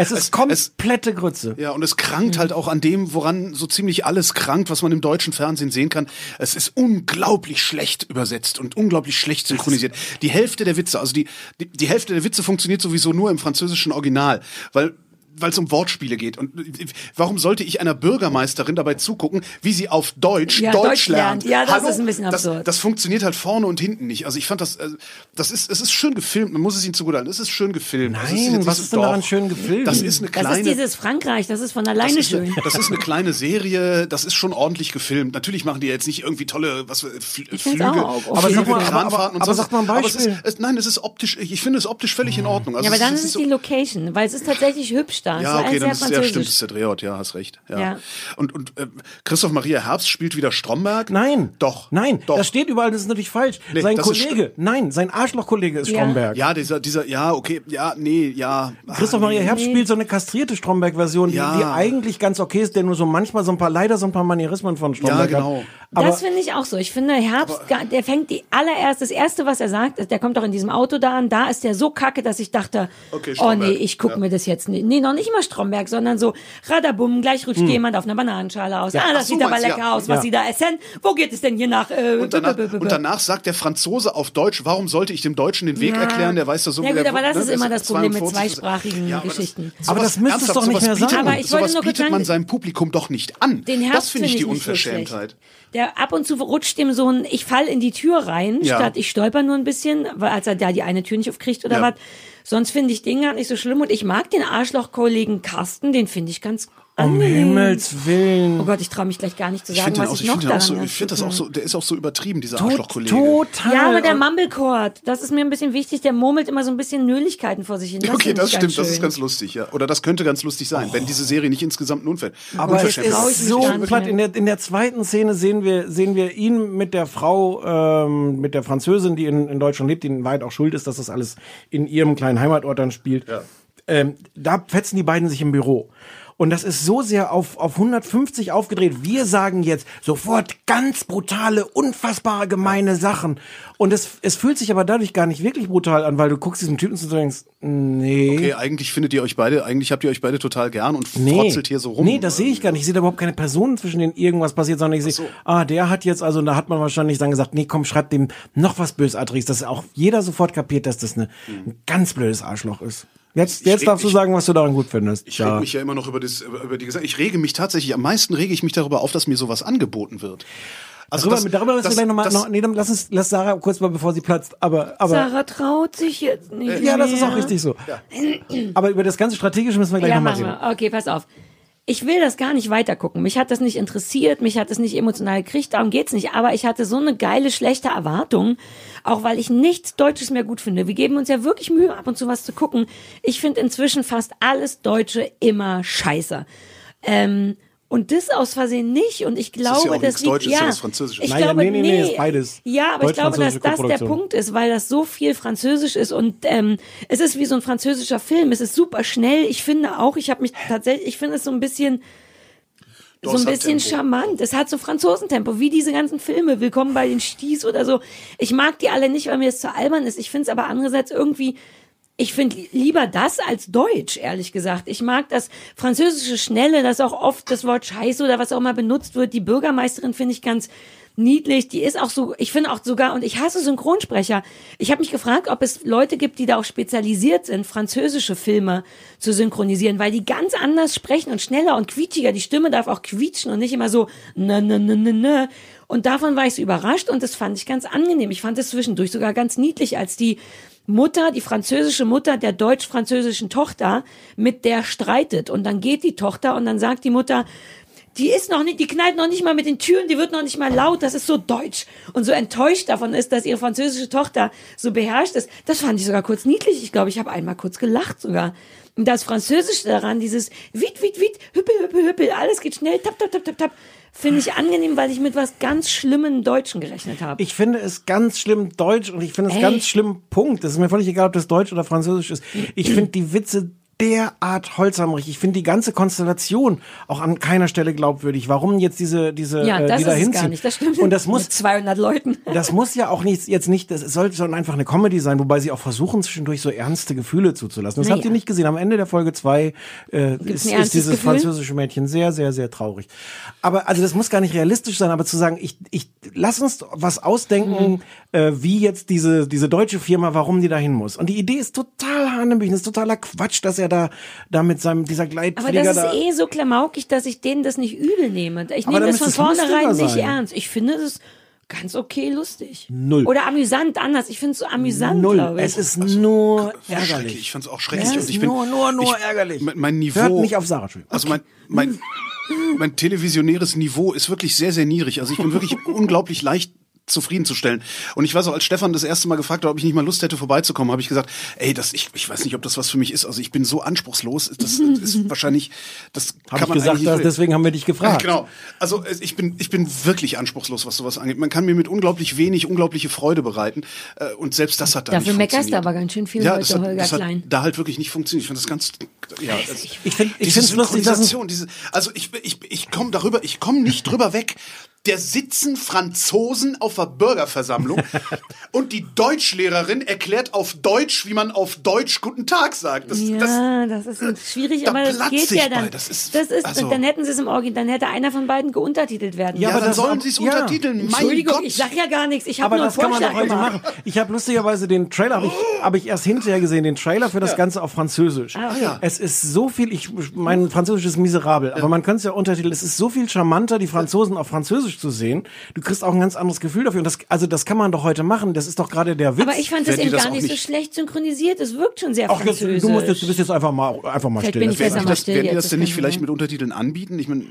[SPEAKER 8] Es ist komplette Grütze.
[SPEAKER 10] Ja, und es krankt halt auch an dem, woran so ziemlich alles krankt, was man im deutschen Fernsehen sehen kann. Es ist unglaublich schlecht übersetzt und unglaublich schlecht synchronisiert. Die Hälfte der Witze, also die, die, die Hälfte der Witze funktioniert sowieso nur im französischen Original, weil weil es um Wortspiele geht. Und äh, warum sollte ich einer Bürgermeisterin dabei zugucken, wie sie auf Deutsch
[SPEAKER 9] Ja,
[SPEAKER 10] Deutsch,
[SPEAKER 9] Deutsch
[SPEAKER 10] lernt?
[SPEAKER 9] lernt. Ja, das
[SPEAKER 10] Hallo?
[SPEAKER 9] ist ein bisschen absurd.
[SPEAKER 10] Das, das funktioniert halt vorne und hinten nicht. Also ich fand das, äh, das ist, es ist schön gefilmt. Man muss es ihnen zugutehalten. Es ist schön gefilmt. Es
[SPEAKER 8] Nein,
[SPEAKER 10] jetzt nicht
[SPEAKER 8] was
[SPEAKER 10] so-
[SPEAKER 8] ist denn daran
[SPEAKER 10] Doch.
[SPEAKER 8] schön gefilmt?
[SPEAKER 10] Das ist eine kleine.
[SPEAKER 9] das ist dieses Frankreich, das ist von
[SPEAKER 10] Das
[SPEAKER 9] alleine
[SPEAKER 10] ist,
[SPEAKER 9] schön.
[SPEAKER 10] eine, das ist eine kleine Serie, das ist schon ordentlich gefilmt. Natürlich machen die jetzt nicht irgendwie tolle was, äh, Fl
[SPEAKER 9] Ich find's
[SPEAKER 10] Flüge,
[SPEAKER 9] auch, okay.
[SPEAKER 8] Aber sag mal, aber-
[SPEAKER 10] Kranfahrten und
[SPEAKER 8] aber
[SPEAKER 10] so.
[SPEAKER 8] sag mal ein Hm.
[SPEAKER 10] Aber es ist, es, nein, es ist optisch, ich finde es optisch völlig in Ordnung. Also
[SPEAKER 9] ja, aber
[SPEAKER 10] es
[SPEAKER 9] dann
[SPEAKER 10] es
[SPEAKER 9] ist es
[SPEAKER 10] so-
[SPEAKER 9] die Location, weil es ist tatsächlich hübsch da. es
[SPEAKER 10] ja, okay, dann
[SPEAKER 9] alles sehr
[SPEAKER 10] ist es, ja, stimmt,
[SPEAKER 9] französisch.
[SPEAKER 10] es ist der Drehort, ja, hast recht. Ja.
[SPEAKER 9] Ja.
[SPEAKER 10] Und, und äh, Christoph Maria Herbst spielt wieder Stromberg?
[SPEAKER 8] Nein.
[SPEAKER 10] Doch.
[SPEAKER 8] Nein, das steht überall, das ist natürlich falsch.
[SPEAKER 10] Nee,
[SPEAKER 8] sein
[SPEAKER 10] das ist
[SPEAKER 8] Kollege, nein, sein Arschlochkollege ist
[SPEAKER 10] Ja.
[SPEAKER 8] Stromberg.
[SPEAKER 10] Ja, dieser, dieser, ja, okay, ja, nee, ja.
[SPEAKER 8] Christoph Maria Herbst spielt so eine kastrierte Stromberg-Version,
[SPEAKER 10] Ja.
[SPEAKER 8] die, die eigentlich ganz okay ist, der nur so manchmal so ein paar, leider so ein paar Manierismen von Stromberg
[SPEAKER 10] genau.
[SPEAKER 8] hat. Aber
[SPEAKER 9] das finde ich auch so. Ich finde, Herbst, gar- der fängt die allererst, das erste, was er sagt, ist, der kommt doch in diesem Auto da an, da ist der so kacke, dass ich dachte,
[SPEAKER 10] Okay,
[SPEAKER 9] oh
[SPEAKER 10] Stromberg,
[SPEAKER 9] nee, ich gucke
[SPEAKER 10] ja.
[SPEAKER 9] mir das jetzt nicht. Nee, noch nicht mal Stromberg, sondern so, radabum, gleich rutscht
[SPEAKER 10] Hm.
[SPEAKER 9] jemand auf einer Bananenschale aus.
[SPEAKER 10] Ja,
[SPEAKER 9] Ah,
[SPEAKER 10] ach
[SPEAKER 9] das
[SPEAKER 10] so,
[SPEAKER 9] sieht aber
[SPEAKER 10] meinst-
[SPEAKER 9] lecker
[SPEAKER 10] ja.
[SPEAKER 9] aus, was
[SPEAKER 10] Ja.
[SPEAKER 9] sie da essen. Wo geht es denn hier nach? Äh,
[SPEAKER 10] Und danach,
[SPEAKER 9] b- b- b- b-
[SPEAKER 10] und danach sagt der Franzose auf Deutsch, warum sollte ich dem Deutschen den Weg
[SPEAKER 9] Ja.
[SPEAKER 10] erklären? Der weiß doch so,
[SPEAKER 9] Ja
[SPEAKER 10] wie
[SPEAKER 9] gut,
[SPEAKER 10] der-
[SPEAKER 9] aber das
[SPEAKER 10] ne,
[SPEAKER 9] ist immer
[SPEAKER 10] der
[SPEAKER 9] das Problem mit
[SPEAKER 10] 42.
[SPEAKER 9] zweisprachigen Geschichten.
[SPEAKER 8] Aber das müsste es
[SPEAKER 10] ernsthaft,
[SPEAKER 8] doch nicht
[SPEAKER 10] sowas
[SPEAKER 8] mehr
[SPEAKER 10] bietet
[SPEAKER 8] sein.
[SPEAKER 10] Man,
[SPEAKER 9] Aber ich wollte
[SPEAKER 10] sowas
[SPEAKER 9] nur kurz
[SPEAKER 10] bietet
[SPEAKER 9] sagen-
[SPEAKER 10] man seinem Publikum doch nicht an.
[SPEAKER 9] Den
[SPEAKER 10] das
[SPEAKER 9] Herbst
[SPEAKER 10] finde ich die
[SPEAKER 9] finde ich nicht so
[SPEAKER 10] Unverschämtheit.
[SPEAKER 9] Der ab und zu rutscht dem so ein, ich fall in die Tür rein,
[SPEAKER 10] Ja.
[SPEAKER 9] statt ich stolper nur ein bisschen, weil als er da die eine Tür nicht aufkriegt oder
[SPEAKER 10] Ja.
[SPEAKER 9] was. Sonst finde ich den gar nicht so schlimm und ich mag den Arschlochkollegen Carsten, den finde ich ganz
[SPEAKER 8] um
[SPEAKER 9] angenehm.
[SPEAKER 8] Himmels Willen.
[SPEAKER 9] Oh Gott, ich traue mich gleich gar nicht zu
[SPEAKER 10] Ich
[SPEAKER 9] sagen,
[SPEAKER 10] finde den
[SPEAKER 9] was
[SPEAKER 10] auch,
[SPEAKER 9] ich,
[SPEAKER 10] ich
[SPEAKER 9] noch
[SPEAKER 10] find den auch
[SPEAKER 9] daran
[SPEAKER 10] so, ich
[SPEAKER 9] ganz
[SPEAKER 10] finde das
[SPEAKER 9] gut
[SPEAKER 10] auch so, der ist auch so übertrieben, dieser Arschlochkollege.
[SPEAKER 9] mag.
[SPEAKER 8] Total.
[SPEAKER 9] Ja, aber der Mumblecord, das ist mir ein bisschen wichtig, der murmelt immer so ein bisschen Nöligkeiten vor sich hin. Das
[SPEAKER 10] okay,
[SPEAKER 9] finde
[SPEAKER 10] das
[SPEAKER 9] ich ganz
[SPEAKER 10] stimmt, das ist
[SPEAKER 9] schön.
[SPEAKER 10] ganz lustig, ja. Oder das könnte ganz lustig sein, wenn diese Serie nicht insgesamt ein Unfall.
[SPEAKER 8] Oh. Aber es
[SPEAKER 10] Unverschämtheit
[SPEAKER 8] ist so platt. In der, in der zweiten Szene sehen wir, sehen wir ihn mit der Frau, ähm, mit der Französin, die in, in Deutschland lebt, die in Wahrheit auch schuld ist, dass das alles in ihrem kleinen Heimatort dann spielt. Ähm, da fetzen die beiden sich im Büro. Und das ist so sehr auf, auf 150 aufgedreht. Wir sagen jetzt sofort ganz brutale, unfassbare, gemeine Sachen. Und es, es fühlt sich aber dadurch gar nicht wirklich brutal an, weil du guckst diesem Typen zu und denkst, nee.
[SPEAKER 10] Okay, eigentlich findet ihr euch beide, eigentlich habt ihr euch beide total gern und frotzelt hier so rum.
[SPEAKER 8] Nee, das sehe ich gar nicht. Ich sehe da überhaupt keine Personen, zwischen denen irgendwas passiert, sondern ich sehe, ah, der hat jetzt, also und da hat man wahrscheinlich dann gesagt, nee, komm, schreib dem noch was Bösartiges, dass auch jeder sofort kapiert, dass das eine,
[SPEAKER 10] Hm.
[SPEAKER 8] ein ganz blödes Arschloch ist. Jetzt, jetzt
[SPEAKER 10] reg
[SPEAKER 8] darfst du
[SPEAKER 10] mich-
[SPEAKER 8] sagen, was du daran gut findest.
[SPEAKER 10] Ich reg mich ja immer noch über, das, über die Gesellschaft. Ich rege mich tatsächlich, am meisten rege ich mich darüber auf, dass mir sowas angeboten wird. Also
[SPEAKER 8] darüber, darüber müssen wir
[SPEAKER 10] das-
[SPEAKER 8] gleich nochmal,
[SPEAKER 10] das-
[SPEAKER 8] noch, nee, dann lass, uns, lass Sarah kurz mal, bevor sie platzt, aber, aber.
[SPEAKER 9] Sarah traut sich jetzt nicht.
[SPEAKER 8] ja, das ist auch
[SPEAKER 9] mehr.
[SPEAKER 8] richtig so. Aber über das ganze Strategische müssen wir gleich
[SPEAKER 9] ja,
[SPEAKER 8] nochmal
[SPEAKER 9] machen
[SPEAKER 8] reden.
[SPEAKER 9] wir. Okay, pass auf. Ich will das gar nicht weitergucken. Mich hat das nicht interessiert, mich hat das nicht emotional gekriegt, darum geht's nicht. Aber ich hatte so eine geile, schlechte Erwartung, auch weil ich nichts Deutsches mehr gut finde. Wir geben uns ja wirklich Mühe, ab und zu was zu gucken. Ich finde inzwischen fast alles Deutsche immer scheiße. Ähm, und das aus Versehen nicht. Und ich
[SPEAKER 10] ja auch
[SPEAKER 9] glaube,
[SPEAKER 10] nichts
[SPEAKER 9] das liegt,
[SPEAKER 10] Deutsches,
[SPEAKER 9] ja,
[SPEAKER 10] das ist Französisch.
[SPEAKER 9] Ich
[SPEAKER 10] Nein,
[SPEAKER 9] glaube,
[SPEAKER 10] nee, nee, nee,
[SPEAKER 9] nee.
[SPEAKER 10] ist beides.
[SPEAKER 9] Ja, aber ich glaube, dass
[SPEAKER 10] Deutsch-französische
[SPEAKER 9] das der
[SPEAKER 10] Koproduktion.
[SPEAKER 9] Punkt Punkt ist, weil das so viel Französisch ist und ähm, es ist wie so ein französischer Film. Es ist super schnell. Ich finde auch, ich habe mich tatsächlich, ich finde es so ein bisschen
[SPEAKER 13] Doch,
[SPEAKER 9] so ein
[SPEAKER 13] es hat
[SPEAKER 9] bisschen
[SPEAKER 13] Tempo.
[SPEAKER 9] charmant. Es hat so Franzosentempo, wie diese ganzen Filme, Willkommen bei den Sties oder so. Ich mag die alle nicht, weil mir das zu albern ist. Ich finde es aber andererseits irgendwie, ich finde lieber das als Deutsch, ehrlich gesagt. Ich mag das französische Schnelle, dass auch oft das Wort Scheiße oder was auch immer benutzt wird. Die Bürgermeisterin finde ich ganz niedlich. Die ist auch so, ich finde auch sogar, und ich hasse Synchronsprecher. Ich habe mich gefragt, ob es Leute gibt, die da auch spezialisiert sind, französische Filme zu synchronisieren, weil die ganz anders sprechen und schneller und quietschiger. Die Stimme darf auch quietschen und nicht immer so, ne, ne, ne, ne, ne. Und davon war ich so überrascht und das fand ich ganz angenehm. Ich fand es zwischendurch sogar ganz niedlich, als die Mutter, die französische Mutter der deutsch-französischen Tochter, mit der streitet. Und dann geht die Tochter und dann sagt die Mutter, die ist noch nicht, die knallt noch nicht mal mit den Türen, die wird noch nicht mal laut, das ist so deutsch und so enttäuscht davon ist, dass ihre französische Tochter so beherrscht ist. Das fand ich sogar kurz niedlich. Ich glaube, ich habe einmal kurz gelacht sogar. Und das Französische daran, dieses wit, wit, wit, hüppel, hüppel, hüppel, alles geht schnell, tap, tap, tap, tap, tap, finde ich angenehm, weil ich mit was ganz Schlimmen Deutschen gerechnet habe.
[SPEAKER 8] Ich finde es ganz schlimm deutsch und ich finde es
[SPEAKER 9] Ey.
[SPEAKER 8] ganz schlimm Punkt. Es ist mir völlig egal, ob das deutsch oder französisch ist. Ich finde die Witze derart holzhammerig. Ich finde die ganze Konstellation auch an keiner Stelle glaubwürdig. Warum jetzt diese diese
[SPEAKER 9] ja,
[SPEAKER 8] äh,
[SPEAKER 9] das
[SPEAKER 8] die
[SPEAKER 9] ist
[SPEAKER 8] da
[SPEAKER 9] es
[SPEAKER 8] hinziehen?
[SPEAKER 9] gar nicht, das stimmt.
[SPEAKER 8] Und das muss
[SPEAKER 9] mit 200 Leuten.
[SPEAKER 8] das muss ja auch nicht, jetzt nicht, das soll, soll einfach eine Comedy sein, wobei sie auch versuchen, zwischendurch so ernste Gefühle zuzulassen. Das
[SPEAKER 9] Na
[SPEAKER 8] habt
[SPEAKER 9] ja.
[SPEAKER 8] ihr nicht gesehen. Am Ende der Folge zwei äh, ist,
[SPEAKER 9] ein
[SPEAKER 8] ist
[SPEAKER 9] ernstes
[SPEAKER 8] dieses
[SPEAKER 9] Gefühl?
[SPEAKER 8] französische Mädchen sehr, sehr, sehr traurig. Aber also das muss gar nicht realistisch sein, aber zu sagen, ich, ich lass uns was
[SPEAKER 9] Mhm.
[SPEAKER 8] ausdenken, äh, wie jetzt diese, diese deutsche Firma, warum die da hin muss. Und die Idee ist total hanebüchen, ist totaler Quatsch, dass er da, da mit seinem, dieser
[SPEAKER 9] Aber
[SPEAKER 8] Gleitflieger
[SPEAKER 9] das ist
[SPEAKER 8] da.
[SPEAKER 9] eh so klamaukig, dass ich denen das nicht übel nehme. Ich
[SPEAKER 8] Aber
[SPEAKER 9] nehme
[SPEAKER 8] dann
[SPEAKER 9] das
[SPEAKER 8] müsste
[SPEAKER 9] von
[SPEAKER 8] es lustiger
[SPEAKER 9] vornherein nicht
[SPEAKER 8] sein.
[SPEAKER 9] ernst. Ich finde das ganz okay lustig.
[SPEAKER 8] Null.
[SPEAKER 9] Oder amüsant, anders. Ich finde es so amüsant,
[SPEAKER 8] Null.
[SPEAKER 9] glaube ich.
[SPEAKER 8] Es ist nur ärgerlich.
[SPEAKER 10] Schrecklich. Also, Ich fand's auch schrecklich.
[SPEAKER 8] Ja,
[SPEAKER 10] und
[SPEAKER 8] ist
[SPEAKER 10] ich bin,
[SPEAKER 8] nur, nur, nur
[SPEAKER 10] ich,
[SPEAKER 8] ärgerlich.
[SPEAKER 10] Mein, mein Niveau.
[SPEAKER 8] Hört nicht auf Sarah, Entschuldigung.
[SPEAKER 10] Also mein, mein, mein televisionäres Niveau ist wirklich sehr, sehr niedrig. Also ich bin wirklich unglaublich leicht zufriedenzustellen. Und ich weiß auch, als Stefan das erste Mal gefragt hat, ob ich nicht mal Lust hätte, vorbeizukommen, habe ich gesagt, ey, das, ich, ich weiß nicht, ob das was für mich ist. Also ich bin so anspruchslos, das ist wahrscheinlich, das
[SPEAKER 8] Hab
[SPEAKER 10] kann
[SPEAKER 8] ich
[SPEAKER 10] man
[SPEAKER 8] gesagt,
[SPEAKER 10] eigentlich
[SPEAKER 8] dass,
[SPEAKER 10] nicht-
[SPEAKER 8] deswegen haben wir dich gefragt.
[SPEAKER 10] ja, genau. Also äh, ich bin, ich bin wirklich anspruchslos, was sowas angeht. Man kann mir mit unglaublich wenig unglaubliche Freude bereiten. Äh, Und selbst das hat da
[SPEAKER 9] Dafür
[SPEAKER 10] nicht
[SPEAKER 9] meckerst du
[SPEAKER 10] funktioniert.
[SPEAKER 9] aber ganz schön viel
[SPEAKER 10] ja,
[SPEAKER 9] heute,
[SPEAKER 10] das hat,
[SPEAKER 9] Holger
[SPEAKER 10] das hat
[SPEAKER 9] Klein.
[SPEAKER 10] da halt wirklich nicht funktioniert. Ich finde das ganz... Ja, das,
[SPEAKER 8] Ich finde ich
[SPEAKER 10] diese
[SPEAKER 8] find's lustig, dass es
[SPEAKER 10] Synchronisation, diese, also ich, ich, ich komme darüber, ich komme nicht drüber weg. Der sitzen Franzosen auf der Bürgerversammlung und die Deutschlehrerin erklärt auf Deutsch, wie man auf Deutsch Guten Tag sagt. Das, das,
[SPEAKER 9] ja, das, ist schwierig,
[SPEAKER 10] da
[SPEAKER 9] aber das
[SPEAKER 10] platz ich
[SPEAKER 9] geht ja
[SPEAKER 10] bei.
[SPEAKER 9] dann.
[SPEAKER 10] Das ist- also-
[SPEAKER 9] dann hätten sie es im Original, dann hätte einer von beiden geuntertitelt werden.
[SPEAKER 10] Ja,
[SPEAKER 9] müssen.
[SPEAKER 10] aber dann sollen sie es
[SPEAKER 8] ja.
[SPEAKER 10] untertiteln. Mein
[SPEAKER 9] Entschuldigung,
[SPEAKER 10] Gott.
[SPEAKER 9] ich sag ja gar nichts. Ich habe
[SPEAKER 8] Aber
[SPEAKER 9] nur einen
[SPEAKER 8] das kann man
[SPEAKER 9] Vorschlag
[SPEAKER 8] doch heute
[SPEAKER 9] gemacht.
[SPEAKER 8] machen. Ich habe lustigerweise den Trailer, habe ich, hab ich erst hinterher gesehen, den Trailer für das Ganze auf Französisch.
[SPEAKER 9] Ah, okay.
[SPEAKER 10] ja.
[SPEAKER 8] Es ist so viel, ich, mein Französisch ist miserabel, aber man könnte es ja untertiteln, es ist so viel charmanter, die Franzosen auf Französisch zu sehen. Du kriegst auch ein ganz anderes Gefühl dafür. Und das, also das kann man doch heute machen, das ist doch gerade der Witz.
[SPEAKER 9] Aber ich fand das
[SPEAKER 10] Wenn die
[SPEAKER 9] eben
[SPEAKER 10] das
[SPEAKER 9] gar
[SPEAKER 10] auch
[SPEAKER 9] nicht so
[SPEAKER 10] nicht-
[SPEAKER 9] schlecht synchronisiert. Es wirkt schon sehr
[SPEAKER 8] Ach, jetzt,
[SPEAKER 9] französisch.
[SPEAKER 8] du, musst jetzt, du bist jetzt einfach mal, einfach mal
[SPEAKER 9] Vielleicht
[SPEAKER 8] still.
[SPEAKER 9] bin
[SPEAKER 8] Das
[SPEAKER 9] ich
[SPEAKER 8] ist-
[SPEAKER 9] besser
[SPEAKER 10] Werden
[SPEAKER 9] mal
[SPEAKER 10] das,
[SPEAKER 9] still
[SPEAKER 10] werden die
[SPEAKER 9] jetzt,
[SPEAKER 10] das denn
[SPEAKER 9] das
[SPEAKER 10] nicht
[SPEAKER 9] kann
[SPEAKER 10] vielleicht
[SPEAKER 9] sein.
[SPEAKER 10] mit Untertiteln anbieten? Ich meine,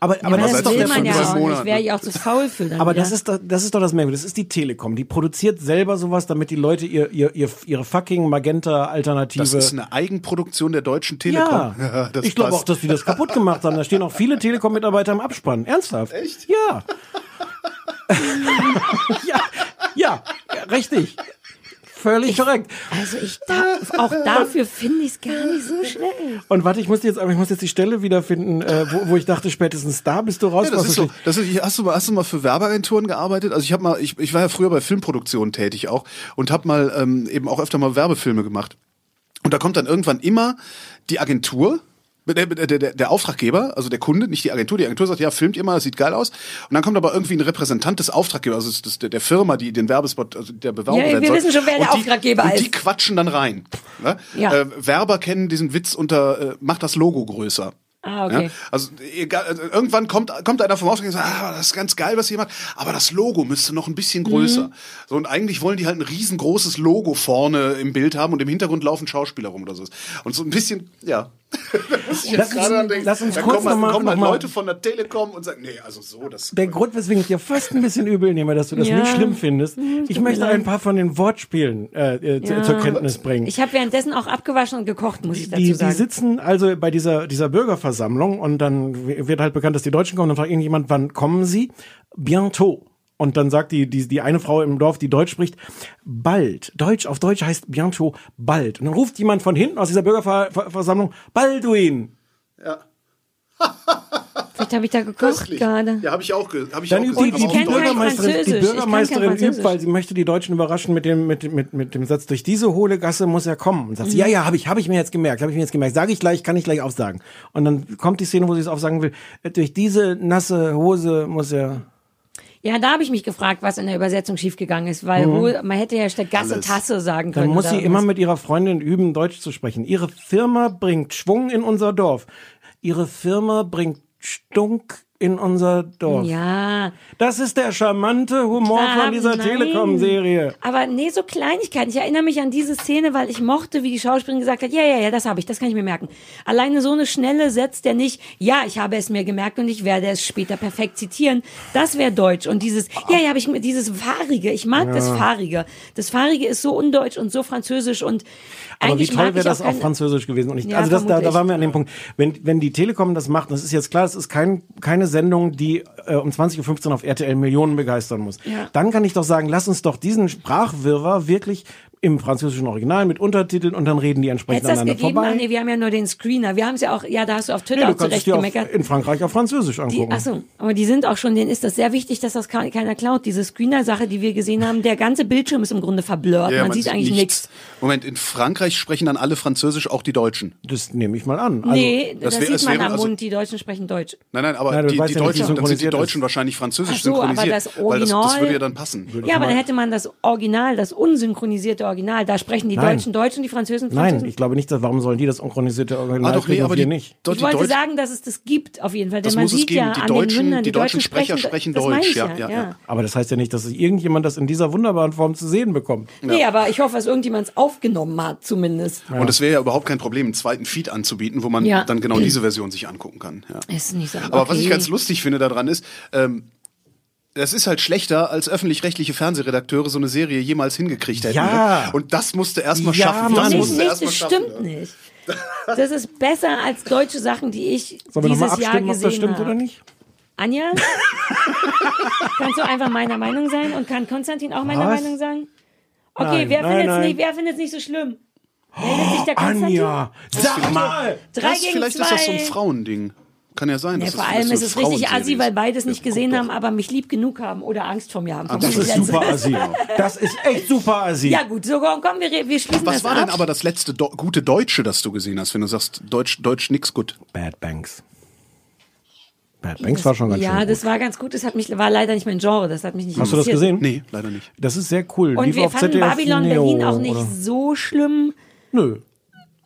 [SPEAKER 8] aber, aber
[SPEAKER 9] aber
[SPEAKER 8] das,
[SPEAKER 9] das,
[SPEAKER 8] ist doch
[SPEAKER 9] will
[SPEAKER 8] der
[SPEAKER 9] man ja
[SPEAKER 10] Französisch-
[SPEAKER 9] auch nicht.
[SPEAKER 10] Monat,
[SPEAKER 9] Wäre
[SPEAKER 10] ne?
[SPEAKER 9] ja auch zu faul für dann
[SPEAKER 8] Aber
[SPEAKER 9] wieder.
[SPEAKER 8] das ist, doch- das ist doch das Merkwürdige. Das ist die Telekom. Die produziert selber sowas, damit die Leute ihr, ihr, ihr, ihre fucking Magenta-Alternative.
[SPEAKER 10] das ist eine Eigenproduktion der Deutschen Telekom.
[SPEAKER 8] ja,
[SPEAKER 10] das
[SPEAKER 8] ich glaube
[SPEAKER 10] passt.
[SPEAKER 8] auch, dass die das kaputt gemacht haben. Da stehen auch viele Telekom-Mitarbeiter im Abspann. Ernsthaft? Echt? Ja. ja, ja, richtig. Völlig korrekt.
[SPEAKER 9] Also ich da, auch dafür finde ich es gar nicht so schlecht.
[SPEAKER 8] Und warte, ich muss jetzt, aber ich muss jetzt die Stelle wiederfinden, äh, wo, wo ich dachte, spätestens da bist du raus.
[SPEAKER 10] Ja, das
[SPEAKER 8] warst
[SPEAKER 10] ist
[SPEAKER 8] du
[SPEAKER 10] so. Das ist, hast, du mal, hast du mal für Werbeagenturen gearbeitet? Also ich habe mal, ich, ich war ja früher bei Filmproduktionen tätig auch und habe mal ähm, eben auch öfter mal Werbefilme gemacht. Und da kommt dann irgendwann immer die Agentur, der, der, der, der Auftraggeber, also der Kunde, nicht die Agentur. Die Agentur sagt, ja, filmt ihr mal, das sieht geil aus. Und dann kommt aber irgendwie ein Repräsentant des Auftraggebers, also des, der, der Firma, die den Werbespot, also der Bewerbung
[SPEAKER 9] Ja, wir
[SPEAKER 10] sein soll.
[SPEAKER 9] wissen schon, wer
[SPEAKER 10] und
[SPEAKER 9] der
[SPEAKER 10] die,
[SPEAKER 9] Auftraggeber
[SPEAKER 10] und
[SPEAKER 9] ist.
[SPEAKER 10] Die quatschen dann rein. Ne?
[SPEAKER 9] Ja.
[SPEAKER 10] Äh, Werber kennen diesen Witz unter, äh, macht das Logo größer.
[SPEAKER 9] Ah, okay.
[SPEAKER 10] Ja? Also egal, also irgendwann kommt, kommt einer vom Auftrag und sagt, ah, das ist ganz geil, was ihr macht, aber das Logo müsste noch ein
[SPEAKER 9] Mhm.
[SPEAKER 10] bisschen größer. So, und eigentlich wollen die halt ein riesengroßes Logo vorne im Bild haben und im Hintergrund laufen Schauspieler rum oder so. Und so ein bisschen, ja. Da muss ich
[SPEAKER 8] Lass uns-
[SPEAKER 10] gerade dran denken.
[SPEAKER 8] lass uns
[SPEAKER 10] Da
[SPEAKER 8] kurz
[SPEAKER 10] kommen, halt-
[SPEAKER 8] noch mal-
[SPEAKER 10] kommen halt
[SPEAKER 8] noch mal-
[SPEAKER 10] Leute von der Telekom und sagen, nee, also so, das
[SPEAKER 8] Der Grund, weswegen ich dir fast ein bisschen übel nehme, dass du das
[SPEAKER 9] Ja. Mhm,
[SPEAKER 8] nicht schlimm findest, ich möchte ein paar von den Wortspielen äh, äh, zu-
[SPEAKER 9] Ja.
[SPEAKER 8] zur Kenntnis bringen.
[SPEAKER 9] Ich habe währenddessen auch abgewaschen und gekocht, muss ich dazu
[SPEAKER 8] die, die
[SPEAKER 9] sagen.
[SPEAKER 8] sitzen also bei dieser, dieser Bürgerversammlung und dann wird halt bekannt, dass die Deutschen kommen. Dann fragt irgendjemand, wann kommen sie? Bientôt. Und dann sagt die, die, die eine Frau im Dorf, die Deutsch spricht, bald. Deutsch auf Deutsch heißt bientôt bald. Und dann ruft jemand von hinten aus dieser Bürgerversammlung, Balduin.
[SPEAKER 9] Vielleicht habe ich da gekocht
[SPEAKER 10] Köstlich.
[SPEAKER 9] gerade.
[SPEAKER 10] Ja, habe ich auch, ge- hab ich
[SPEAKER 8] Dann
[SPEAKER 10] auch
[SPEAKER 8] übt
[SPEAKER 10] gesagt,
[SPEAKER 8] die,
[SPEAKER 10] aber
[SPEAKER 8] die,
[SPEAKER 10] auf
[SPEAKER 9] Ich kenn kein
[SPEAKER 8] Bürgermeisterin, die
[SPEAKER 10] Deutsch.
[SPEAKER 9] Französisch. Ich kann kein
[SPEAKER 8] Bürgermeisterin übt,
[SPEAKER 9] Französisch.
[SPEAKER 8] weil sie möchte die Deutschen überraschen mit dem, mit, mit, mit dem Satz, durch diese hohle Gasse muss er kommen. Und sagt
[SPEAKER 9] Mhm.
[SPEAKER 8] sie, ja, ja, habe ich, habe ich mir jetzt gemerkt, habe ich mir jetzt gemerkt. Sage ich gleich, kann ich gleich aufsagen. Und dann kommt die Szene, wo sie es aufsagen will. Äh, Durch diese nasse Hose muss er.
[SPEAKER 9] Ja, da habe ich mich gefragt, was in der Übersetzung schiefgegangen ist, weil wo- man hätte ja statt Gasse Tasse sagen können.
[SPEAKER 8] Mhm. Dann muss
[SPEAKER 9] oder
[SPEAKER 8] sie immer
[SPEAKER 9] was.
[SPEAKER 8] mit ihrer Freundin üben, Deutsch zu sprechen. Ihre Firma bringt Schwung in unser Dorf. Ihre Firma bringt Stunk in unser Dorf.
[SPEAKER 9] Ja.
[SPEAKER 8] Das ist der charmante Humor
[SPEAKER 9] Ah,
[SPEAKER 8] Oh, von dieser
[SPEAKER 9] nein.
[SPEAKER 8] Telekom-Serie.
[SPEAKER 9] Aber nee, so Kleinigkeiten. Ich erinnere mich an diese Szene, weil ich mochte, wie die Schauspielerin gesagt hat, ja, ja, ja, das habe ich, das kann ich mir merken. Alleine so eine schnelle setzt der nicht, ja, ich habe es mir gemerkt und ich werde es später perfekt zitieren. Das wäre deutsch. Und dieses, ja, ja, habe ich mir, dieses Fahrige, ich mag
[SPEAKER 8] Ja.
[SPEAKER 9] das Fahrige. Das Fahrige ist so undeutsch und so französisch und
[SPEAKER 8] Aber wie
[SPEAKER 9] eigentlich mag
[SPEAKER 8] toll wäre
[SPEAKER 9] ich
[SPEAKER 8] das
[SPEAKER 9] auch
[SPEAKER 8] auf
[SPEAKER 9] keine-
[SPEAKER 8] Französisch gewesen. Und ich,
[SPEAKER 9] Ja,
[SPEAKER 8] also das, da, da
[SPEAKER 9] vermutlich.
[SPEAKER 8] waren wir an dem Punkt. Wenn, wenn die Telekom das macht, das ist jetzt klar, es ist kein, keine Sendung, die äh, um 20.15 Uhr auf RTL Millionen begeistern muss.
[SPEAKER 12] Ja.
[SPEAKER 8] Dann kann ich doch sagen, lass uns doch diesen Sprachwirrwarr wirklich im französischen Original mit Untertiteln und dann reden die entsprechend
[SPEAKER 9] Hättest du das
[SPEAKER 8] aneinander
[SPEAKER 9] gegeben?
[SPEAKER 8] vorbei.
[SPEAKER 9] Ach nee, wir haben ja nur den Screener. Wir haben es ja auch, ja, da hast du auf Twitter
[SPEAKER 8] Nee, du
[SPEAKER 9] auch
[SPEAKER 8] kannst es
[SPEAKER 9] zurecht
[SPEAKER 8] dir auf,
[SPEAKER 9] gemeckert.
[SPEAKER 8] in Frankreich auf Französisch
[SPEAKER 9] Die,
[SPEAKER 8] angucken.
[SPEAKER 9] achso, aber die sind auch schon, denen ist das sehr wichtig, dass das ka- keiner klaut. Diese Screener-Sache, die wir gesehen haben, der ganze Bildschirm ist im Grunde verblurrt. man, sieht eigentlich nichts.
[SPEAKER 10] Moment, in Frankreich sprechen dann alle Französisch, auch die Deutschen.
[SPEAKER 8] Das nehme ich mal an. Also,
[SPEAKER 9] nee, das,
[SPEAKER 10] Also, wär-
[SPEAKER 9] sieht man
[SPEAKER 10] wäre-
[SPEAKER 9] am
[SPEAKER 10] also-
[SPEAKER 9] Mund, die Deutschen sprechen Deutsch.
[SPEAKER 10] Nein, nein, aber
[SPEAKER 8] Nein, du
[SPEAKER 10] die,
[SPEAKER 8] weißt
[SPEAKER 10] die
[SPEAKER 8] ja nicht, wie
[SPEAKER 10] Deutschen, dann sind die
[SPEAKER 8] synchronisiert
[SPEAKER 10] Deutschen
[SPEAKER 8] ist.
[SPEAKER 10] wahrscheinlich französisch
[SPEAKER 9] Ach so, aber
[SPEAKER 10] synchronisiert.
[SPEAKER 9] das
[SPEAKER 10] weil das, das
[SPEAKER 9] Original-
[SPEAKER 10] würde ja dann passen.
[SPEAKER 9] Ja, aber dann hätte man das Original, das unsynchronisierte Original, da sprechen die
[SPEAKER 8] Nein.
[SPEAKER 9] Deutschen Deutsch und die Französen
[SPEAKER 8] Nein,
[SPEAKER 9] Französisch.
[SPEAKER 8] ich glaube nicht, dass, warum sollen die das synchronisierte Original
[SPEAKER 10] Ah, doch, nee,
[SPEAKER 8] kriegen und
[SPEAKER 10] aber
[SPEAKER 8] wir
[SPEAKER 10] die-
[SPEAKER 8] nicht?
[SPEAKER 10] doch,
[SPEAKER 9] ich wollte sagen, dass es das gibt auf jeden Fall, denn
[SPEAKER 10] Das
[SPEAKER 9] man
[SPEAKER 10] muss es
[SPEAKER 9] sieht
[SPEAKER 10] geben.
[SPEAKER 9] ja
[SPEAKER 10] Die
[SPEAKER 9] an
[SPEAKER 10] Deutschen-
[SPEAKER 9] den Mündern,
[SPEAKER 10] die deutschen Sprecher sprechen
[SPEAKER 9] das meine
[SPEAKER 10] Deutsch,
[SPEAKER 9] ich
[SPEAKER 10] ja, ja, ja.
[SPEAKER 8] Aber das heißt ja nicht, dass es irgendjemand das in dieser wunderbaren Form zu sehen bekommt.
[SPEAKER 9] Nee, aber ich hoffe, dass irgendjemand es aufgenommen hat, zumindest.
[SPEAKER 10] Und es wäre ja überhaupt kein Problem, einen zweiten Feed anzubieten, wo man
[SPEAKER 9] Ja.
[SPEAKER 10] dann genau diese Version sich angucken kann. Ja.
[SPEAKER 9] ist nicht so.
[SPEAKER 10] Aber was ich
[SPEAKER 9] okay.
[SPEAKER 10] ganz lustig finde daran ist, ähm, das ist halt schlechter, als öffentlich-rechtliche Fernsehredakteure so eine Serie jemals hingekriegt hätten.
[SPEAKER 8] Ja.
[SPEAKER 10] Ne? Und das musste erstmal
[SPEAKER 8] Ja, Mann.
[SPEAKER 10] schaffen. Das
[SPEAKER 9] Nee,
[SPEAKER 10] musste
[SPEAKER 9] nicht,
[SPEAKER 10] erstmal
[SPEAKER 9] das
[SPEAKER 10] schaffen.
[SPEAKER 9] stimmt nicht. Das ist besser als deutsche Sachen, die ich
[SPEAKER 8] Sollen wir nochmal
[SPEAKER 9] dieses Jahr
[SPEAKER 8] abstimmen,
[SPEAKER 9] gesehen
[SPEAKER 8] ob das stimmt
[SPEAKER 9] habe.
[SPEAKER 8] oder nicht?
[SPEAKER 9] Anja, kannst du einfach meiner Meinung sein und kann Konstantin auch meiner
[SPEAKER 8] Was?
[SPEAKER 9] Meinung sein? Okay,
[SPEAKER 8] Nein,
[SPEAKER 9] wer
[SPEAKER 8] nein,
[SPEAKER 9] findet es
[SPEAKER 8] nein. Oh,
[SPEAKER 9] nicht, wer findet's nicht so schlimm? Meldet sich der Konstantin?
[SPEAKER 8] Anja, sag mal!
[SPEAKER 9] Drei
[SPEAKER 10] das,
[SPEAKER 9] gegen
[SPEAKER 10] vielleicht
[SPEAKER 9] zwei.
[SPEAKER 10] ist das so ein Frauending. Kann ja sein.
[SPEAKER 9] Ja,
[SPEAKER 10] dass
[SPEAKER 9] vor
[SPEAKER 10] das
[SPEAKER 9] allem
[SPEAKER 10] so
[SPEAKER 9] ist es richtig
[SPEAKER 10] Frauenserie
[SPEAKER 9] assi,
[SPEAKER 10] ist.
[SPEAKER 9] weil beides nicht gesehen haben, aber mich lieb genug haben oder Angst vor mir haben.
[SPEAKER 10] Ah, das
[SPEAKER 8] Das ist super assi. Das ist echt super assi.
[SPEAKER 9] Ja gut, so komm, komm wir, re- wir schließen
[SPEAKER 10] Was
[SPEAKER 9] das
[SPEAKER 10] war
[SPEAKER 9] ab.
[SPEAKER 10] denn aber das letzte Do gute Deutsche, das du gesehen hast, wenn du sagst, Deutsch, Deutsch nix gut?
[SPEAKER 8] Bad Banks. Bad Banks war schon ganz
[SPEAKER 9] ja,
[SPEAKER 8] schön.
[SPEAKER 9] das war ganz gut. Das hat mich, war leider nicht mein Genre. Das hat mich nicht
[SPEAKER 8] Hast du das
[SPEAKER 9] interessiert.
[SPEAKER 8] gesehen?
[SPEAKER 10] Nee, leider nicht.
[SPEAKER 8] Das ist sehr cool.
[SPEAKER 9] Und
[SPEAKER 8] Lief
[SPEAKER 9] wir
[SPEAKER 8] auf
[SPEAKER 9] fanden
[SPEAKER 8] ZDF
[SPEAKER 9] Babylon
[SPEAKER 8] Neo,
[SPEAKER 9] Berlin auch nicht
[SPEAKER 8] oder?
[SPEAKER 9] so schlimm,
[SPEAKER 8] Nö.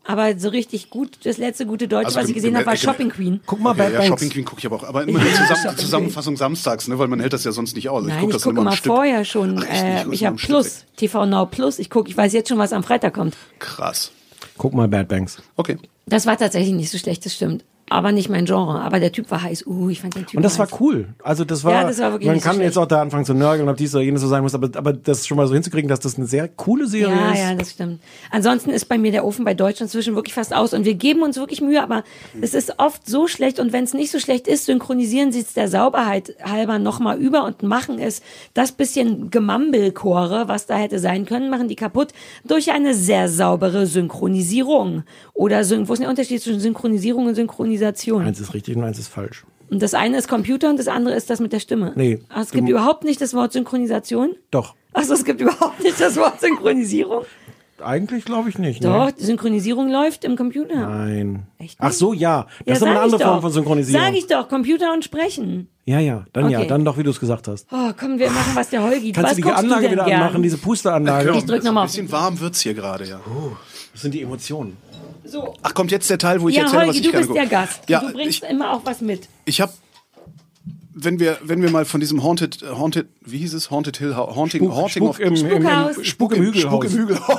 [SPEAKER 9] aber so richtig gut. Das letzte gute Deutsche,
[SPEAKER 10] Also
[SPEAKER 9] was ich
[SPEAKER 10] gem-
[SPEAKER 9] gesehen habe, war
[SPEAKER 10] gem-
[SPEAKER 9] Shopping Queen.
[SPEAKER 8] Guck mal, Bad
[SPEAKER 10] ja,
[SPEAKER 8] Banks.
[SPEAKER 10] Shopping Queen gucke ich aber auch. Aber immer die Zusammen
[SPEAKER 9] Shopping Queen.
[SPEAKER 10] Zusammenfassung samstags, ne? weil man hält das ja sonst nicht aus.
[SPEAKER 9] Nein,
[SPEAKER 10] guck
[SPEAKER 9] ich
[SPEAKER 10] das
[SPEAKER 9] gucke
[SPEAKER 10] immer
[SPEAKER 9] immer
[SPEAKER 10] am Stück.
[SPEAKER 9] vorher schon.
[SPEAKER 10] Ach, ich nicht,
[SPEAKER 9] äh,
[SPEAKER 10] immer
[SPEAKER 9] ich
[SPEAKER 10] so
[SPEAKER 9] habe
[SPEAKER 10] am Stück
[SPEAKER 9] Plus, TV Now Plus. Ich gucke, ich weiß jetzt schon, was am Freitag kommt.
[SPEAKER 10] Krass.
[SPEAKER 8] Guck mal, Bad Banks.
[SPEAKER 10] Okay.
[SPEAKER 9] Das war tatsächlich nicht so schlecht, das stimmt. Aber nicht mein Genre. Aber der Typ war heiß. Uh, ich fand den Typ
[SPEAKER 8] Und das war
[SPEAKER 9] heiß.
[SPEAKER 8] cool. Also das war,
[SPEAKER 9] Ja, das war wirklich
[SPEAKER 8] man
[SPEAKER 9] nicht so
[SPEAKER 8] kann jetzt
[SPEAKER 9] schlecht.
[SPEAKER 8] auch da anfangen zu nörgeln, ob dies oder jenes so sein muss, aber, aber das schon mal so hinzukriegen, dass das eine sehr coole Serie
[SPEAKER 9] Ja,
[SPEAKER 8] ist.
[SPEAKER 9] ja, das stimmt. Ansonsten ist bei mir der Ofen bei Deutsch inzwischen wirklich fast aus und wir geben uns wirklich Mühe, aber
[SPEAKER 8] Mhm.
[SPEAKER 9] es ist oft so schlecht und wenn es nicht so schlecht ist, synchronisieren sie es der Sauberheit halber nochmal über und machen es das bisschen Gemampelchore, was da hätte sein können, machen die kaputt durch eine sehr saubere Synchronisierung. Oder syn wo ist denn der Unterschied zwischen Synchronisierung und Synchronisation?
[SPEAKER 8] Eins ist richtig und eins ist falsch.
[SPEAKER 9] Und das eine ist Computer und das andere ist das mit der Stimme.
[SPEAKER 8] Nee.
[SPEAKER 9] Ah, Es gibt
[SPEAKER 8] Du-
[SPEAKER 9] überhaupt nicht das Wort Synchronisation.
[SPEAKER 8] Doch.
[SPEAKER 9] Also es gibt überhaupt nicht das Wort Synchronisierung.
[SPEAKER 8] Eigentlich glaube ich nicht.
[SPEAKER 9] Doch,
[SPEAKER 8] Ne?
[SPEAKER 9] die Synchronisierung läuft im Computer.
[SPEAKER 8] Nein. Ach so, ja. Das ist aber
[SPEAKER 9] sag
[SPEAKER 8] eine
[SPEAKER 9] ich
[SPEAKER 8] andere Form
[SPEAKER 9] doch.
[SPEAKER 8] von Synchronisierung.
[SPEAKER 9] Sag ich doch, Computer und Sprechen.
[SPEAKER 8] Ja, ja, dann ja,
[SPEAKER 9] Okay.
[SPEAKER 8] dann doch, wie du es gesagt hast.
[SPEAKER 9] Oh, komm, wir machen, was der Holgi.
[SPEAKER 8] Kannst
[SPEAKER 9] was
[SPEAKER 8] du die
[SPEAKER 9] guckst
[SPEAKER 8] Anlage
[SPEAKER 9] du denn
[SPEAKER 8] wieder
[SPEAKER 9] gern?
[SPEAKER 8] anmachen, diese Pusteanlage?
[SPEAKER 9] Ich drück nochmal
[SPEAKER 10] Ein
[SPEAKER 9] auf.
[SPEAKER 10] bisschen warm wird's hier gerade, ja.
[SPEAKER 8] Das sind die Emotionen.
[SPEAKER 9] So.
[SPEAKER 10] Ach, kommt jetzt der Teil, wo Oh, ich
[SPEAKER 9] Ja,
[SPEAKER 10] erzähle, was
[SPEAKER 9] Holgi,
[SPEAKER 10] ich
[SPEAKER 9] du
[SPEAKER 10] gerne
[SPEAKER 9] bist der
[SPEAKER 10] gucke.
[SPEAKER 9] Gast.
[SPEAKER 10] Ja,
[SPEAKER 9] du
[SPEAKER 10] ich,
[SPEAKER 9] bringst immer auch was mit.
[SPEAKER 10] ich habe, wenn wir, wenn wir mal von diesem Haunted, äh, Haunted, wie hieß es? Haunted Hill, Hau- Haunting,
[SPEAKER 8] Spuk-
[SPEAKER 10] Haunting
[SPEAKER 8] Spuk
[SPEAKER 10] of,
[SPEAKER 8] im- im-
[SPEAKER 9] Spukhaus.
[SPEAKER 10] Spuk,
[SPEAKER 8] Spuk im
[SPEAKER 10] im
[SPEAKER 8] Hügelhaus.
[SPEAKER 10] Spuk im Hügelhaus.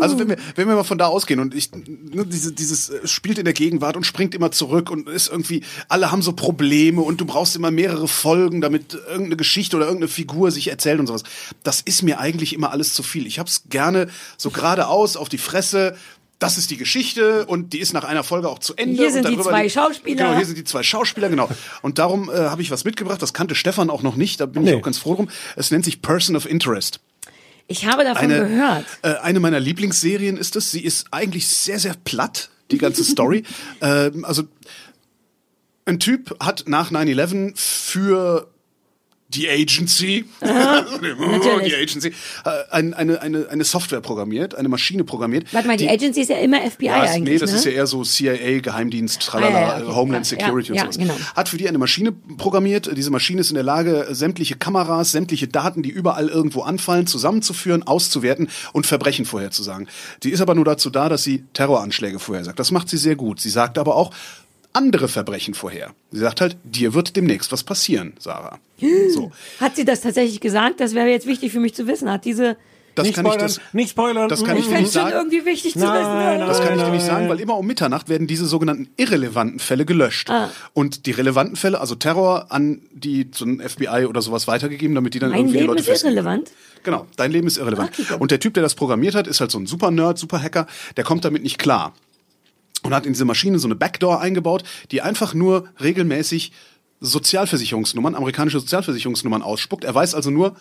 [SPEAKER 10] also wenn wir, wenn wir mal von da ausgehen und ich, ne, diese, dieses äh, spielt in der Gegenwart und springt immer zurück und ist irgendwie, alle haben so Probleme und du brauchst immer mehrere Folgen, damit irgendeine Geschichte oder irgendeine Figur sich erzählt und sowas. Das ist mir eigentlich immer alles zu viel. Ich hab's gerne so geradeaus auf die Fresse. Das ist die Geschichte und die ist nach einer Folge auch zu Ende.
[SPEAKER 9] Hier
[SPEAKER 10] und
[SPEAKER 9] sind die
[SPEAKER 10] darüber-
[SPEAKER 9] zwei Schauspieler.
[SPEAKER 10] Genau, hier sind die zwei Schauspieler, genau. Und darum äh, habe ich was mitgebracht. Das kannte Stefan auch noch nicht. Da bin
[SPEAKER 8] Nee.
[SPEAKER 10] ich auch ganz froh drum. Es nennt sich Person of Interest.
[SPEAKER 9] Ich habe davon
[SPEAKER 10] Eine-
[SPEAKER 9] gehört.
[SPEAKER 10] Äh, eine meiner Lieblingsserien ist es. Sie ist eigentlich sehr, sehr platt, die ganze Story. ähm, also ein Typ hat nach 9-11 für die Agency, Oh, die Agency äh, ein, eine, eine, eine Software programmiert, eine Maschine programmiert.
[SPEAKER 9] Warte mal, die, Agency ist ja immer FBI
[SPEAKER 10] Ja, es-
[SPEAKER 9] eigentlich.
[SPEAKER 10] nee, das
[SPEAKER 9] ne?
[SPEAKER 10] ist ja eher so CIA, Geheimdienst, tralala, äh,
[SPEAKER 9] Ah, ja, ja, okay,
[SPEAKER 10] Homeland
[SPEAKER 9] klar.
[SPEAKER 10] Security
[SPEAKER 9] Ja,
[SPEAKER 10] und sowas.
[SPEAKER 9] ja, genau.
[SPEAKER 10] Hat für die eine Maschine programmiert. Diese Maschine ist in der Lage, sämtliche Kameras, sämtliche Daten, die überall irgendwo anfallen, zusammenzuführen, auszuwerten und Verbrechen vorherzusagen. Die ist aber nur dazu da, dass sie Terroranschläge vorhersagt. Das macht sie sehr gut. Sie sagt aber auch, andere Verbrechen vorher. Sie sagt halt, dir wird demnächst was passieren, Sarah. So.
[SPEAKER 9] Hat sie das tatsächlich gesagt? Das wäre jetzt wichtig für mich zu wissen. Hat diese.
[SPEAKER 10] Das kann ich das,
[SPEAKER 8] nicht spoilern.
[SPEAKER 10] Das kann ich, dir
[SPEAKER 9] fände
[SPEAKER 10] nicht
[SPEAKER 9] es schon
[SPEAKER 10] sagen.
[SPEAKER 9] irgendwie wichtig zu
[SPEAKER 8] Nein,
[SPEAKER 9] wissen.
[SPEAKER 8] nein,
[SPEAKER 10] Das kann ich dir
[SPEAKER 8] nein.
[SPEAKER 10] nicht sagen, weil immer um Mitternacht werden diese sogenannten irrelevanten Fälle gelöscht.
[SPEAKER 9] Ah.
[SPEAKER 10] Und die relevanten Fälle, also Terror, an die so ein FBI oder sowas weitergegeben, damit die dann
[SPEAKER 9] Mein
[SPEAKER 10] irgendwie die
[SPEAKER 9] Leben
[SPEAKER 10] Leute
[SPEAKER 9] ist
[SPEAKER 10] festlegen.
[SPEAKER 9] irrelevant.
[SPEAKER 10] Genau, dein Leben ist irrelevant.
[SPEAKER 9] Okay, gut.
[SPEAKER 10] und der Typ, der das programmiert hat, ist halt so ein super Nerd, super Hacker, der kommt damit nicht klar. Und hat in diese Maschine so eine Backdoor eingebaut, die einfach nur regelmäßig Sozialversicherungsnummern, amerikanische Sozialversicherungsnummern ausspuckt. Er weiß also nur,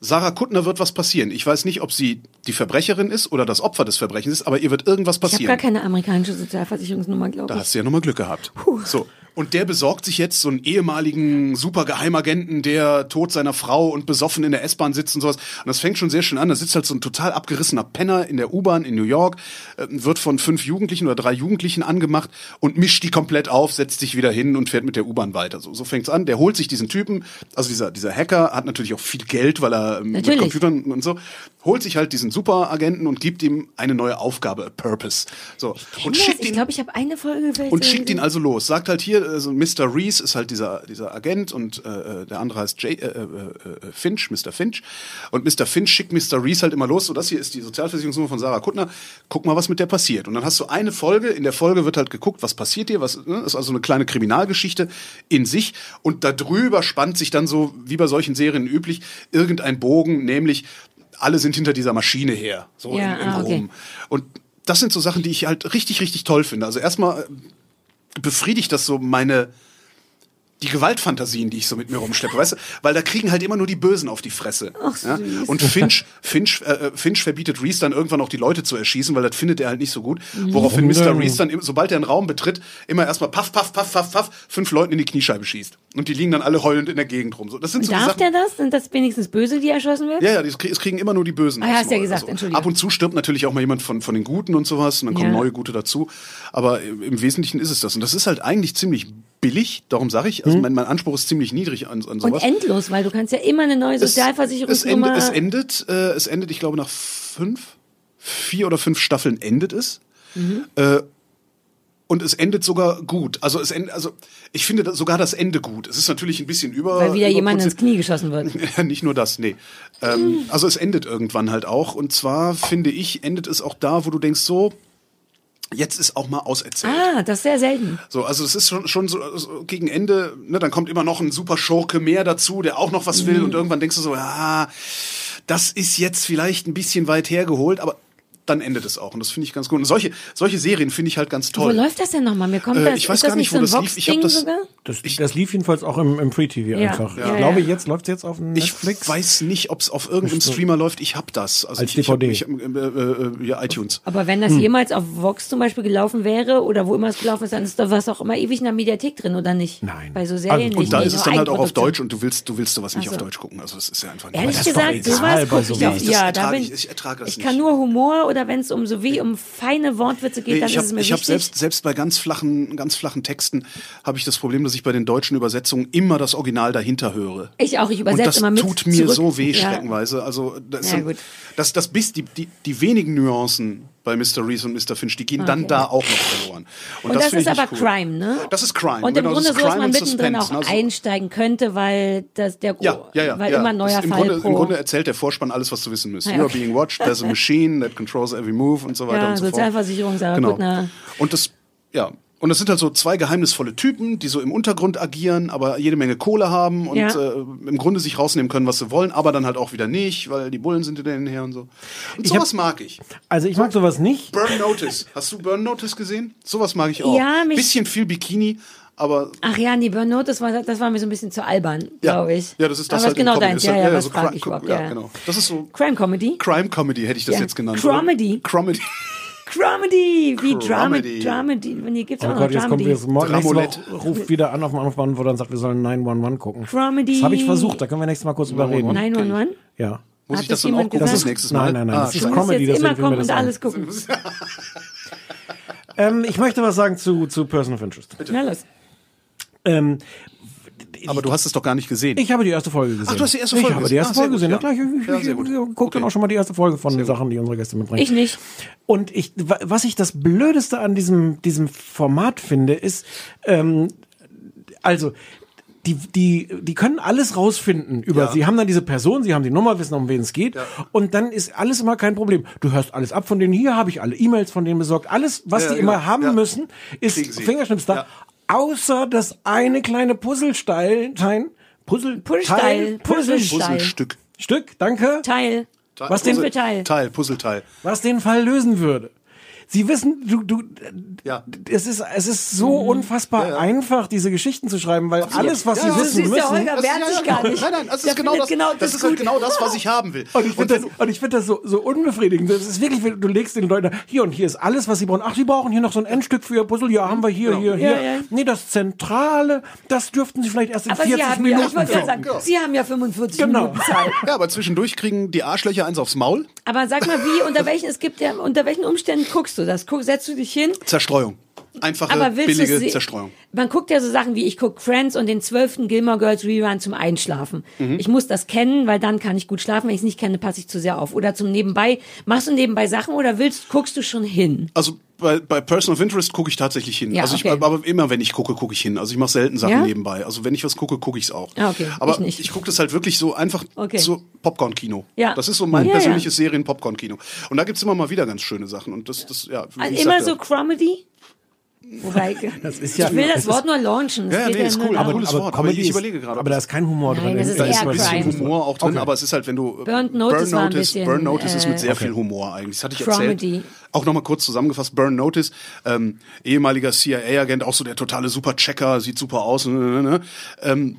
[SPEAKER 10] Sarah Kuttner wird was passieren. Ich weiß nicht, ob sie die Verbrecherin ist oder das Opfer des Verbrechens ist, aber ihr wird irgendwas
[SPEAKER 9] Ich habe
[SPEAKER 10] passieren.
[SPEAKER 9] gar keine amerikanische Sozialversicherungsnummer, glaube
[SPEAKER 10] Da
[SPEAKER 9] ich.
[SPEAKER 10] hast du ja nochmal Glück gehabt. So. Und der besorgt sich jetzt so einen ehemaligen Supergeheimagenten, der tot seiner Frau und besoffen in der S-Bahn sitzt und sowas. Und das fängt schon sehr schön an. Da sitzt halt so ein total abgerissener Penner in der U-Bahn in New York, äh, wird von fünf Jugendlichen oder drei Jugendlichen angemacht und mischt die komplett auf, setzt sich wieder hin und fährt mit der U-Bahn weiter. So, so fängt's an. Der holt sich diesen Typen, also dieser, dieser Hacker hat natürlich auch viel Geld, weil er ähm, mit
[SPEAKER 9] Natürlich.
[SPEAKER 10] Computern und so, holt sich halt diesen Superagenten und gibt ihm eine neue Aufgabe, a Purpose. So. Und
[SPEAKER 9] Yes,
[SPEAKER 10] schickt
[SPEAKER 9] ich
[SPEAKER 10] ihn
[SPEAKER 9] glaube, ich habe eine Folge vielleicht
[SPEAKER 10] und
[SPEAKER 9] sogar
[SPEAKER 10] schickt ihn
[SPEAKER 9] gesehen.
[SPEAKER 10] also los. Sagt halt hier, also Mr. Reese ist halt dieser, dieser Agent und äh, der andere heißt Jay, äh, äh, äh, Finch, Mr. Finch. Und Mr. Finch schickt Mr. Reese halt immer los. So, das hier ist die Sozialversicherungsnummer von Sarah Kuttner. Guck mal, was mit der passiert. Und dann hast du eine Folge. In der Folge wird halt geguckt, was passiert dir. Was, ne? Ist also eine kleine Kriminalgeschichte in sich. Und darüber spannt sich dann so, wie bei solchen Serien üblich, irgendein Bogen, nämlich alle sind hinter dieser Maschine her. So
[SPEAKER 9] Ja,
[SPEAKER 10] in, in
[SPEAKER 9] ah, okay.
[SPEAKER 10] Rom. Und das sind so Sachen, die ich halt richtig, richtig toll finde. Also erstmal befriedigt das so meine die Gewaltfantasien, die ich so mit mir rumschleppe, weißt du? Weil da kriegen halt immer nur die Bösen auf die Fresse.
[SPEAKER 9] Ach,
[SPEAKER 10] ja?
[SPEAKER 9] süß.
[SPEAKER 10] Und Finch, Finch, äh, Finch verbietet Reese dann irgendwann auch die Leute zu erschießen, weil das findet er halt nicht so gut.
[SPEAKER 9] Mhm.
[SPEAKER 10] Woraufhin Mr. Reese dann, im- sobald er einen Raum betritt, immer erstmal paff, paff, paff, paff, paff, fünf Leuten in die Kniescheibe schießt. Und die liegen dann alle heulend in der Gegend rum. So, das sind so die
[SPEAKER 9] Darf
[SPEAKER 10] Sachen.
[SPEAKER 9] der das? Sind das wenigstens Böse, die erschossen werden?
[SPEAKER 10] Ja, ja, das krie- es kriegen immer nur die Bösen.
[SPEAKER 9] Ah, ja,
[SPEAKER 10] aufs
[SPEAKER 9] hast ja
[SPEAKER 10] Maul.
[SPEAKER 9] gesagt, Entschuldigung.
[SPEAKER 10] Ab und zu stirbt natürlich auch mal jemand von, von den Guten und sowas und dann kommen
[SPEAKER 9] Ja.
[SPEAKER 10] neue Gute dazu. Aber im im Wesentlichen ist es das. Und das ist halt eigentlich ziemlich billig, darum sage ich, also mein, mein Anspruch ist ziemlich niedrig an, an
[SPEAKER 9] Und
[SPEAKER 10] sowas.
[SPEAKER 9] endlos, weil du kannst ja immer eine neue
[SPEAKER 10] Es- es, end,
[SPEAKER 9] Sozialversicherungsnummer.
[SPEAKER 10] es endet, äh, es endet, ich glaube, nach fünf, vier oder fünf Staffeln endet es.
[SPEAKER 9] Mhm.
[SPEAKER 10] Äh, und es endet sogar gut. Also es end, also ich finde das, sogar das Ende gut. Es ist natürlich ein bisschen über.
[SPEAKER 9] weil wieder jemand ins
[SPEAKER 10] überproduziert.
[SPEAKER 9] Knie geschossen wird.
[SPEAKER 10] Ja, nicht nur das, nee. Ähm, also es endet irgendwann halt auch. Und zwar, finde ich, endet es auch da, wo du denkst, so, jetzt ist auch mal auserzählt.
[SPEAKER 9] Ah, das ist sehr selten.
[SPEAKER 10] So, also es ist schon, schon so, so gegen Ende, ne, dann kommt immer noch ein super Schurke mehr dazu, der auch noch was
[SPEAKER 9] Mhm.
[SPEAKER 10] will. Und irgendwann denkst du so, ja, das ist jetzt vielleicht ein bisschen weit hergeholt, aber dann endet es auch. Und das finde ich ganz gut. Und solche, solche Serien finde ich halt ganz
[SPEAKER 9] Wo
[SPEAKER 10] toll.
[SPEAKER 9] läuft das denn nochmal? Mir kommt
[SPEAKER 10] Äh,
[SPEAKER 9] das,
[SPEAKER 10] ich weiß
[SPEAKER 9] ist das
[SPEAKER 10] gar nicht,
[SPEAKER 9] so
[SPEAKER 10] wo
[SPEAKER 9] ein
[SPEAKER 10] das lief. Ich hab
[SPEAKER 9] Vox-Ding
[SPEAKER 10] das-
[SPEAKER 9] sogar?
[SPEAKER 8] Das, das lief jedenfalls auch im, im Free-TV
[SPEAKER 9] Ja.
[SPEAKER 8] einfach.
[SPEAKER 9] Ja,
[SPEAKER 8] ich glaube,
[SPEAKER 9] ja.
[SPEAKER 8] jetzt läuft es jetzt auf
[SPEAKER 10] Ich
[SPEAKER 8] Netflix.
[SPEAKER 10] weiß nicht, ob es auf irgendeinem
[SPEAKER 8] Bestimmt.
[SPEAKER 10] Streamer läuft. Ich hab das. Also
[SPEAKER 8] Als
[SPEAKER 10] ich, ich hab,
[SPEAKER 8] DVD.
[SPEAKER 10] ich hab, äh, äh, äh, ja, iTunes.
[SPEAKER 9] Aber wenn
[SPEAKER 10] Hm.
[SPEAKER 9] das jemals auf Vox zum Beispiel gelaufen wäre oder wo immer es gelaufen ist, dann ist da was auch immer ewig in der Mediathek drin, oder nicht?
[SPEAKER 8] Nein.
[SPEAKER 9] Bei so Serien
[SPEAKER 8] Also,
[SPEAKER 9] nicht.
[SPEAKER 10] Und da
[SPEAKER 9] nee,
[SPEAKER 10] ist es
[SPEAKER 9] nur
[SPEAKER 10] dann halt auch auf
[SPEAKER 9] Eigenproduktion.
[SPEAKER 10] Deutsch und du willst, du willst sowas nicht
[SPEAKER 9] Ach so.
[SPEAKER 10] auf Deutsch gucken. Also das ist ja einfach nicht.
[SPEAKER 9] Ehrlich
[SPEAKER 8] das ist doch
[SPEAKER 9] gesagt,
[SPEAKER 8] egal
[SPEAKER 9] sowas
[SPEAKER 8] bei
[SPEAKER 9] gucke ich
[SPEAKER 8] sowas.
[SPEAKER 9] auch.
[SPEAKER 8] Das
[SPEAKER 9] Ja, da
[SPEAKER 10] ertrage
[SPEAKER 9] bin
[SPEAKER 10] ich- ich ertrage das
[SPEAKER 9] Ich kann
[SPEAKER 10] nicht.
[SPEAKER 9] nur Humor oder wenn es um so wie um feine Wortwitze geht,
[SPEAKER 10] Nee,
[SPEAKER 9] dann
[SPEAKER 10] ich
[SPEAKER 9] ist es
[SPEAKER 10] habe
[SPEAKER 9] mir
[SPEAKER 10] ich hab
[SPEAKER 9] wichtig.
[SPEAKER 10] selbst, selbst bei ganz flachen, ganz flachen Texten habe ich das Problem, dass ich bei den deutschen Übersetzungen immer das Original dahinter höre.
[SPEAKER 9] Ich auch, ich übersetze
[SPEAKER 10] Und das
[SPEAKER 9] immer mit
[SPEAKER 10] tut mir
[SPEAKER 9] zurück.
[SPEAKER 10] so weh,
[SPEAKER 9] Ja.
[SPEAKER 10] streckenweise. Also das,
[SPEAKER 9] Ja,
[SPEAKER 10] sind-
[SPEAKER 9] gut.
[SPEAKER 10] das, das bis die, die, die wenigen Nuancen bei Mr. Reese und Mr. Finch, die gehen dann
[SPEAKER 9] Okay.
[SPEAKER 10] da auch noch verloren.
[SPEAKER 9] Und das,
[SPEAKER 10] finde
[SPEAKER 9] ist
[SPEAKER 10] ich
[SPEAKER 9] aber
[SPEAKER 10] nicht cool.
[SPEAKER 9] Crime, ne?
[SPEAKER 10] Das ist Crime.
[SPEAKER 9] Und im
[SPEAKER 10] genau, das
[SPEAKER 9] Grunde so,
[SPEAKER 10] ist
[SPEAKER 9] dass
[SPEAKER 10] Crime
[SPEAKER 9] man
[SPEAKER 10] und
[SPEAKER 9] mittendrin
[SPEAKER 10] Suspense,
[SPEAKER 9] auch
[SPEAKER 10] ne? So-
[SPEAKER 9] einsteigen könnte, weil das der Gro
[SPEAKER 10] Ja, ja, ja.
[SPEAKER 9] weil
[SPEAKER 10] ja.
[SPEAKER 9] immer ein neuer
[SPEAKER 10] Das- Im
[SPEAKER 9] Fall
[SPEAKER 10] Grunde,
[SPEAKER 9] pro.
[SPEAKER 10] Im Grunde erzählt der Vorspann alles, was du wissen müsst.
[SPEAKER 9] Ja,
[SPEAKER 10] You are
[SPEAKER 9] okay.
[SPEAKER 10] being watched, there's a machine that controls every move und so weiter
[SPEAKER 9] Ja,
[SPEAKER 10] und so fort. Genau.
[SPEAKER 9] Sozialversicherung, Sarah Kuttner.
[SPEAKER 10] Und das, ja. Und das sind halt so zwei geheimnisvolle Typen, die so im Untergrund agieren, aber jede Menge Kohle haben und
[SPEAKER 9] Ja.
[SPEAKER 10] äh, im Grunde sich rausnehmen können, was sie wollen, aber dann halt auch wieder nicht, weil die Bullen sind hinter denen her und so. Und sowas mag ich.
[SPEAKER 8] Also ich mag sowas nicht.
[SPEAKER 10] Burn Notice. Hast du Burn Notice gesehen? Sowas mag ich auch.
[SPEAKER 9] Ja, mich-
[SPEAKER 10] Bisschen viel Bikini, aber
[SPEAKER 9] Ach ja, nee, Burnout, das war, das war mir so ein bisschen zu albern,
[SPEAKER 10] ja.
[SPEAKER 9] glaube ich.
[SPEAKER 10] Ja, das ist das
[SPEAKER 9] Aber
[SPEAKER 10] halt im
[SPEAKER 9] genau
[SPEAKER 10] Comedy.
[SPEAKER 9] deins.
[SPEAKER 10] Ist
[SPEAKER 9] Ja,
[SPEAKER 10] halt-
[SPEAKER 9] ja,
[SPEAKER 10] ja,
[SPEAKER 9] was
[SPEAKER 10] so
[SPEAKER 9] frag
[SPEAKER 10] Cri-
[SPEAKER 9] ich überhaupt,
[SPEAKER 10] ja,
[SPEAKER 9] ja.
[SPEAKER 10] genau. Das ist so
[SPEAKER 9] Crime Comedy?
[SPEAKER 10] Crime Comedy hätte ich das
[SPEAKER 9] Ja.
[SPEAKER 10] jetzt genannt.
[SPEAKER 9] Cromedy.
[SPEAKER 10] Oder? Cromedy.
[SPEAKER 9] Cromedy, wie Dramedy.
[SPEAKER 10] Dramedy.
[SPEAKER 9] Dramedy, nee, gibt's
[SPEAKER 8] Oh
[SPEAKER 9] auch noch
[SPEAKER 8] Gott, jetzt kommt
[SPEAKER 9] Ah, Dramedy.
[SPEAKER 8] jetzt morgen nächste Woche
[SPEAKER 10] Dramolette.
[SPEAKER 8] ruft wieder an auf dem Anrufbeantworter und sagt, wir sollen 911 gucken.
[SPEAKER 9] Dramedy.
[SPEAKER 8] Das habe ich versucht, da können wir nächstes Mal kurz drüber reden.
[SPEAKER 9] 911?
[SPEAKER 8] Ja.
[SPEAKER 10] Muss
[SPEAKER 9] Hat
[SPEAKER 10] ich das
[SPEAKER 9] das
[SPEAKER 10] dann
[SPEAKER 9] jemand
[SPEAKER 10] auch gucken
[SPEAKER 9] gesagt?
[SPEAKER 10] das nächste Mal?
[SPEAKER 8] Nein, nein, nein.
[SPEAKER 10] Ah,
[SPEAKER 8] das ist
[SPEAKER 10] scheiße.
[SPEAKER 9] Muss
[SPEAKER 8] Comedy,
[SPEAKER 9] jetzt
[SPEAKER 8] deswegen
[SPEAKER 9] immer
[SPEAKER 8] will mir
[SPEAKER 9] kommen
[SPEAKER 8] das
[SPEAKER 9] und
[SPEAKER 8] an.
[SPEAKER 9] alles gucken.
[SPEAKER 8] Ähm, ich möchte was sagen zu, zu Personal of Interest.
[SPEAKER 9] Na los.
[SPEAKER 8] Ähm,
[SPEAKER 10] Aber du hast es doch gar nicht gesehen.
[SPEAKER 8] Ich habe die erste Folge gesehen.
[SPEAKER 10] Ach, du hast die erste Folge
[SPEAKER 8] ich habe die
[SPEAKER 10] gesehen.
[SPEAKER 8] erste
[SPEAKER 10] Ah, sehr
[SPEAKER 8] Folge
[SPEAKER 10] gut,
[SPEAKER 8] gesehen.
[SPEAKER 10] ja.
[SPEAKER 8] Na klar, ich, ich,
[SPEAKER 10] Ja,
[SPEAKER 8] ich,
[SPEAKER 10] sehr gut.
[SPEAKER 8] guck dann auch schon mal die erste Folge von den Sachen, die unsere Gäste mitbringen.
[SPEAKER 9] Ich nicht.
[SPEAKER 8] Und ich, wa- was ich das Blödeste an diesem, diesem Format finde, ist, ähm, also, die, die, die können alles rausfinden über, sie haben dann diese Person, sie haben die Nummer, wissen, um wen es geht. Und dann ist alles immer kein Problem. Du hörst alles ab von denen, hier habe ich alle E-Mails von denen besorgt. Alles, was
[SPEAKER 10] Ja,
[SPEAKER 8] die
[SPEAKER 10] genau.
[SPEAKER 8] immer haben
[SPEAKER 10] Ja.
[SPEAKER 8] müssen, ist
[SPEAKER 10] Kriegen sie.
[SPEAKER 8] Fingerschnips da. Außer das eine kleine Puzzlestein, Teil, Puzzle,
[SPEAKER 9] Puzzlestein.
[SPEAKER 8] Teil, Puzzlestein.
[SPEAKER 10] Puzzlestück.
[SPEAKER 8] Stück, danke.
[SPEAKER 9] Teil.
[SPEAKER 8] Was den,
[SPEAKER 9] Puzzle- Teil.
[SPEAKER 10] Teil, Puzzleteil.
[SPEAKER 8] was den Fall lösen würde. Sie wissen, du, du,
[SPEAKER 10] Ja.
[SPEAKER 8] es ist, es ist so unfassbar einfach, diese Geschichten zu schreiben, weil alles, was
[SPEAKER 10] Ja,
[SPEAKER 8] sie
[SPEAKER 10] ja,
[SPEAKER 8] wissen
[SPEAKER 9] Siehst du,
[SPEAKER 8] müssen.
[SPEAKER 9] Holger wehrt sich gar nicht.
[SPEAKER 10] Nein, nein, das
[SPEAKER 9] Der
[SPEAKER 10] ist genau
[SPEAKER 9] findet
[SPEAKER 10] das,
[SPEAKER 9] genau
[SPEAKER 10] das
[SPEAKER 9] das
[SPEAKER 10] ist halt
[SPEAKER 9] gut.
[SPEAKER 10] genau das, was ich haben will.
[SPEAKER 8] Und ich finde das, und ich find das so, so unbefriedigend. Das ist wirklich, wenn du legst den Leuten, hier und hier ist alles, was sie brauchen. Ach, sie brauchen hier noch so ein Endstück für ihr Puzzle. Ja, haben wir hier, hier, hier.
[SPEAKER 9] Ja, ja.
[SPEAKER 8] Nee, das Zentrale, das dürften sie vielleicht erst in
[SPEAKER 9] Aber Sie
[SPEAKER 8] 40
[SPEAKER 9] haben ja, ich
[SPEAKER 8] Minuten
[SPEAKER 9] wollte gerade
[SPEAKER 8] finden.
[SPEAKER 9] sagen, Sie haben ja 45
[SPEAKER 8] Genau.
[SPEAKER 9] Minuten Zeit.
[SPEAKER 10] Ja, aber zwischendurch kriegen die Arschlöcher eins aufs Maul.
[SPEAKER 9] Aber sag mal, wie, unter welchen, es gibt ja, unter welchen Umständen guckst du das? Guck, setzt du dich hin?
[SPEAKER 10] Zerstreuung. Einfache,
[SPEAKER 9] Aber willst du
[SPEAKER 10] billige
[SPEAKER 9] sie-
[SPEAKER 10] Zerstreuung.
[SPEAKER 9] Man guckt ja so Sachen wie, ich gucke Friends und den zwölften Gilmore Girls Rerun zum Einschlafen.
[SPEAKER 10] Mhm.
[SPEAKER 9] Ich muss das kennen, weil dann kann ich gut schlafen. Wenn ich es nicht kenne, passe ich zu sehr auf. Oder zum Nebenbei. Machst du nebenbei Sachen oder willst, guckst du schon hin?
[SPEAKER 10] Also bei, bei Person of Interest gucke ich tatsächlich hin.
[SPEAKER 9] Ja,
[SPEAKER 10] also ich,
[SPEAKER 9] okay.
[SPEAKER 10] aber immer wenn ich gucke, gucke ich hin. Also ich mache selten Sachen
[SPEAKER 9] Ja?
[SPEAKER 10] nebenbei. Also wenn ich was gucke, gucke ich es auch.
[SPEAKER 9] Ah, okay.
[SPEAKER 10] Aber
[SPEAKER 9] Ich nicht.
[SPEAKER 10] gucke das halt wirklich so einfach
[SPEAKER 9] Okay.
[SPEAKER 10] so Popcorn-Kino.
[SPEAKER 9] Ja.
[SPEAKER 10] Das ist so mein
[SPEAKER 9] Ja, ja.
[SPEAKER 10] persönliches Serien-Popcorn-Kino. Und da gibt's immer mal wieder ganz schöne Sachen. Und das, das ja, wie
[SPEAKER 9] Also
[SPEAKER 10] ich
[SPEAKER 9] immer
[SPEAKER 10] sagte,
[SPEAKER 9] so Comedy? Wobei, das
[SPEAKER 8] ist ja-
[SPEAKER 9] ich will
[SPEAKER 8] es
[SPEAKER 9] das
[SPEAKER 8] ist-
[SPEAKER 9] Wort nur launchen. Es
[SPEAKER 10] Ja, ja,
[SPEAKER 9] geht
[SPEAKER 10] nee, ist
[SPEAKER 9] nur
[SPEAKER 10] cool,
[SPEAKER 9] darum.
[SPEAKER 10] cooles
[SPEAKER 8] aber
[SPEAKER 10] Wort, aber
[SPEAKER 8] Comedy
[SPEAKER 10] ich
[SPEAKER 8] ist-
[SPEAKER 10] überlege gerade,
[SPEAKER 8] Aber da ist kein Humor
[SPEAKER 9] Nein,
[SPEAKER 8] drin.
[SPEAKER 9] das ist
[SPEAKER 10] Da ist
[SPEAKER 9] eher
[SPEAKER 10] ein bisschen
[SPEAKER 9] Crime.
[SPEAKER 10] Humor auch drin,
[SPEAKER 8] Okay.
[SPEAKER 10] aber es ist halt, wenn du.
[SPEAKER 9] Burnt Notice war ein bisschen,
[SPEAKER 10] Burn Notice ist
[SPEAKER 9] äh,
[SPEAKER 10] mit sehr
[SPEAKER 8] Okay.
[SPEAKER 10] viel Humor eigentlich. Das hatte ich
[SPEAKER 9] Comedy.
[SPEAKER 10] erzählt. Auch nochmal kurz zusammengefasst: Burn Notice, ähm, ehemaliger CIA-Agent, auch so der totale Superchecker, sieht super aus, ne, ne, ne, ähm,